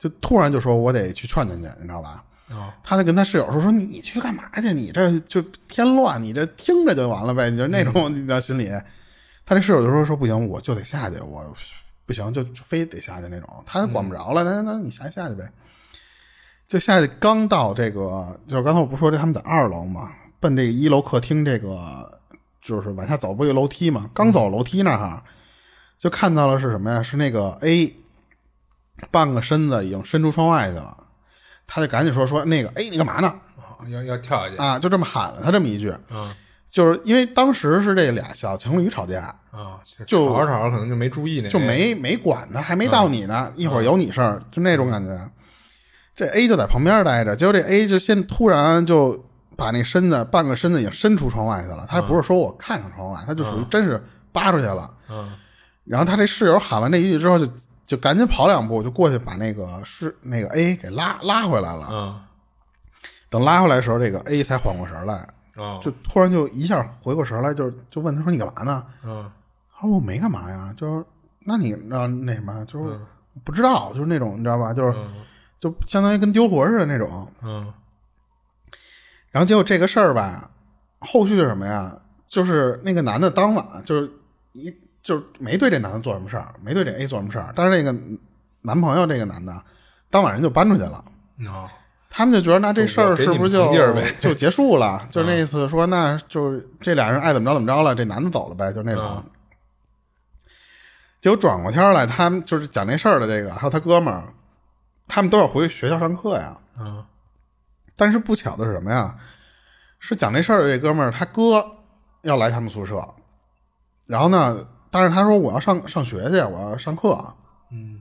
A: 就突然就说我得去劝劝去，你知道吧？
B: 嗯啊
A: 他就跟他室友说：“说你去干嘛去？你这就添乱，你这听着就完了呗。”你就那种，你知道心里。他这室友就说：“说不行，我就得下去，我不行就就非得下去那种。”他管不着了，那那那你下下去呗。就下去，刚到这个，就是刚才我不是说这他们在二楼嘛，奔这个一楼客厅这个，就是往下走不有楼梯嘛？刚走楼梯那儿哈，就看到了是什么呀？是那个 A 半个身子已经伸出窗外去了，他就赶紧说说那个 A 你干嘛呢？
B: 啊要要跳下去
A: 啊，就这么喊了他这么一句，
B: 啊
A: 就是因为当时是这俩小情侣吵架，
B: 啊，
A: 就
B: 吵着吵着可能就没注意那
A: 就
B: 个
A: 没没管他，还没到你呢，一会儿有你事儿，就那种感觉。这 A 就在旁边待着，结果这 A 就先突然就把那身子半个身子也伸出窗外去了，他不是说我看看窗外，他就属于真是扒出去了。
B: 啊
A: 然后他这室友喊完这一句之后就，就赶紧跑两步，就过去把那个是那个 A 给拉拉回来了。
B: 啊
A: 等拉回来的时候，这个 A 才缓过神来，
B: 啊
A: 就突然就一下回过神来，就就问他说：“你干嘛呢？”
B: 啊
A: 他说我没干嘛呀，就是那你那那什么，就是不知道，就是那种你知道吧，就是、
B: 嗯
A: 就相当于跟丢魂似的那种。
B: 嗯
A: 然后结果这个事儿吧，后续是什么呀？就是那个男的当晚就是一就是没对这男的做什么事儿，没对这 A 做什么事儿，但是那个男朋友这个男的当晚人就搬出去了。
B: 啊
A: 他们就觉得那这事儿
B: 我给
A: 是
B: 你
A: 不
B: 们
A: 是就
B: 腾地儿呗 啊
A: 就结束了？就是那意思说，那就是这俩人爱怎么着怎么着了，这男的走了呗，就是那种
B: 嗯。
A: 结果转过天儿来，他们就是讲这事儿的这个，还有他哥们儿，他们都要回学校上课呀。
B: 啊
A: 但是不巧的是什么呀？是讲这事儿的这哥们儿他哥要来他们宿舍，然后呢，但是他说我要上上学去，我要上课，
B: 嗯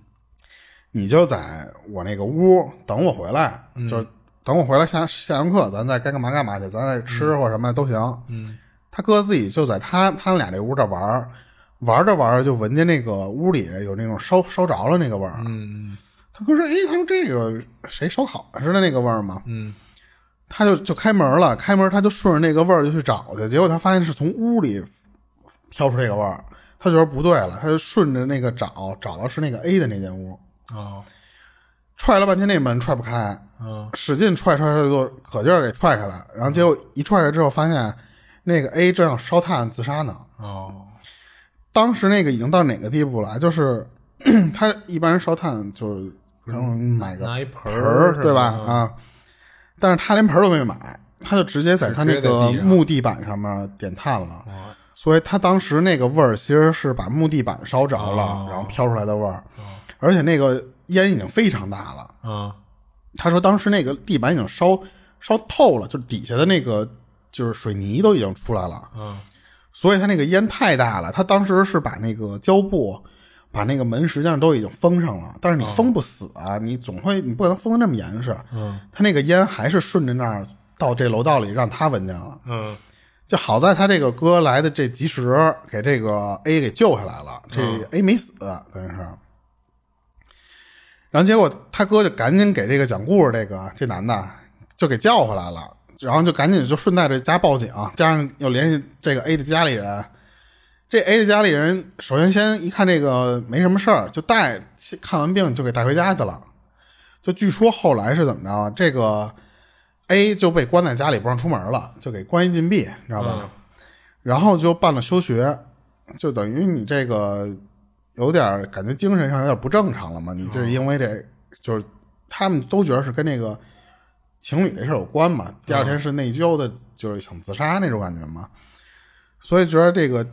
A: 你就在我那个屋等我回来，就是等我回来下下完课，咱再该干嘛干嘛去，咱再吃或什么都行。
B: 嗯
A: 他哥自己就在他他们俩这屋这玩儿，玩着玩着就闻见那个屋里有那种烧烧着了那个味儿。
B: 嗯
A: 他哥说：“哎，他说这个谁烧烤似的那个味儿嘛。
B: 嗯”
A: 他就就开门了，开门他就顺着那个味儿就去找去，结果他发现是从屋里飘出这个味儿，他觉得不对了，他就顺着那个找，找到是那个 A 的那间屋，
B: 啊
A: 踹了半天那门踹不开，
B: 啊
A: 使劲踹踹踹，就可劲儿给踹开了。然后结果一踹开之后，发现那个 A 正要烧炭自杀呢。
B: 哦
A: 当时那个已经到哪个地步了？就是 他一般人烧炭就是然后买个
B: 嗯拿一盆
A: 盆儿，
B: 是
A: 对吧？？啊，但是他连盆儿都没买，他就直接在他那
B: 直接在
A: 个
B: 地上
A: 木地板上面点炭了。
B: 啊
A: 所以他当时那个味儿其实是把木地板烧着了，
B: 哦
A: 然后飘出来的味儿，而且那个烟已经非常大了。
B: 啊
A: 他说当时那个地板已经烧烧透了，就是底下的那个就是水泥都已经出来了，
B: 啊
A: 所以他那个烟太大了。他当时是把那个胶布把那个门实际上都已经封上了，但是你封不死啊，你总会你不可能封的那么严实。
B: 嗯
A: 他那个烟还是顺着那儿到这楼道里，让他闻见了。
B: 嗯
A: 就好在他这个哥来的这及时，给这个 A 给救下来了，这 A 没死，等于是。然后结果他哥就赶紧给这个讲故事这个这男的就给叫回来了，然后就赶紧就顺带着家报警，加上又联系这个 A 的家里人。这 A 的家里人首先先一看这个没什么事儿，就带看完病就给带回家去了。就据说后来是怎么着啊？这个 A 就被关在家里不让出门了，就给关一禁闭，你知道吧？然后就办了休学，就等于你这个有点儿感觉精神上有点不正常了嘛。你这因为这、就是他们都觉得是跟那个情侣这事儿有关嘛。第二天是内疚的，就是想自杀那种感觉嘛。所以觉得这个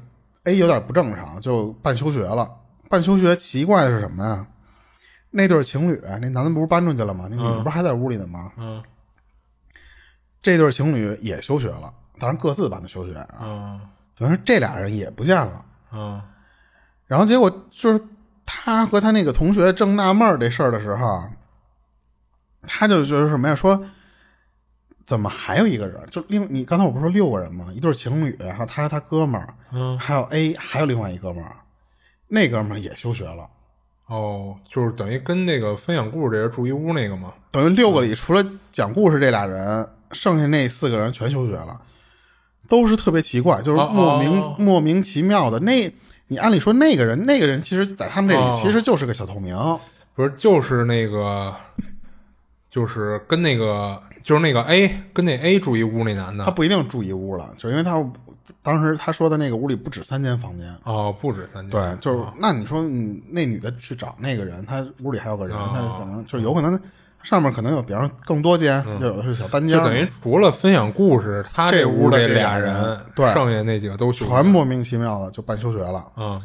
A: A 有点不正常，就办休学了。办休学奇怪的是什么呀？那对情侣，那男的不是搬出去了吗？那女的不是还在屋里呢吗？
B: 嗯
A: 这对情侣也休学了，当然各自办的休学啊。
B: 嗯
A: 等于是这俩人也不见了。
B: 嗯
A: 然后结果就是他和他那个同学正纳闷儿这事儿的时候，啊他就觉得什么呀？说怎么还有一个人？就另你刚才我不是说六个人吗？一对情侣，然后他和他哥们儿，
B: 嗯
A: 还有 A，还有另外一哥们儿，那哥们儿也休学了。
B: 哦，就是等于跟那个分享故事这人住一屋那个嘛。
A: 等于六个里除了讲故事这俩人，剩下那四个人全休学了，都是特别奇怪，就是
B: 哦
A: 莫名、
B: 哦
A: 莫名其妙的。那你按理说那个人，那个人其实，在他们这里
B: 哦啊
A: 其实就是个小透明，
B: 不是，就是那个，就是跟那个就是那个 A 跟那 A 住一屋那男
A: 他
B: 的，
A: 不一定住一屋了，就是因为他当时他说的那个屋里不止三间房间。
B: 哦，不止三间，
A: 对，就是
B: 哦
A: 那你说你那女的去找那个人，她屋里还有个人，
B: 哦
A: 她可能就是有可能上面可能有，比方说更多间，就有的是小单间
B: 嗯就
A: 儿，
B: 等于除了分享故事，他
A: 这
B: 屋
A: 屋的
B: 这
A: 这俩
B: 俩
A: 人对
B: 剩下那几个都去
A: 全莫名其妙的就办休学了。
B: 嗯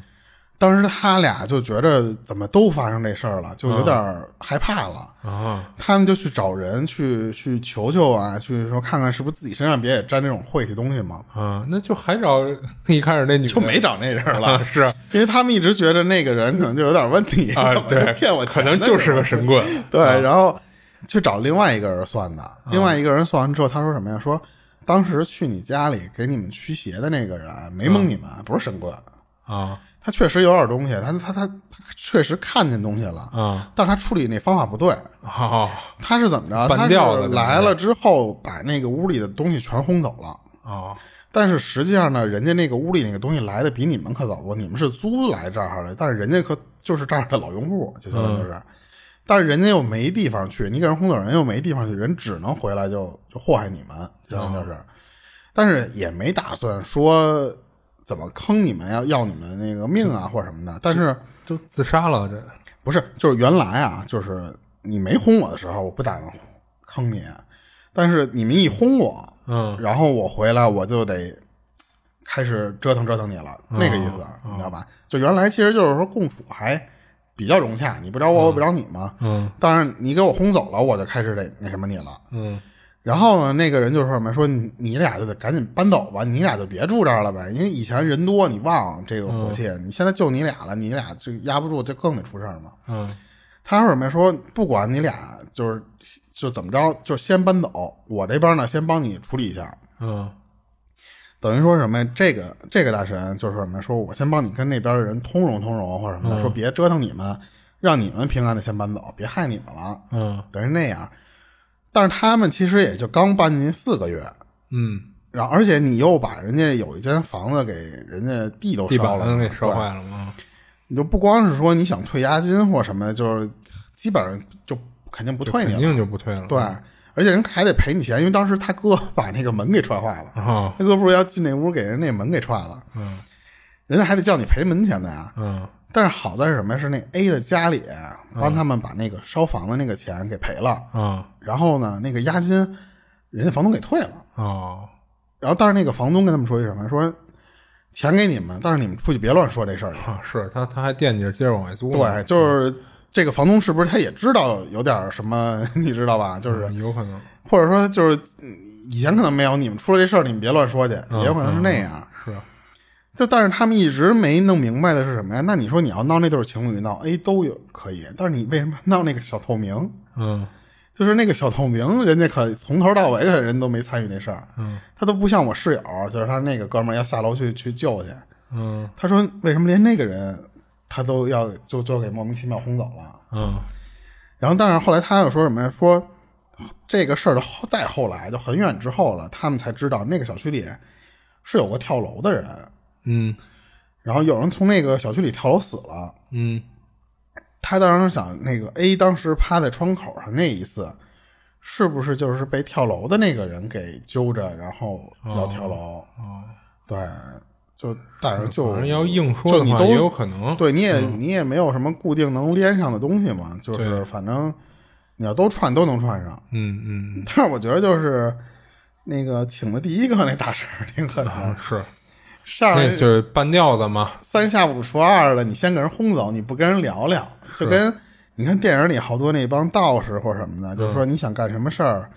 A: 当时他俩就觉着怎么都发生这事儿了，就有点儿害怕了。
B: 啊
A: 他们就去找人去去求求啊，去说看看是不是自己身上别也沾这种晦气东西嘛，
B: 啊，那就还找一开始那女的
A: 就没找那人了。
B: 啊 是
A: 因为他们一直觉得那个人可能就有点问题
B: 啊
A: 怎么，
B: 对，
A: 骗我
B: 可
A: 钱
B: 能
A: 的
B: 就是啊个
A: 人
B: 神棍，
A: 对，然后去找另外一个人算
B: 啊
A: 的，另外一个人算完之后，他说什么呀？说当时去你家里给你们驱邪的那个人没蒙你们，不是神棍，
B: 啊
A: 他确实有点东西，他他他他确实看见东西了，
B: 啊，
A: 但是他处理那方法不对。
B: 好
A: 他是怎么着？
B: 半
A: 他
B: 吊
A: 是
B: 子
A: 来了之后，把那个屋里的东西全轰走了。
B: 啊
A: 但是实际上呢，人家那个屋里那个东西来的比你们可早多，你们是租来这儿的，但是人家可就是这儿的老用户，就相当于就是，但是人家又没地方去，你给人轰走，人又没地方去，人只能回来就就祸害你们，就相当于就是，但是也没打算说怎么坑你们呀，要你们那个命啊或者什么的，但是
B: 都自杀了这
A: 不是就是原来啊，就是你没轰我的时候，我不打算坑你，啊但是你们一轰我，
B: 嗯
A: 然后我回来我就得开始折腾折腾你了，
B: 嗯
A: 那个意思，啊你知道吧？就原来其实就是说共处还比较融洽，你不找我，我不找你嘛。
B: 嗯
A: 当然你给我轰走了，我就开始得那什么你了。
B: 嗯
A: 然后呢，那个人就说什么说你你俩就得赶紧搬走吧，你俩就别住这儿了呗，因为以前人多你忘这个火气，你现在就你俩了，你俩就压不住，就更得出事儿嘛。
B: 嗯
A: 他说什么呀？说不管你俩就是就怎么着，就先搬走，我这边呢先帮你处理一下，
B: 嗯
A: 等于说什么呀？这个这个大神就是什么呀？说我先帮你跟那边的人通融通融，或者什么
B: 嗯
A: 的，说别折腾你们，让你们平安的先搬走，别害你们了，
B: 嗯
A: 等于那样。但是他们其实也就刚搬进四个月，
B: 嗯，
A: 然后而且你又把人家有一间房子给人家地都
B: 地
A: 烧
B: 板
A: 了嘛，
B: 给烧
A: 对
B: 坏了吗？
A: 你就不光是说你想退押金或什么的，就是基本上就肯定不退
B: 肯
A: 你了，
B: 定就不退了。啊
A: 对，而且人还得赔你钱，因为当时他哥把那个门给踹坏了。
B: 啊
A: 他哥不是要进那屋给人那门给踹了，
B: 嗯，
A: 人家还得叫你赔门钱的呀。
B: 嗯
A: 但是好在是什么呀？是那 A 的家里帮他们把那个烧房的那个钱给赔了，
B: 啊
A: 然后呢，那个押金人家房东给退了。
B: 哦
A: 然后但是那个房东跟他们说一什么，说钱给你们，但是你们出去别乱说这事儿。
B: 啊，是他他还惦记着接着往外租呢。
A: 对，就是这个房东是不是他也知道有点什么， 你知道吧？就是
B: 嗯有可能
A: 或者说就是嗯以前可能没有，你们出了这事儿，你们别乱说去，
B: 嗯
A: 也有可能是那样。
B: 是
A: 就但是他们一直没弄明白的是什么呀？那你说你要闹那对儿情侣闹 A 都有可以，但是你为什么闹那个小透明？
B: 嗯
A: 就是那个小透明，人家可从头到尾可人都没参与那事儿，
B: 嗯
A: 他都不像我室友，就是他那个哥们儿要下楼去去救去，
B: 嗯
A: 他说为什么连那个人他都要就就给莫名其妙轰走了？
B: 嗯
A: 然后但是后来他又说什么呀？说这个事儿的后再后来就很远之后了，他们才知道那个小区里是有个跳楼的人，
B: 嗯
A: 然后有人从那个小区里跳楼死了。
B: 嗯
A: 他当时想，那个 A 当时趴在窗口上那一次，是不是就是被跳楼的那个人给揪着，然后要跳楼？
B: 哦，
A: 对，就但是就
B: 反正要硬说
A: 就
B: 的
A: 你
B: 话
A: 都
B: 也有可能。
A: 对，你也、你也没有什么固定能连上的东西嘛，就
B: 对
A: 是反正你要都串都能串上。
B: 嗯嗯
A: 但是我觉得就是那个请的第一个那大婶儿挺狠
B: 嗯
A: 的，
B: 是，
A: 上
B: 那
A: 来
B: 就是半吊子嘛。
A: 三下五除二的，你先给人轰走，你不跟人聊聊，就跟你看电影里好多那帮道士或什么的，
B: 嗯
A: 就是说你想干什么事儿，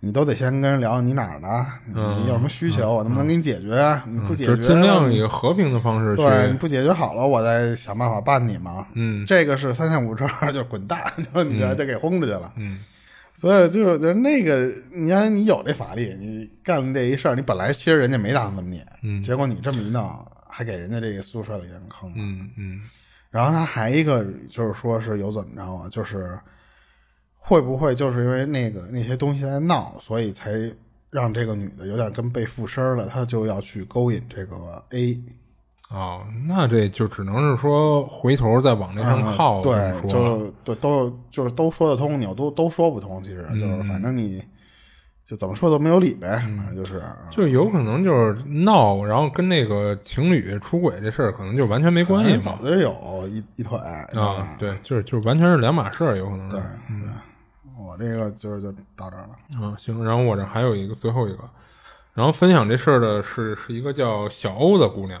A: 你都得先跟人聊你哪儿的，你你有什么需求，我能不能给你解决？啊你不解
B: 嗯就
A: 决，
B: 是尽量以和平的方式
A: 对，你
B: 去，
A: 不解决好了，我再想办法办你嘛。
B: 嗯
A: 这个是三下五除二，就滚蛋， 就是你这就给轰出去了。
B: 嗯，
A: 所以就是就是那个，你看你有这法力，你干了这一事儿，你本来其实人家没打算这么你，
B: 嗯
A: 结果你这么一闹，还给人家这个宿舍里人坑了。
B: 嗯嗯
A: 然后他还一个就是说是有怎么着啊，就是会不会就是因为那个那些东西在闹，所以才让这个女的有点跟被附身了，她就要去勾引这个 A。
B: 哦，那这就只能是说回头再往那上靠，
A: 嗯
B: 这么
A: 对，
B: 说了嗯
A: 就是对都就是都说得通，你又都都说不通，其实就是反正你
C: 就怎么说都没有理呗，反正就是啊
B: 就有可能就是闹，然后跟那个情侣出轨这事儿可能就完全没关系
C: 人
B: 嘛
C: 早。就有一一腿
B: 啊，对，就是就是完全是两码事儿，有可能是。嗯
C: 我这个就是就到这儿了。
B: 啊，行，然后我这还有一个最后一个，然后分享这事儿的是是一个叫小欧的姑娘，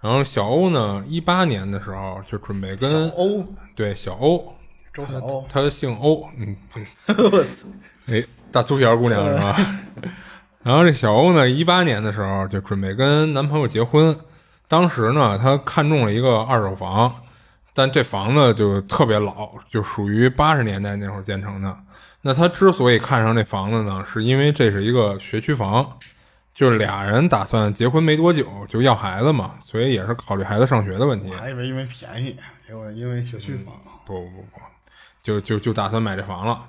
B: 然后小欧呢，一八年的时候就准备跟
C: 欧，
B: 对小欧，
C: 周小欧，
B: 她姓欧，嗯，
C: 我操，
B: 哎，大粗皮儿姑娘是吧？然后这小欧呢，一八年的时候就准备跟男朋友结婚，当时呢，她看中了一个二手房，但这房子就特别老，就属于八十年代那会儿建成的。那她之所以看上这房子呢，是因为这是一个学区房，就是俩人打算结婚没多久就要孩子嘛，所以也是考虑孩子上学的问题。
C: 还以为因为便宜，结果因为学
B: 嗯
C: 区房。
B: 不不不，就就就打算买这房了，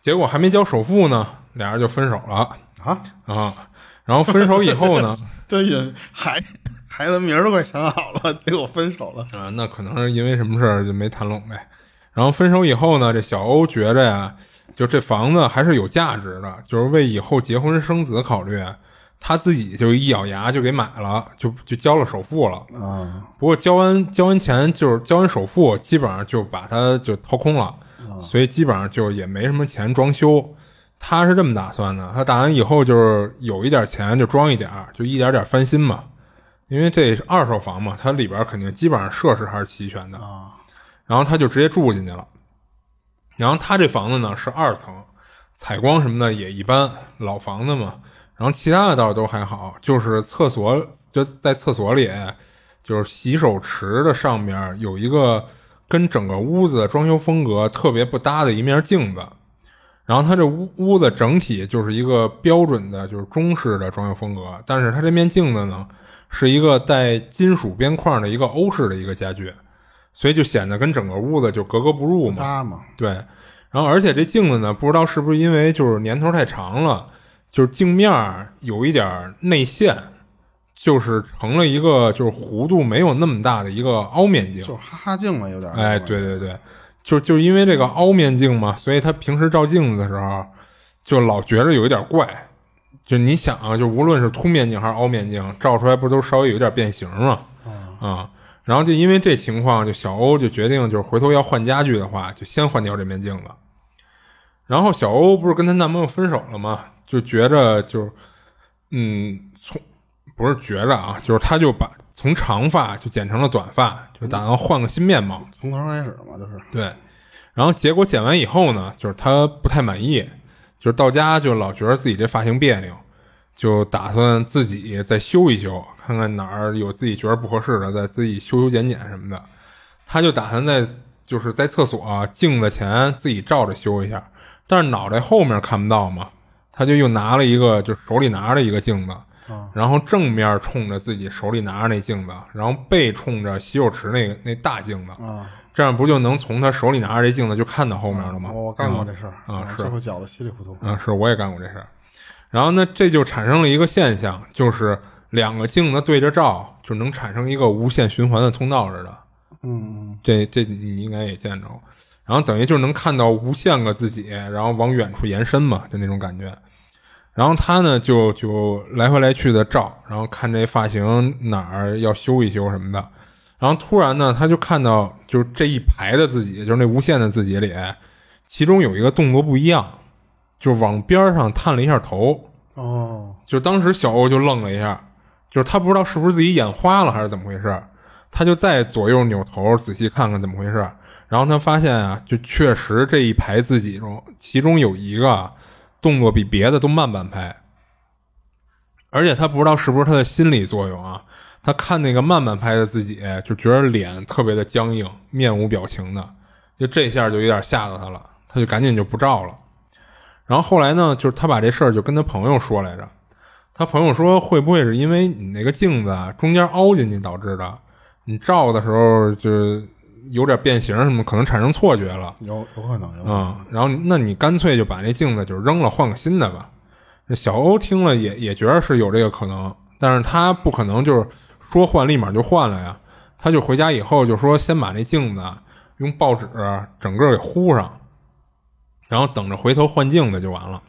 B: 结果还没交首付呢，俩人就分手了
C: 啊
B: 啊！然后分手以后呢，
C: 对呀，孩孩子名儿都快想好了， 结果分手了。
B: 啊，那可能是因为什么事儿就没谈拢呗。然后分手以后呢，这小欧觉着呀，就这房子还是有价值的，就是为以后结婚生子考虑，他自己就一咬牙就给买了，就就交了首付了。
C: 啊，
B: 不过交完交完钱就是交完首付，基本上就把它就掏空了，所以基本上就也没什么钱装修。他是这么打算的，他打算以后就是有一点钱就装一点儿，就一点点翻新嘛。因为这是二手房嘛，它里边肯定基本上设施还是齐全的。然后他就直接住进去了。然后他这房子呢是二层，采光什么的也一般，老房子嘛。然后其他的倒是都还好，就是厕所就在厕所里，就是洗手池的上面有一个跟整个屋子装修风格特别不搭的一面镜子。然后它这屋屋子整体就是一个标准的，就是中式的装修风格，但是它这面镜子呢，是一个带金属边框的一个欧式的一个家具，所以就显得跟整个屋子就格格不入嘛。
C: 他嘛，
B: 对，然后而且这镜子呢，不知道是不是因为就是年头太长了，就是镜面儿有一点儿内陷，就是成了一个就是弧度没有那么大的一个凹面镜。
C: 就是哈哈镜嘛，有点。
B: 哎，对，对对，就就因为这个凹面镜嘛，所以他平时照镜子的时候，就老觉着有一点怪。就你想啊，就无论是凸面镜还是凹面镜，照出来不都稍微有点变形嘛？啊、然后就因为这情况，就小欧就决定，就是回头要换家具的话，就先换掉这面镜子。然后小欧不是跟她男朋友分手了吗？就觉着就，嗯，从不是觉着啊，就是她就把从长发就剪成了短发，就打算换个新面貌。
C: 从头开始嘛，就是
B: 对，然后结果剪完以后呢，就是他不太满意，就是到家就老觉得自己这发型别扭，就打算自己再修一修，看看哪儿有自己觉得不合适的，再自己修修剪剪什么的。他就打算在就是在厕所、啊镜子前自己照着修一下，但是脑袋后面看不到嘛，他就又拿了一个，就手里拿着一个镜子，然后正面冲着自己手里拿着那镜子，然后背冲着洗手池那个那大镜子，这样不就能从他手里拿着这镜子就看到后面了吗？
C: 我我干过这事儿
B: 啊
C: 然后
B: 是
C: 最后搅得稀里糊涂。
B: 啊，是我也干过这事儿。然后呢，这就产生了一个现象，就是两个镜子对着照，就能产生一个无限循环的通道似的。
C: 嗯嗯，
B: 这这你应该也见着。然后等于就是能看到无限个自己，然后往远处延伸嘛，就那种感觉。然后他呢，就就来回来去的照，然后看这发型哪儿要修一修什么的。然后突然呢，他就看到就是这一排的自己，就是那无限的自己里，其中有一个动作不一样，就往边儿上探了一下头。
C: 哦，
B: 就当时小欧就愣了一下，就是他不知道是不是自己眼花了还是怎么回事儿，他就再左右扭头仔细看看怎么回事儿，然后他发现啊，就确实这一排自己中，其中有一个啊动作比别的都慢半拍，而且他不知道是不是他的心理作用啊，他看那个慢半拍的自己，就觉得脸特别的僵硬，面无表情的，就这下就有点吓到他了，他就赶紧就不照了。然后后来呢，就是他把这事儿就跟他朋友说来着，他朋友说会不会是因为你那个镜子啊中间凹进去导致的？你照的时候就是有点变形什么，可能产生错觉了。
C: 有有可能有可
A: 嗯
C: 能。
B: 啊、然后那你干脆就把那镜子就扔了，换个新的吧。这小欧听了也也觉得是有这个可能，但是他不可能就是说换立马就换了呀。他就回家以后就说先把那镜子啊用报纸整个给糊上，然后等着回头换镜子就完了。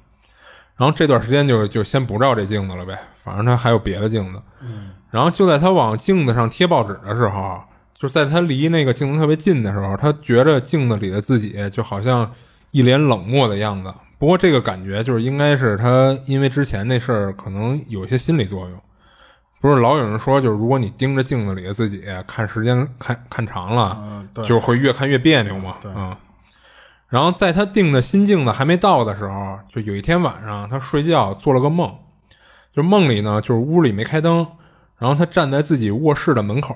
B: 然后这段时间就就先不照这镜子了呗，反正他还有别的镜子。嗯，然后就在他往镜子上贴报纸的时候，啊就在他离那个镜子特别近的时候，他觉着镜子里的自己就好像一脸冷漠的样子。不过这个感觉就是应该是他因为之前那事儿可能有一些心理作用。不是老有人说，就是如果你盯着镜子里的自己看时间看看长了，
C: 嗯对
B: 啊就会越看越别扭嘛，嗯。然后在他定的新镜子还没到的时候，就有一天晚上他睡觉做了个梦，就梦里呢，就是屋里没开灯，然后他站在自己卧室的门口，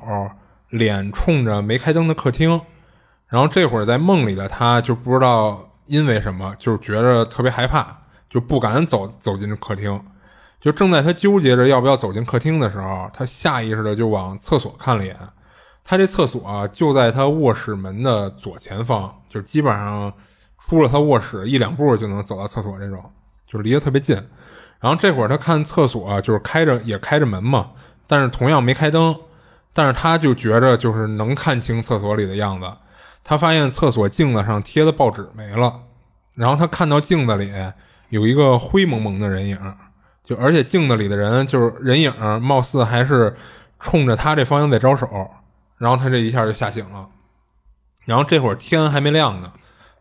B: 脸冲着没开灯的客厅，然后这会儿在梦里的他就不知道因为什么，就是觉着特别害怕，就不敢走走进客厅。就正在他纠结着要不要走进客厅的时候，他下意识的就往厕所看了一眼。他这厕所啊，就在他卧室门的左前方，就是基本上出了他卧室一两步就能走到厕所这种，就是离得特别近。然后这会儿他看厕所啊、就是开着也开着门嘛，但是同样没开灯，但是他就觉着就是能看清厕所里的样子。他发现厕所镜子上贴的报纸没了，然后他看到镜子里有一个灰蒙蒙的人影，就而且镜子里的人就是人影，貌似还是冲着他这方向在招手，然后他这一下就吓醒了。然后这会儿天还没亮呢，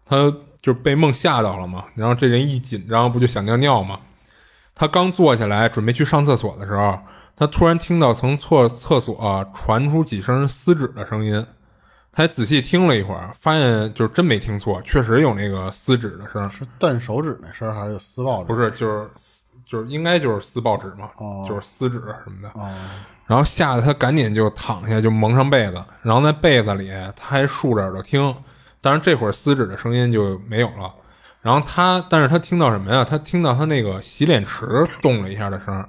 B: 他就被梦吓到了嘛。然后这人一紧张，不就想尿尿吗？他刚坐起来准备去上厕所的时候，他突然听到从厕厕所、传出几声撕纸的声音。他还仔细听了一会儿，发现就是真没听错，确实有那个撕纸的声儿。
A: 是断手指那事儿还是有撕报纸？哦
B: 不是，就是撕就是应该就是撕报纸嘛，就是撕纸什么的。然后吓得他赶紧就躺下，就蒙上被子，然后在被子里他还竖着耳朵听，但是这会儿撕纸的声音就没有了。然后他，但是他听到什么呀？他听到他那个洗脸池动了一下的声儿，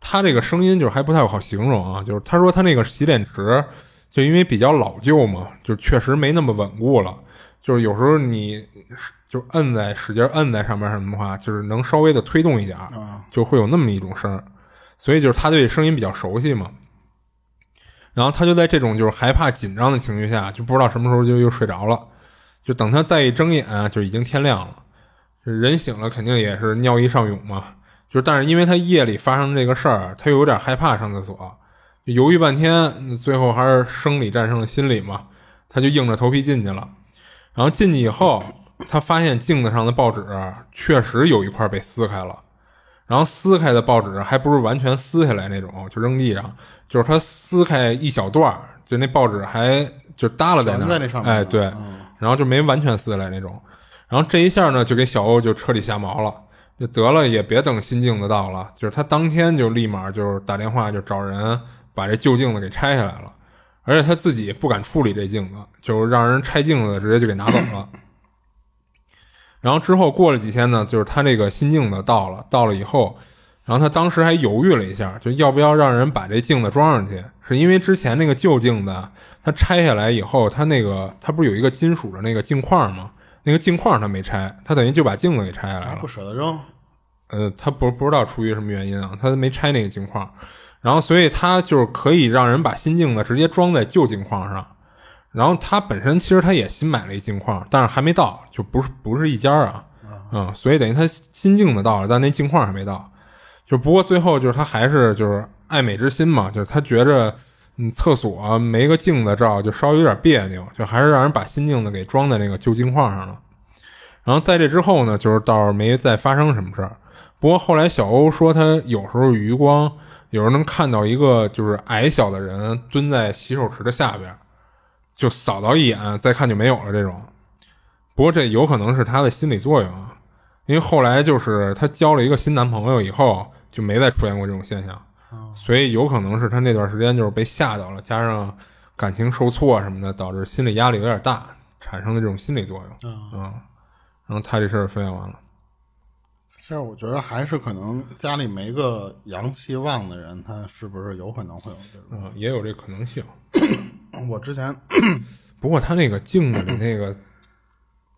B: 他这个声音就是还不太好形容啊，就是他说他那个洗脸池，就因为比较老旧嘛，就确实没那么稳固了，就是有时候你就摁在使劲摁在上面什么的话，就是能稍微的推动一点
A: 啊
B: 儿，
C: 啊
B: 就会有那么一种声儿，所以就是他对声音比较熟悉嘛。然后他就在这种就是害怕紧张的情绪下，就不知道什么时候就又睡着了，就等他再一睁眼、啊就已经天亮了。人醒了肯定也是尿意上涌嘛，就是但是因为他夜里发生这个事儿，啊他又有点害怕上厕所，就犹豫半天，最后还是生理战胜了心理嘛，他就硬着头皮进去了。然后进去以后，他发现镜子上的报纸确实有一块被撕开了，然后撕开的报纸还不是完全撕下来那种，就扔地上，就是他撕开一小段儿，就那报纸还就耷拉在那
A: 悬
B: 儿，
A: 在那上面嗯
B: 哎，对，然后就没完全撕下来那种。然后这一下呢，就给小欧就彻底吓毛了，就得了，也别等新镜子到了，就是他当天就立马就是打电话就找人把这旧镜子给拆下来了，而且他自己不敢处理这镜子，就是让人拆镜子直接就给拿走了。然后之后过了几天呢，就是他这个新镜子到了，到了以后，然后他当时还犹豫了一下，就要不要让人把这镜子装上去，是因为之前那个旧镜子，它拆下来以后，它那个它不是有一个金属的那个镜框吗？那个镜框他没拆，他等于就把镜子给拆下来了
A: 还。不舍得扔，
B: 呃，他不不知道出于什么原因啊，他没拆那个镜框，然后所以他就是可以让人把新镜子直接装在旧镜框上，然后他本身其实他也新买了一镜框，但是还没到，就不是不是一家儿啊，嗯，所以等于他新镜子到了，但那镜框还没到，就不过最后就是他还是就是爱美之心嘛，就是他觉着嗯厕所、没个镜子照就稍微有点别扭，就还是让人把新镜子给装在那个旧镜框上了。然后在这之后呢，就是倒是没再发生什么事儿。不过后来小欧说，他有时候余光有时候能看到一个就是矮小的人蹲在洗手池的下边，就扫到一眼，再看就没有了这种。不过这有可能是他的心理作用啊，因为后来就是她交了一个新男朋友以后，就没再出现过这种现象，所以有可能是她那段时间就是被吓到了，加上感情受挫什么的，导致心理压力有点大，产生的这种心理作用。嗯，然后她这事儿分享完了。
A: 其实我觉得还是可能家里没个阳气旺的人，他是不是有可能会有这种？
B: 嗯，也有这可能性。
A: 我之前
B: 不过他那个镜子里那个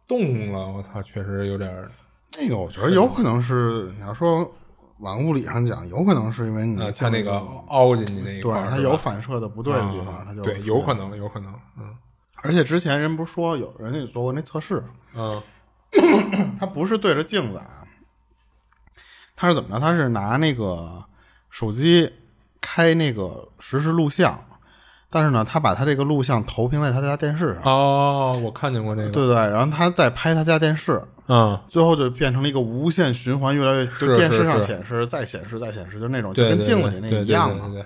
B: 动了，我操，确实有点儿
A: 那个，我觉得有可能是你要说往物理上讲，有可能是因为你
B: 啊，他那个凹进去那一
A: 对
B: 块儿，
A: 它
B: 是吧
A: 有反射的嗯不对的地
B: 啊
A: 方，它就
B: 对，有可。能，有可能，嗯
A: 而且之前人不是说有人也做过那测试，
B: 嗯
A: 它不是对着镜子啊，他是怎么着？他是拿那个手机开那个实时录像，但是呢，他把他这个录像投屏在他家电视上，
B: 哦，我看见过这个，
A: 对不对？然后他再拍他家电视，
B: 嗯，
A: 最后就变成了一个无限循环，越来越就是电视上
B: 是
A: 显示，再显示，再显示，就那种就
B: 对，
A: 跟
B: 对
A: 镜子
B: 对
A: 里那
B: 对
A: 个一样
B: 对
A: 嘛。
B: 对对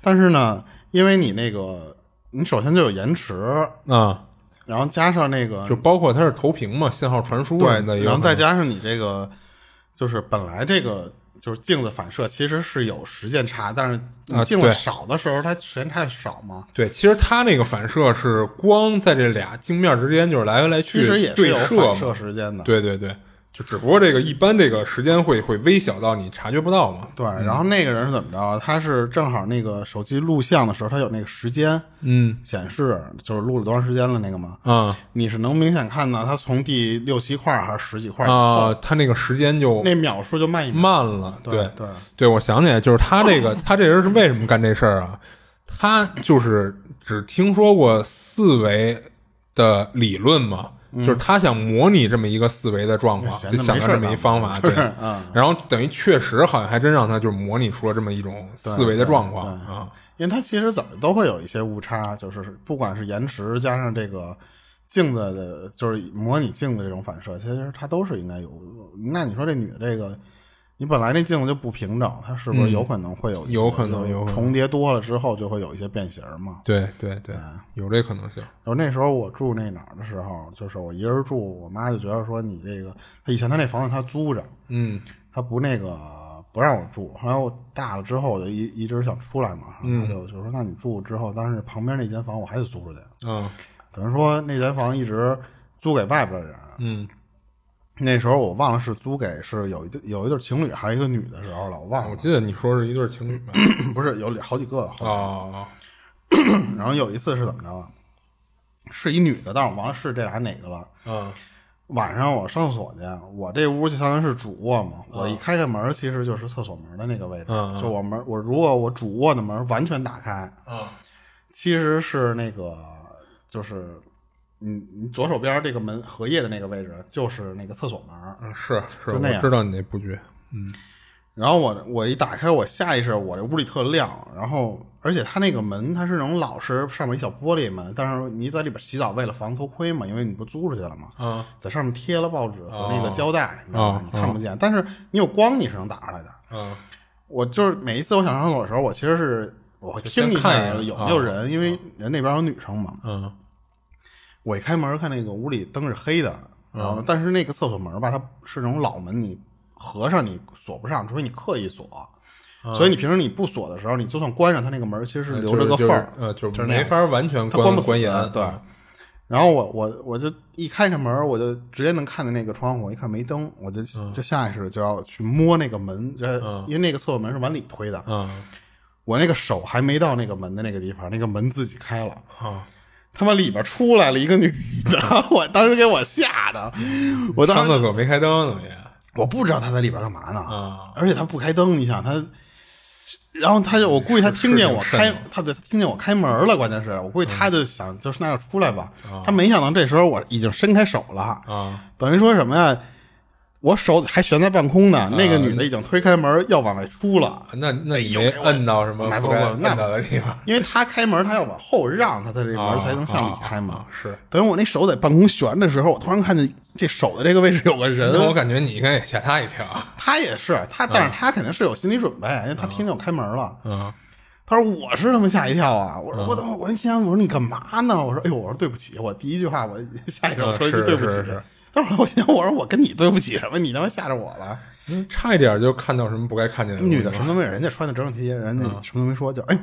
A: 但是呢，因为你那个你首先就有延迟，
B: 对啊，
A: 然后加上那个
B: 就包括它是投屏嘛，信号传输什么的，
A: 对，
B: 也
A: 然
B: 有
A: 后再
B: 可能
A: 加上你这个就是本来这个就是镜子反射其实是有时间差，但是你
B: 啊
A: 镜子
B: 对
A: 少的时候，它时间太少嘛。
B: 对，其实它那个反射是光在这俩镜面之间就是来回来去
A: 其实也是
B: 对
A: 有
B: 射
A: 反
B: 嘛
A: 射，时间的，
B: 对对对，就只不过这个一般这个时间会会微小到你察觉不到嘛，
A: 对。然后那个人是怎么着？啊他是正好那个手机录像的时候，他有那个时间
B: 嗯
A: 显示，就是录了多长时间了那个嘛。
B: 啊
A: 你是能明显看到他从第六七块还是十几块以后，
B: 啊，它那个时间就
A: 那秒数就慢一秒。
B: 慢了，
A: 对对
B: 对，我想起来，就是他 这个，他这人是为什么干这事儿啊？他就是只听说过四维的理论嘛，就是他想模拟这么一个四维的状况，
A: 嗯闲
B: 就
A: 着
B: 想
A: 没
B: 到
A: 事儿
B: 这么一
A: 干
B: 方法，对，
A: 嗯
B: 然后等于确实好像还真让他就是模拟出了这么一种四维的状况啊，
A: 因为它其实怎么都会有一些误差，就是不管是延迟加上这个镜子的，就是模拟镜子这种反射，其实它都是应该有。那你说这女的这个，你本来那镜子就不平整，它是不是有可能会有一些、
B: 嗯有可能
A: 就是
B: 有可能
A: 重叠多了之后就会有一些变形嘛？
B: 对对对，
A: 嗯
B: 有这可能性，
A: 然后那时候我住那哪儿的时候，就是我一个人住，我妈就觉得说你这个，她以前她那房子她租着，
B: 嗯
A: 他不那个不让我住，后来我大了之后，我就一一直想出来嘛，
B: 嗯
A: 然后他就就说那你住之后，但是旁边那间房我还得租出去，
B: 啊
A: 等于说那间房一直租给外边的人。
B: 嗯，
A: 那时候我忘了是租给是有一对有一对情侣还是一个女的时候了，我忘
B: 啊我
A: 了，
B: 记得你说是一对 情侣吧？
A: 不是有好几个了。
B: 哦，
A: 然后有一次是怎么着啊？是一女的，但我忘了是这俩哪个了。
B: 啊
A: 晚上我上厕所去，我这屋就相当于是主卧嘛，我一开开门其实就是厕所门的那个位置，
B: 嗯嗯
A: 就我门我如果我主卧的门完全打开，
B: 啊
A: 其实是那个就是你你左手边这个门荷叶的那个位置就是那个厕所门，
B: 啊，是是，
A: 就那
B: 我
A: 样
B: 知道你那布局，
A: 然后我我一打开，我下意识我这屋里特亮，然后而且它那个门它是那种老式上面一小玻璃门，但是你在里边洗澡为了防偷窥嘛，因为你不租出去了嘛，
B: 啊
A: 在上面贴了报纸和那个胶带，你知道吧
B: 哦？
A: 你看不见，但是你有光你是能打出来的。
B: 啊
A: 我就是每一次我想上厕所的时候，我其实是我会听一
B: 就先看一
A: 下
B: 眼
A: 有没有
B: 哦
A: 人，因为人那边有女生嘛。
B: 啊
A: 我一开门看那个屋里灯是黑的，然
B: 嗯
A: 后但是那个厕所门吧，它是那种老门，你合上你锁不上，除非你刻意锁。所以你平时你不锁的时候，你就算关上它那个门，其实是留着个缝儿，
B: 嗯呃，就是
A: 就是那
B: 没
A: 样
B: 法完全
A: 它关不死
B: 关严，嗯
A: 对。然后我我我就一开开门，我就直接能看见那个窗户，我一看没灯，我就就下意识就要去摸那个门，这
B: 嗯
A: 因为那个厕所门是往里推的，
B: 啊
A: 我那个手还没到那个门的那个地方，那个门自己开了。
B: 啊！
A: 他妈里边出来了一个女的， 我当时给我吓的，我当
B: 嗯上
A: 时
B: 厕所没开灯呢也
A: 我不知道她在里边干嘛呢，
B: 啊
A: 而且她不开灯，你想她，然后她就我估计她听见我
B: 是嗯挺
A: 开
B: 瘆的，
A: 她得听见我开门了，关键是我估计她就想、就是那就出来吧，她没想到这时候我已经伸开手了，
B: 啊
A: 等于说什么呀？我手还悬在半空呢，那个
B: 啊
A: 女的已经推开门要往外出了，
B: 那那你
A: 哎
B: 没
A: 呦
B: 摁到什么
A: 买
B: 不
A: 不
B: 该
A: 不
B: 摁
A: 那
B: 到的地方
A: 因为她开门她要往后让，她的这
B: 啊
A: 门才能向里开嘛。
B: 啊啊是，
A: 等我那手在半空悬的时候，我突然看见这手的这个位置有个人，
B: 那我感啊觉你应该也吓他一跳
A: 他也是他，但是他肯定是有心理准备，因为他听见我开门了。
B: 啊
A: 他说我是他妈吓一跳啊！我说
B: 嗯
A: 我怎么？我说天，我说你干嘛呢？我说哎呦，我说对不起，我第一句话我 下意识我说一句
B: 啊是
A: 对不起
B: 是是。
A: 但是我心想，我说我跟你对不起什么？你他妈吓着我了！
B: 嗯差一点就看到什么不该看见的东西
A: 女的什么都没有，人家穿的整整齐齐，人家
B: 嗯
A: 什么都没说，就哎，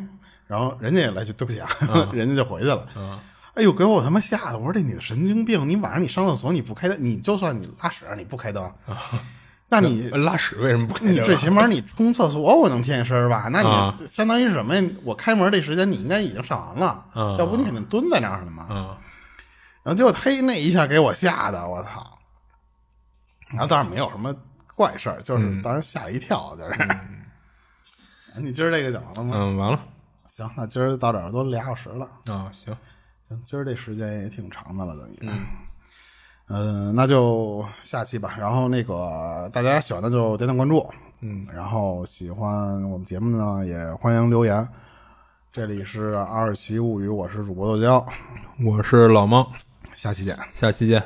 A: 然后人家也来句对不起啊， 人家就回去了。
B: 啊
A: 哎呦，给我他妈吓的！我说这女的神经病！你晚上你上厕所你不开灯，你就算你拉屎你不开灯，
B: 嗯
A: 那你
B: 拉屎为什么不开
A: 你
B: 灯啊？
A: 最起码你冲厕所我能听见声儿吧？那
B: 啊
A: 你相当于是什么呀？我开门这时间你应该已经上完了，
B: 啊
A: 要不你肯定蹲在那儿了嘛。
B: 啊
A: 然后结果他那一下给我吓的，我操！然后当然没有什么怪事儿，
B: 嗯
A: 就是当时吓了一跳，就是。 你今儿这个讲完了吗？
B: 嗯，完了
A: 行，那今儿到这儿都俩小时了。
B: 啊行
A: 行，今儿这时间也挺长的了，等于。嗯那就下期吧。然后那个大家喜欢的就点点关注，
B: 嗯，
A: 然后喜欢我们节目呢，也欢迎留言。这里是《阿尔奇物语》，我是主播豆椒，
B: 我是老猫，
A: 下期见。
B: 下期见。